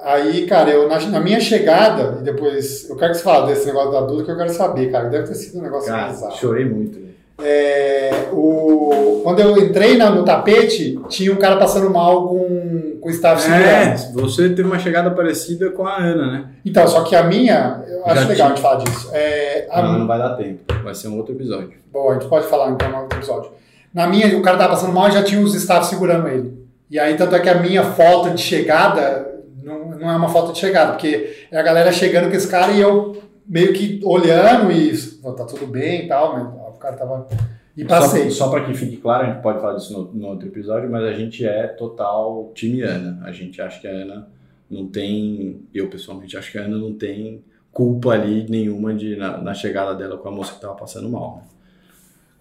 Aí, cara, eu, na, na minha chegada, e depois, eu quero que você fale desse negócio da Duda, que eu quero saber, cara. Deve ter sido um negócio
Cara,
bizarro.
chorei muito. né?
É, o, quando eu entrei na- no tapete, tinha um cara passando mal com, com o staff
É.
segurando.
você teve uma chegada parecida com a Ana, né?
Então, só que a minha, eu acho
Já
legal
tinha. Uhum.
a gente falar disso. É, a,
Não, não vai dar tempo. Vai ser um outro episódio.
Bom, a gente pode falar então no outro episódio. Na minha, o cara tava passando mal e já tinha os staff segurando ele. E aí, tanto é que a minha foto de chegada não, não é uma foto de chegada, porque é a galera chegando com esse cara e eu meio que olhando e "Pô, tá tudo bem e tal, mas o cara tava. E passei.
Só, só para que fique claro, a gente pode falar disso no, no outro episódio, mas a gente é total time Ana. A gente acha que a Ana não tem. Eu pessoalmente acho que a Ana não tem culpa ali nenhuma de, na, na chegada dela com a moça que tava passando mal. né?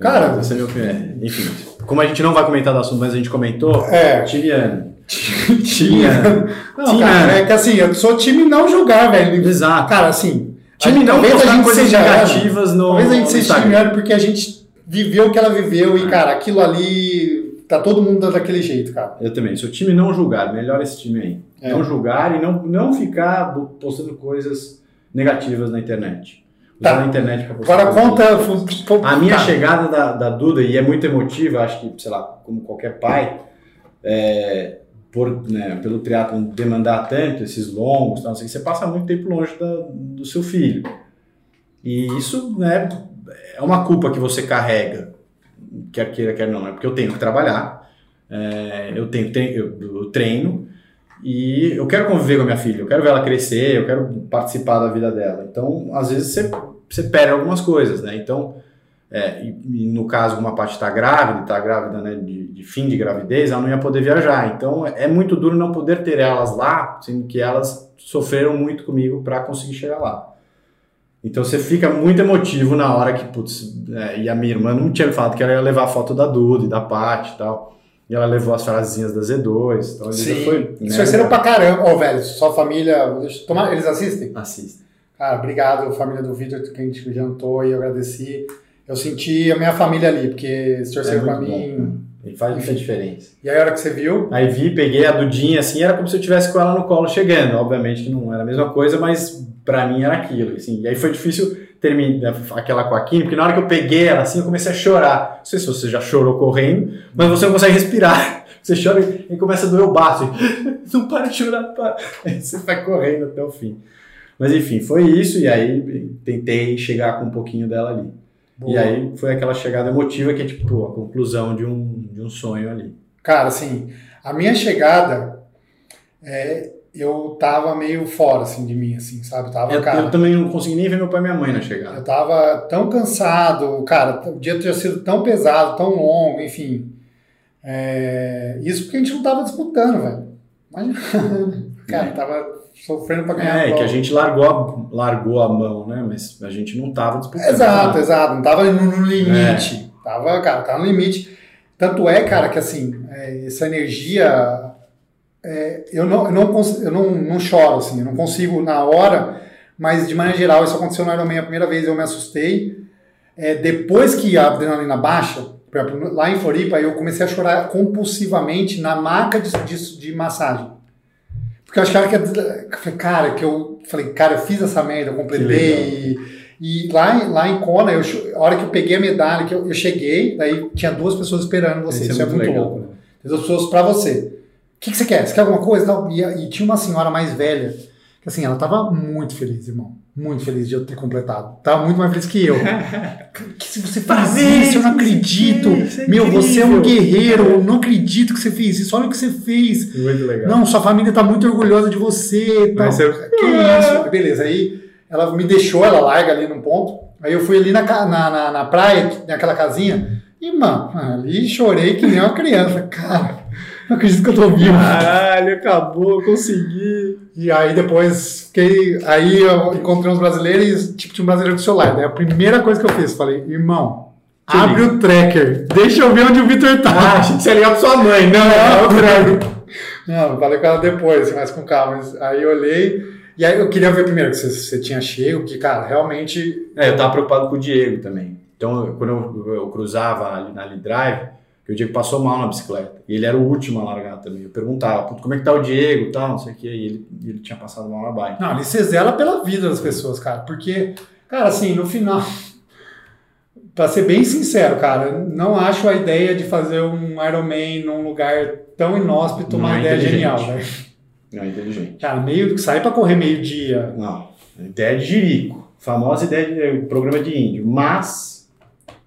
Cara-
essa é a minha opinião. Enfim, como a gente não vai comentar do assunto, mas a gente comentou,
É.
time Ana. Tinha.
Não,
Sim,
cara,
né?
é que assim, eu sou time não julgar, velho.
é Exato.
Cara, assim.
Time não
talvez a
colocar
gente
coisas
seja ela.
negativas no.
Talvez a gente
no
seja
Instagram.
time porque a gente viveu o que ela viveu e, cara, aquilo ali. Tá todo mundo daquele jeito, cara.
Eu também. Se o time não julgar, melhor esse time aí.
É.
Não julgar e não, não ficar bo- postando coisas negativas na internet. Usar
Tá.
a internet pra postar.
Agora
coisas
conta.
negativas.
fu- fu-
A minha
tá.
chegada da, da Duda, e é muito emotiva, acho que, sei lá, como qualquer pai, é, por, né, pelo triatlon demandar tanto, esses longos, tal, não sei, o quê, você passa muito tempo longe da- do seu filho. E isso né, é uma culpa que você carrega, quer queira, quer não, é porque eu tenho que trabalhar, é, eu, tenho, tre- eu- eu treino, e eu quero conviver com a minha filha, eu quero ver ela crescer, eu quero participar da vida dela. Então, às vezes, você, você perde algumas coisas, né? Então, é, e, e no caso, uma parte está grávida, está grávida né, de, de fim de gravidez, ela não ia poder viajar. Então é muito duro não poder ter elas lá, sendo que elas sofreram muito comigo para conseguir chegar lá. Então você fica muito emotivo na hora que, putz, é, e a minha irmã não tinha me falado que ela ia levar a foto da Duda e da Paty e tal. E ela levou as frasinhas da Z2. Então ele
Sim.
já foi.
Eles
né,
torceram é pra caramba. Ó, velho, sua família. deixa eu tomar- eles assistem?
Assista.
Cara, obrigado, família do Vitor, que a gente jantou e eu agradeci. Eu senti a minha família ali, porque eles torceram
É
pra
muito
mim.
Ele faz muita diferença.
E aí, a hora que você viu,
Aí vi, peguei a Dudinha assim, era como se eu tivesse com ela no colo chegando. Obviamente que não era a mesma coisa, mas pra mim era aquilo. Assim. E aí foi difícil terminar aquela com a Kim, porque na hora que eu peguei ela assim, eu comecei a chorar. Não sei se você já chorou correndo, mas você não consegue respirar. Você chora e e começa a doer o baço. assim. Não para de chorar, para. Aí você vai correndo até o fim. Mas enfim, foi isso. E aí tentei chegar com um pouquinho dela ali. E
boa.
aí foi aquela chegada emotiva que é tipo pô, a conclusão de um, de um sonho ali.
cara, assim, a minha chegada, é, eu tava meio fora, assim, de mim, assim, sabe? Tava,
Eu,
cara,
eu também não consegui nem ver meu pai e minha mãe na chegada.
Eu tava tão cansado, cara, o dia tinha sido tão pesado, tão longo, enfim. É, isso porque a gente não tava disputando, velho. Imagina, cara, tava sofrendo pra ganhar
É,
bola.
que a gente largou a, largou a mão, né? Mas a gente não tava disputando.
Exato, exato. Não tava no, no limite. Tava, cara, tava no limite. Tanto é, cara, que assim, é, essa energia. é, eu não, eu, não, cons- eu não, não choro, assim, eu não consigo na hora, mas de maneira geral, isso aconteceu no Ironman a primeira vez, eu me assustei. É, depois que a adrenalina baixa, por exemplo, lá em Floripa, eu comecei a chorar compulsivamente na maca de, de, de massagem. Porque eu achava que. eu falei, Cara, que eu falei, cara, eu fiz essa merda, eu completei. E, e lá, em- lá em Kona, eu, cho- a hora que eu peguei a medalha, que eu, eu cheguei, daí tinha duas pessoas esperando você.
Isso
Isso,
é
é
muito
muito
legal.
louco, né? Tem duas pessoas pra você. O que, que você quer? Você quer alguma coisa? e tal? E, e tinha uma senhora mais velha, que assim, ela tava muito feliz, irmão. Muito feliz de eu ter completado. Tava muito mais feliz que eu. que se você faz
Parabéns,
isso, eu não
você
acredito.
fez, isso é
Meu, você é
incrível.
um guerreiro. Eu não acredito que você fez isso. Olha o que você fez.
Muito legal.
Não, sua família tá muito orgulhosa de você. e Tal.
Mas eu-
Que isso? Beleza, aí ela me deixou, ela larga ali num ponto. Aí eu fui ali na, ca- na, na, na praia, naquela casinha, e, mano, ali chorei que nem uma criança. Cara, não acredito que eu tô vivo.
Caralho, acabou, consegui.
E aí depois fiquei. Aí eu encontrei uns brasileiros e tipo, tinha um brasileiro com celular. Daí a primeira coisa que eu fiz, falei, irmão,
Te
abre o tracker, deixa eu ver onde o Vitor tá.
Ah, achei que você ia ligar pra sua mãe. Não,
Não,
não,
eu trago. Não, eu falei com ela depois, mas com calma. Mas Aí eu olhei, e aí eu queria ver primeiro que você, você tinha chego, que, cara, realmente.
É, eu tava preocupado com o Diego também. Então, eu- quando eu, eu cruzava ali na Lee Drive, o Diego passou mal na bicicleta. E ele era o último a largar também. Eu perguntava, "Puta, como é que tá o Diego e tal, não sei o que. E ele, ele tinha passado mal na bike.
Não, ele se zela pela vida das pessoas, cara. Porque, cara, assim, no final. Pra ser bem sincero, cara, eu não acho a ideia de fazer um Iron Man num lugar tão inóspito
Não
uma
é
ideia
inteligente.
genial, né?
Não é inteligente.
Cara, meio sair pra correr meio-dia.
Não. Ideia de Jerico. Famosa ideia de eh, programa de índio. Mas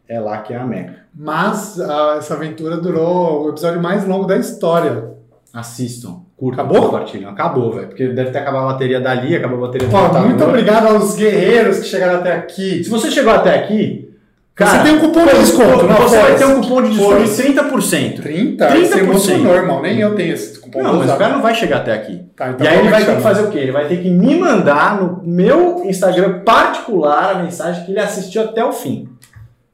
é lá que é a Meca.
Mas ah, essa aventura durou o episódio mais longo da história.
Assistam. Curtam,
Acabou?
compartilham. Acabou, velho. Porque deve ter acabado a bateria dali, acabou a bateria do
Ó,
computador.
muito obrigado aos guerreiros que chegaram até aqui.
Se você chegou até aqui, cara,
você tem um cupom de desconto, não?
você vai
Foras.
ter um cupom de desconto de
Foras.
30%.
30? 30%. Você
30%.
emocionou, irmão. Nem eu tenho esse cupom.
Não,
Vou
mas
usar.
o cara não vai chegar até aqui.
Tá, então
E aí
como
ele
é
vai
que
ter que
chama?
fazer o quê? Ele vai ter que me mandar no meu Instagram particular a mensagem que ele assistiu até o fim.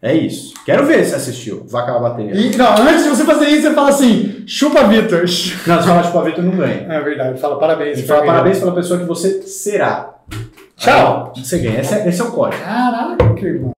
É isso. Quero ver se assistiu. Vai acabar a bateria.
E, não, antes de você fazer isso, você fala assim: chupa Vitor.
Não, se falar tipo a Vitor, não ganha.
É verdade. Fala parabéns.
E falar
Fernando.
né?
parabéns pela pessoa que você será.
Tchau.
Você ganha. Esse é, esse é o código.
Caraca, irmão.